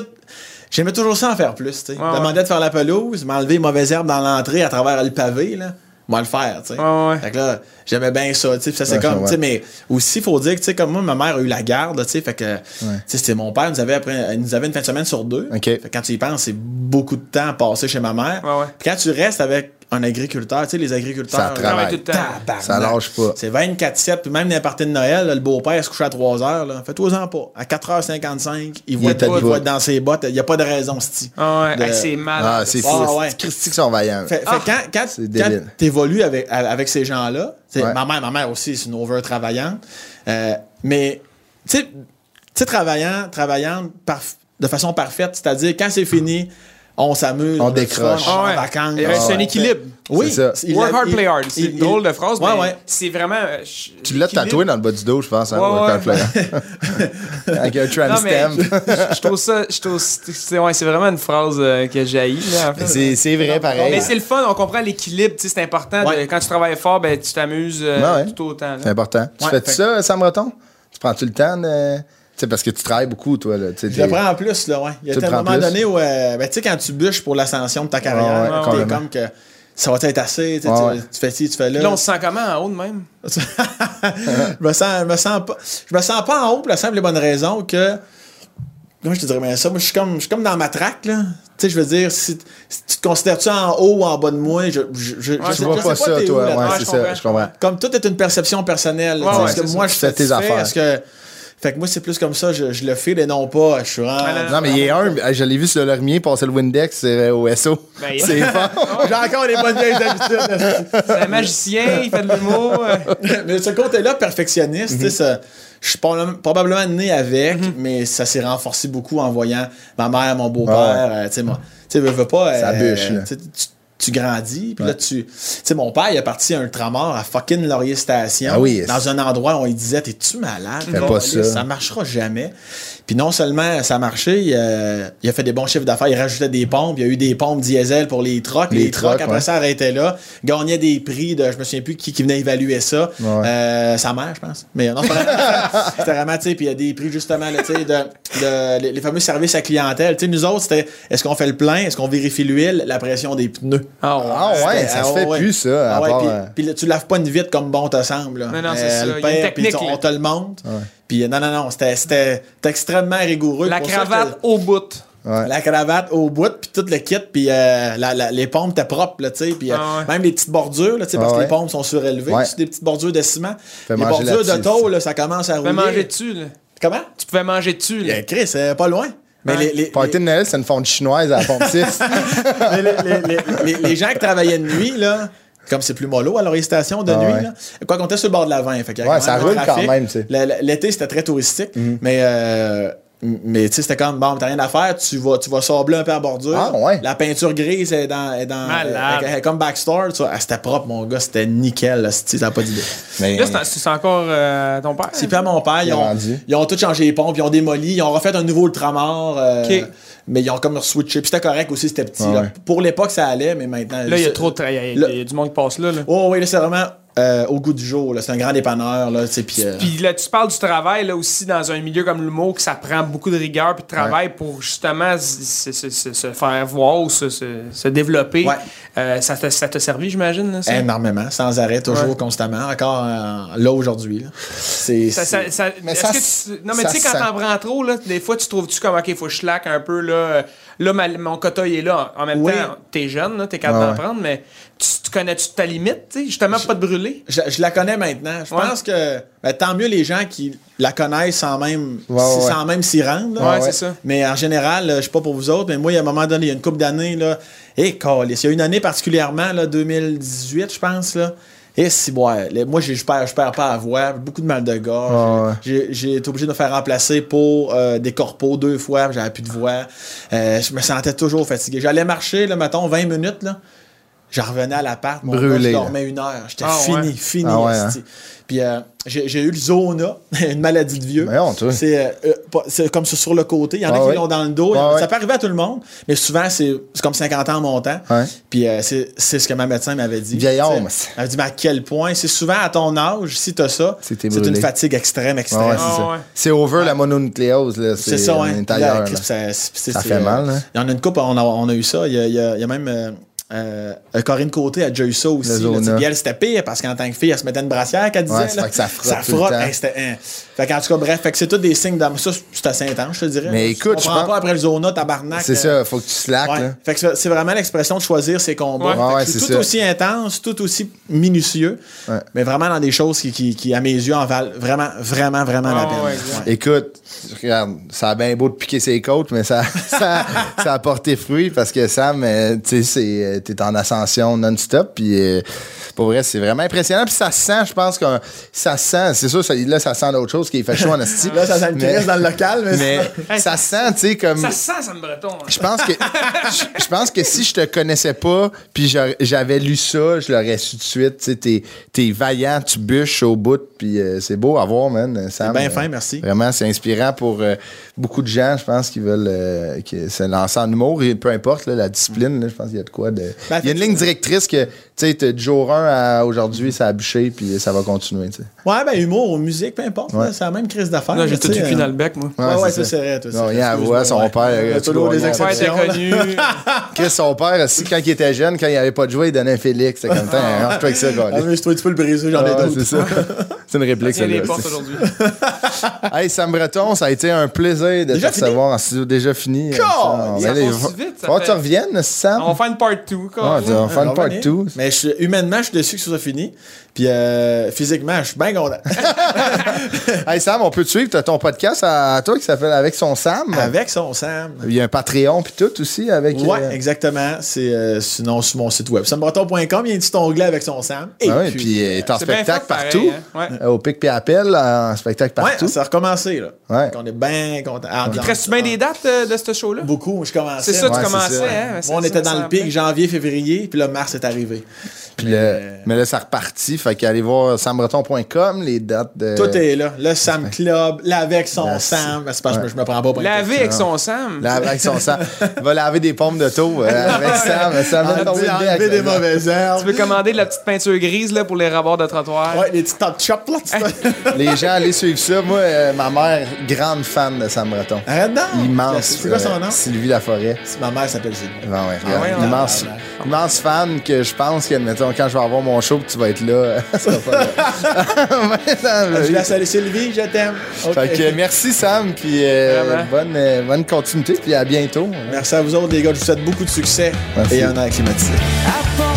D: J'aimais toujours ça en faire plus, tu sais. Il me
A: ouais.
D: demandait de faire la pelouse, m'enlever les mauvaises herbes dans l'entrée à travers le pavé, là. moi le faire, tu sais.
A: Ouais, ouais.
D: Fait que là, j'aimais bien ça, tu sais. Puis ça, c'est
B: Ouais,
D: comme,
B: ouais.
D: tu sais, mais aussi, faut dire que, tu sais, comme moi, ma mère a eu la garde, tu sais. Fait que, tu sais, c'était mon père, il nous avait, après, il nous avait une fin de semaine sur deux.
B: OK.
D: Fait que quand tu y penses, c'est beaucoup de temps passé chez ma mère.
A: Ouais, ouais.
D: Puis quand tu restes avec un agriculteur, tu sais, les agriculteurs.
B: Ça travaille.
A: tout le temps.
D: Tabarnak.
B: Ça lâche pas.
D: C'est 24-7, puis même dans les parties de Noël, là, le beau-père se couche à 3h, là. Fais-toi-en pas. À 4h55, il voit
B: est à
D: pas, il
B: bout.
D: voit dans ses bottes. Il n'y a pas de raison, Sti.
A: Ah ouais,
D: De-
A: hey, c'est malade.
B: Ah, c'est fou.
D: Ah, ouais.
B: C'est Christy qui sont vaillants.
D: Fait, fait
A: Ah!
D: quand, quand,
B: C'est
D: quand
B: débile.
D: t'évolues avec, à- avec ces gens-là, t'sais,
B: Ouais.
D: ma mère, ma mère aussi, c'est une over travaillante. euh, mais, tu sais, tu sais, travaillant, travaillante parf- de façon parfaite, c'est-à-dire quand c'est fini, on s'amuse,
B: On
D: a du
B: décroche.
D: fun, on
A: Ah
D: va
A: ouais.
D: en vacances.
A: Il y a
D: Ah
A: un
D: ouais.
A: équilibre.
D: Oui,
B: C'est ça.
D: il
A: work
D: a-
A: hard,
D: il-
A: play hard. C'est
D: il-
A: une drôle de phrase,
D: Ouais,
A: mais
D: ouais.
A: c'est vraiment. euh, je-
B: Tu l'as
A: l'équilibre.
B: tatoué dans le bas du dos, je pense, hein,
A: Ouais,
B: Work
A: ouais.
B: Hard Play, hein. Avec un tram
A: Non, mais
B: stamp.
A: je je trouve ça. je trouve- C'est ouais, c'est vraiment une phrase euh, que j'ai
B: C'est c'est vrai, pareil.
A: Mais c'est le fun, on comprend l'équilibre, tu sais, c'est important. de-
D: Ouais.
A: quand tu travailles fort, ben, tu t'amuses euh,
B: Ouais, ouais.
A: tout autant. là.
B: C'est important. Tu
D: Ouais,
B: fais-tu
D: fait-
B: ça, Sam Breton? Tu prends-tu le temps de... Tu sais, parce que tu travailles beaucoup, toi, là. tu sais,
D: Je
B: t'es-
D: le prends en plus, là, ouais. Il y a
B: Tu le
D: un
B: prends
D: moment
B: plus.
D: donné où, euh, ben, tu sais, quand tu bûches pour l'ascension de ta
B: Ouais, ouais,
D: carrière, t'es
B: complètement.
D: comme que ça va être assez, tu sais,
B: Ouais,
D: tu-
B: ouais.
D: tu fais ci, tu fais là.
A: Puis là, on se sent comment en haut de même?
D: je me sens, je me sens pas, je me sens pas en haut pour la simple et bonne raison que, comment je te dirais bien ça, moi, je suis comme, je suis comme dans ma traque, là. Tu sais, je veux dire, si, si tu te considères-tu en haut ou en bas de moi, je, je, je, je
A: tu
B: Tu
D: sais-
B: vois
D: je Euh,
B: pas
D: sais t'es
B: ça,
D: où
B: toi.
D: là-dedans.
B: Ouais,
A: Ouais,
B: c'est
A: je
B: ça,
A: comprends,
B: je comprends.
D: Comme tout est une perception personnelle.
A: Ouais,
D: tu sais,
A: ouais,
D: ce que
A: c'est
D: moi,
B: ça.
D: je
B: Tu fais
D: fais
B: tes affaires.
D: Parce que, fait que moi, c'est plus comme ça, je, je le fais et non pas, je suis vraiment-
A: Voilà.
B: Non, mais il est
D: euh,
B: un, je l'ai vu sur le Lormier passer le Windex euh, au SO.
A: Ben, il-
B: c'est fort.
D: J'ai encore les bonnes vieilles habitudes.
A: C'est un magicien, il fait de l'humour. euh.
D: mais ce côté-là, perfectionniste, tu sais, ça- je suis probablement- probablement né avec,
B: Mhm.
D: mais ça s'est renforcé beaucoup en voyant ma mère, mon beau-père,
B: Ouais.
D: euh, tu sais, moi. Tu sais, veux, veux pas.
B: Ça
D: euh,
B: bûche, là.
D: tu sais, tu- tu grandis, puis là, tu. Tu sais, mon père, il est parti à un ultramar à fucking Laurier Station.
B: Ah oui,
D: dans un endroit où on lui disait T'es-tu malade
B: Fais pas ça.
D: Ça marchera jamais. Puis non seulement ça a marché, il, euh, il a fait des bons chiffres d'affaires, il rajoutait des pompes, il y a eu des pompes diesel pour les trucks.
B: Les
D: Les, trucks,
B: trucks,
D: après
B: ouais.
D: ça, arrêtaient là, gagnait des prix de, je me souviens plus qui, qui venait évaluer ça.
B: Ouais.
D: Euh, sa mère, je pense. Mais non, c'est pas vrai. c'était vraiment, tu sais, puis il y a des prix justement, là, tu sais, de, de- les, les fameux services à clientèle. Tu sais, nous autres, c'était est-ce qu'on fait le plein, est-ce qu'on vérifie l'huile, la pression des pneus.
A: Ah ouais.
B: Ah ouais,
D: C'était-
B: ça
D: ah
B: se fait
D: ouais.
B: plus, ça. à
D: Ah ouais,
B: part,
D: puis-
B: euh,
D: Puis là, tu laves pas une vitre comme bon te semble. là.
A: Non, non, c'est
D: Euh,
A: ça. Il
D: le
A: y a une
D: perd, puis
A: technique,
D: on-
A: là.
D: on te le montre. Puis euh, non, non, non, c'était- c'était c'était extrêmement rigoureux.
A: La
D: Pour ça que-
A: cravate au bout.
B: Ouais.
D: La cravate au bout, puis tout le kit, puis euh, la- la- les pompes étaient propres, là, tu sais, puis euh,
A: Ah ouais.
D: même les petites bordures, là, tu sais,
B: Ah
D: parce que
B: ouais.
D: les pompes sont surélevées,
B: Ouais.
D: c'est des petites bordures de ciment. les
B: manger
D: bordures de
B: là-dessus,
D: tôle, là, ça commence à
A: Tu pouvais
D: rouler.
A: manger dessus, là.
D: Comment?
A: Tu pouvais manger dessus, là.
D: Eh, Chris, euh, pas loin. Mais
A: Ouais.
D: les, les-
B: Party de Noël, c'est une fonte chinoise à la pompe 6.
D: les- les- les- les- les gens qui travaillaient de nuit, là, comme c'est plus mollo à leur station de
B: Ah
D: nuit,
B: ouais.
D: là, quoi qu'on était sur le bord de la vin, fait qu'il y a
B: Ouais,
D: quand
B: ça
D: même un
B: roule quand
D: trafic.
B: même, Mhm. tu sais.
D: Le- le- L'été, c'était très touristique, mais... euh, mais tu sais, c'était comme, bon, t'as rien à faire, tu vas, tu vas sabler un peu à bordure.
B: Ah, ouais.
D: La peinture grise est dans. est dans-
A: Malade.
D: est- est comme backstore, tu vois. Ah, c'était propre, mon gars, c'était nickel, là, si t'as pas d'idée.
B: Mais
A: Là, c'est- c'est encore euh, ton père.
D: C'est pas mon père, ils
B: est
D: ont,
B: rendu.
D: ils ont tout changé les pompes, ils ont démoli, ils ont refait un nouveau Ultramar, euh,
A: Ok.
D: mais ils ont comme switché. Puis c'était correct aussi, c'était petit.
B: Ah
D: là.
B: ouais.
D: Pour l'époque, ça allait, mais maintenant.
A: Là, il y a
D: c'est-
A: trop de travail. Il y a-
D: Là-
A: il y a du monde qui passe là. là.
D: Oh oui, là, c'est vraiment euh, au goût du jour. là. C'est un grand dépanneur, là, tu sais, puis, euh,
A: Puis là, tu parles du travail, là aussi, dans un milieu comme l'humour, que ça prend beaucoup de rigueur puis de travail pour justement se, se- se- se faire voir ou se, se- se développer.
D: Ouais. Euh,
A: Euh, ça t'a ça t'a servi, j'imagine, là, ça?
D: énormément, sans arrêt, toujours,
A: Ouais.
D: constamment. Encore euh, là aujourd'hui. là. C'est.
A: Ça- ça-
D: c'est-
A: ça-
B: Mais
A: est-ce
B: ça
A: que
B: s-
A: tu- non, mais
B: ça
A: tu sais, quand
B: sent.
A: t'en prends trop, là, des fois, tu trouves-tu comme, OK, faut que je slack un peu, là, euh, là ma- mon quota, il est là. En en même
D: Oui.
A: temps, t'es jeune, là, t'es capable
B: Ouais,
A: d'en
B: ouais.
A: prendre, mais tu, tu connais-tu ta limite, tu sais, justement, pour pas te brûler?
D: Je, je la connais maintenant. Je
A: Ouais.
D: pense que ben, tant mieux les gens qui la connaissent sans même
B: Ouais, ouais,
D: sans même s'y rendre. là.
A: Ouais,
B: ouais.
A: c'est ça.
D: Mais en général, là, je sais pas pour vous autres, mais moi, il y a un moment donné, il y a une couple d'années, là, et câlisse, il y a une année particulièrement, là, 2018, je pense, là. Et si, ouais, les- moi, j'ai- je perds, je perds pas à voix, beaucoup de mal de gorge.
B: Ouais, ouais.
D: J'ai j'ai été obligé de me faire remplacer pour euh, des corpos deux fois, j'avais plus de voix. Euh, je me sentais toujours fatigué. J'allais marcher, là, mettons, 20 minutes, là. Je revenais à l'appart, mon
B: Brûlé,
D: gars, je
B: là.
D: dormais une heure. J'étais
A: Ah, ouais.
D: fini, fini.
B: Ah, ouais,
D: esti. Puis euh, j'ai j'ai eu le zona, une maladie de vieux.
B: Mais Ben, on, toi.
D: C'est euh, euh, pas- c'est comme ça sur le côté. Il y en
B: Ah
D: a qui
B: ouais.
D: l'ont dans le dos.
B: Ah ouais.
D: Ça peut arriver à tout le monde, mais souvent, c'est c'est comme 50 ans en montant.
B: Ouais.
D: Puis euh, c'est c'est ce que ma médecin m'avait dit.
B: Vieil homme,
D: Tu sais,
B: c'est-
D: Elle m'a dit, mais à quel point, c'est souvent à ton âge, si t'as ça,
B: C'est
D: c'est
B: t'es brûlé.
D: une fatigue extrême, extrême.
B: Ouais, ouais, c'est
A: Ah,
B: ça.
A: ouais.
B: C'est over la mononucléose, là.
D: C'est ça,
B: on
D: hein.
B: est ailleurs,
D: Là, Chris,
B: là.
D: ça, c'est-
B: Ça
D: c'est-
B: fait
D: euh,
B: mal, hein.
D: Il y en a une coupe, on a, on a eu ça. Il y a, il y a- il y a même euh, euh, Corinne Côté a déjà eu ça aussi.
B: Le
D: là, tu sais,
B: Zona.
D: puis elle, c'était pire parce qu'en tant que fille, elle se mettait une brassière qu'elle disait.
B: Ouais, c'est
D: là.
B: vrai que ça frotte
D: Ça
B: tout le
D: frotte.
B: temps.
D: hein, c'était, hein. Fait qu'en tout cas, bref, fait que c'est tous des signes d'amour. Ça, c'est assez intense, je te dirais.
B: Mais
D: Je
B: écoute, je
D: comprends
B: pense-
D: pas après le Zona, tabarnak.
B: C'est
D: euh,
B: ça, faut que tu slack,
D: ouais.
B: là.
D: Fait que c'est- c'est vraiment l'expression de choisir ses combats.
A: Ouais.
D: Fait que
B: Ouais, ouais,
D: c'est
B: c'est
D: tout
B: ça.
D: aussi intense, tout aussi minutieux,
B: Ouais.
D: mais vraiment dans des choses qui, qui, qui, à mes yeux, en valent vraiment, vraiment, vraiment la
A: Ah,
D: peine.
A: ouais, exact.
D: Ouais.
B: Écoute, regarde, ça a bien beau de piquer ses côtes, mais ça, ça, ça a porté fruit parce que Sam, euh, tu sais, c'est, euh, t'es en ascension non-stop. Puis euh, pour vrai, c'est vraiment impressionnant. Puis ça se sent, je pense que ça se sent. C'est sûr, ça- là, ça sent d'autres choses qui fait chaud en esti.
D: Là, ça sent une
B: Mais-
D: crise dans le local, mais,
B: Mais ça se sent, tu sais, comme.
A: Ça sent, ça me breton. hein.
B: Je pense que je- je pense que si je te connaissais pas puis j'a- j'avais lu ça, je l'aurais su tout de suite. Tu sais, t'es, t'es vaillant, tu bûches au bout, puis euh, c'est beau à voir, man. Sam,
D: bien
B: euh,
D: fin, merci.
B: Vraiment, c'est inspirant pour euh, beaucoup de gens, je pense, qui veulent euh, que se lancer en humour et peu importe là, la discipline. là, je pense qu'il y a de quoi de.
D: Ben,
B: Il y a une ligne directrice que tu sais, t'as du jour 1 à aujourd'hui, ça a bûché puis ça va continuer. tu sais.
D: Ouais, ben humour ou musique, peu importe, là, c'est la même crise d'affaires.
A: Là, j'ai
D: là,
A: tout
D: tu sais,
A: depuis
D: euh,
A: dans le bec, moi.
D: Ouais,
B: Ouais,
D: ouais,
B: c'est
D: ça,
B: ça.
D: c'est vrai. toi,
B: Non,
D: c'est vrai,
B: rien à
D: excuse-moi,
B: voir, son
D: ouais.
B: père,
D: Il y a
B: euh,
D: toujours
B: tu
D: des
B: vois,
A: Ouais, t'es
D: exceptions. là.
A: connu.
B: Chris, son père, aussi, quand il était jeune, quand il avait pas de jouet, il donnait un Félix. C'est comme, Tiens, range-toi avec ça, gars.
D: Ah, mais je trouve que tu peux le briser, j'en ai
B: Ah ouais,
D: d'autres.
B: c'est ça. C'est une réplique,
A: Tiens les
B: celle-là.
A: portes
B: aussi.
A: aujourd'hui.
B: Hey, Sam Breton, ça a été un plaisir de
D: Déjà
B: te
D: fini?
B: recevoir en studio. Déjà fini. euh, Sam.
A: ça
B: Ben, allez,
A: passe
B: va-
A: si vite, ça
B: va que
A: fait-
B: tu reviennes, Sam.
A: On va faire une part 2.
B: Ouais, tu vas- on va faire une
D: Alors,
B: part
D: venez.
B: 2.
D: Mais je, suis- humainement, je suis déçu que ce soit fini. Puis euh, physiquement, je suis bien content.
B: Hey, Sam, on peut te suivre. Tu as ton podcast à à toi qui s'appelle Avec son Sam.
D: Avec son Sam.
B: Il y a un Patreon puis tout aussi avec.
D: Ouais,
B: euh,
D: exactement. C'est euh, sinon sur mon site web. Sambreton.com, il y a un petit onglet avec son Sam. Et
B: ah oui,
D: puis,
B: puis euh, t'es en
A: c'est bien
B: spectacle
A: fait pareil,
B: partout.
A: hein, ouais.
B: Euh, Au pic puis appel, euh, en spectacle partout.
D: ouais, ça a recommencé. Là.
B: Ouais.
D: On est bien content. Ah, ambiance,
A: Reste-tu bien des dates euh, de ce show-là?
D: Beaucoup, je commençais.
A: C'est ça,
B: Ouais,
A: tu
B: c'est
A: commençais,
B: ça.
A: hein? c'est
D: Moi, on
A: ça,
D: était dans
A: ça
D: le pic
A: me
D: janvier, février, puis là, mars est arrivé.
B: Puis là- euh, mais là, ça repartit. Fait qu'allez voir sambreton.com, les dates de.
D: Tout est là. Le Sam Club, laver avec son
B: Merci.
D: Sam. Ben, C'est parce que je me- je me prends pas pour
A: plaît.
D: un
A: Laver
D: tête.
A: avec son Sam.
B: Là, avec son Sam. Il va laver des pommes de taux euh, avec Sam. Sam va tomber
D: Enlever
B: le
D: enlever
B: bec,
D: des
B: là.
D: mauvaises
A: Tu
D: herbes.
A: peux commander de la petite peinture grise là, pour les rabords de trottoir.
D: Ouais, les petits top chops, là. tu-
B: Les gens, allez suivre ça. Moi, euh, ma mère, grande fan de Sam Breton.
D: Arrête donc.
B: Immense.
D: C'est quoi son
B: euh,
D: nom? Ah
B: Sylvie Laforêt.
D: Ma mère s'appelle Sylvie.
B: Ben ouais, regarde,
A: ouais, on a-
B: immense,
D: on
B: immense fan que je pense que, admettons, quand je vais avoir mon show, tu vas être là. Ça va pas là.
D: Je la salue Sylvie, je t'aime.
B: Fait
D: Ok.
B: que, euh, merci Sam, puis euh,
A: Vraiment.
B: bonne, euh, bonne continuité, puis à bientôt.
D: Merci à vous autres, les gars. Je vous souhaite beaucoup de succès
B: Merci.
D: et un an climatisé.
C: I fall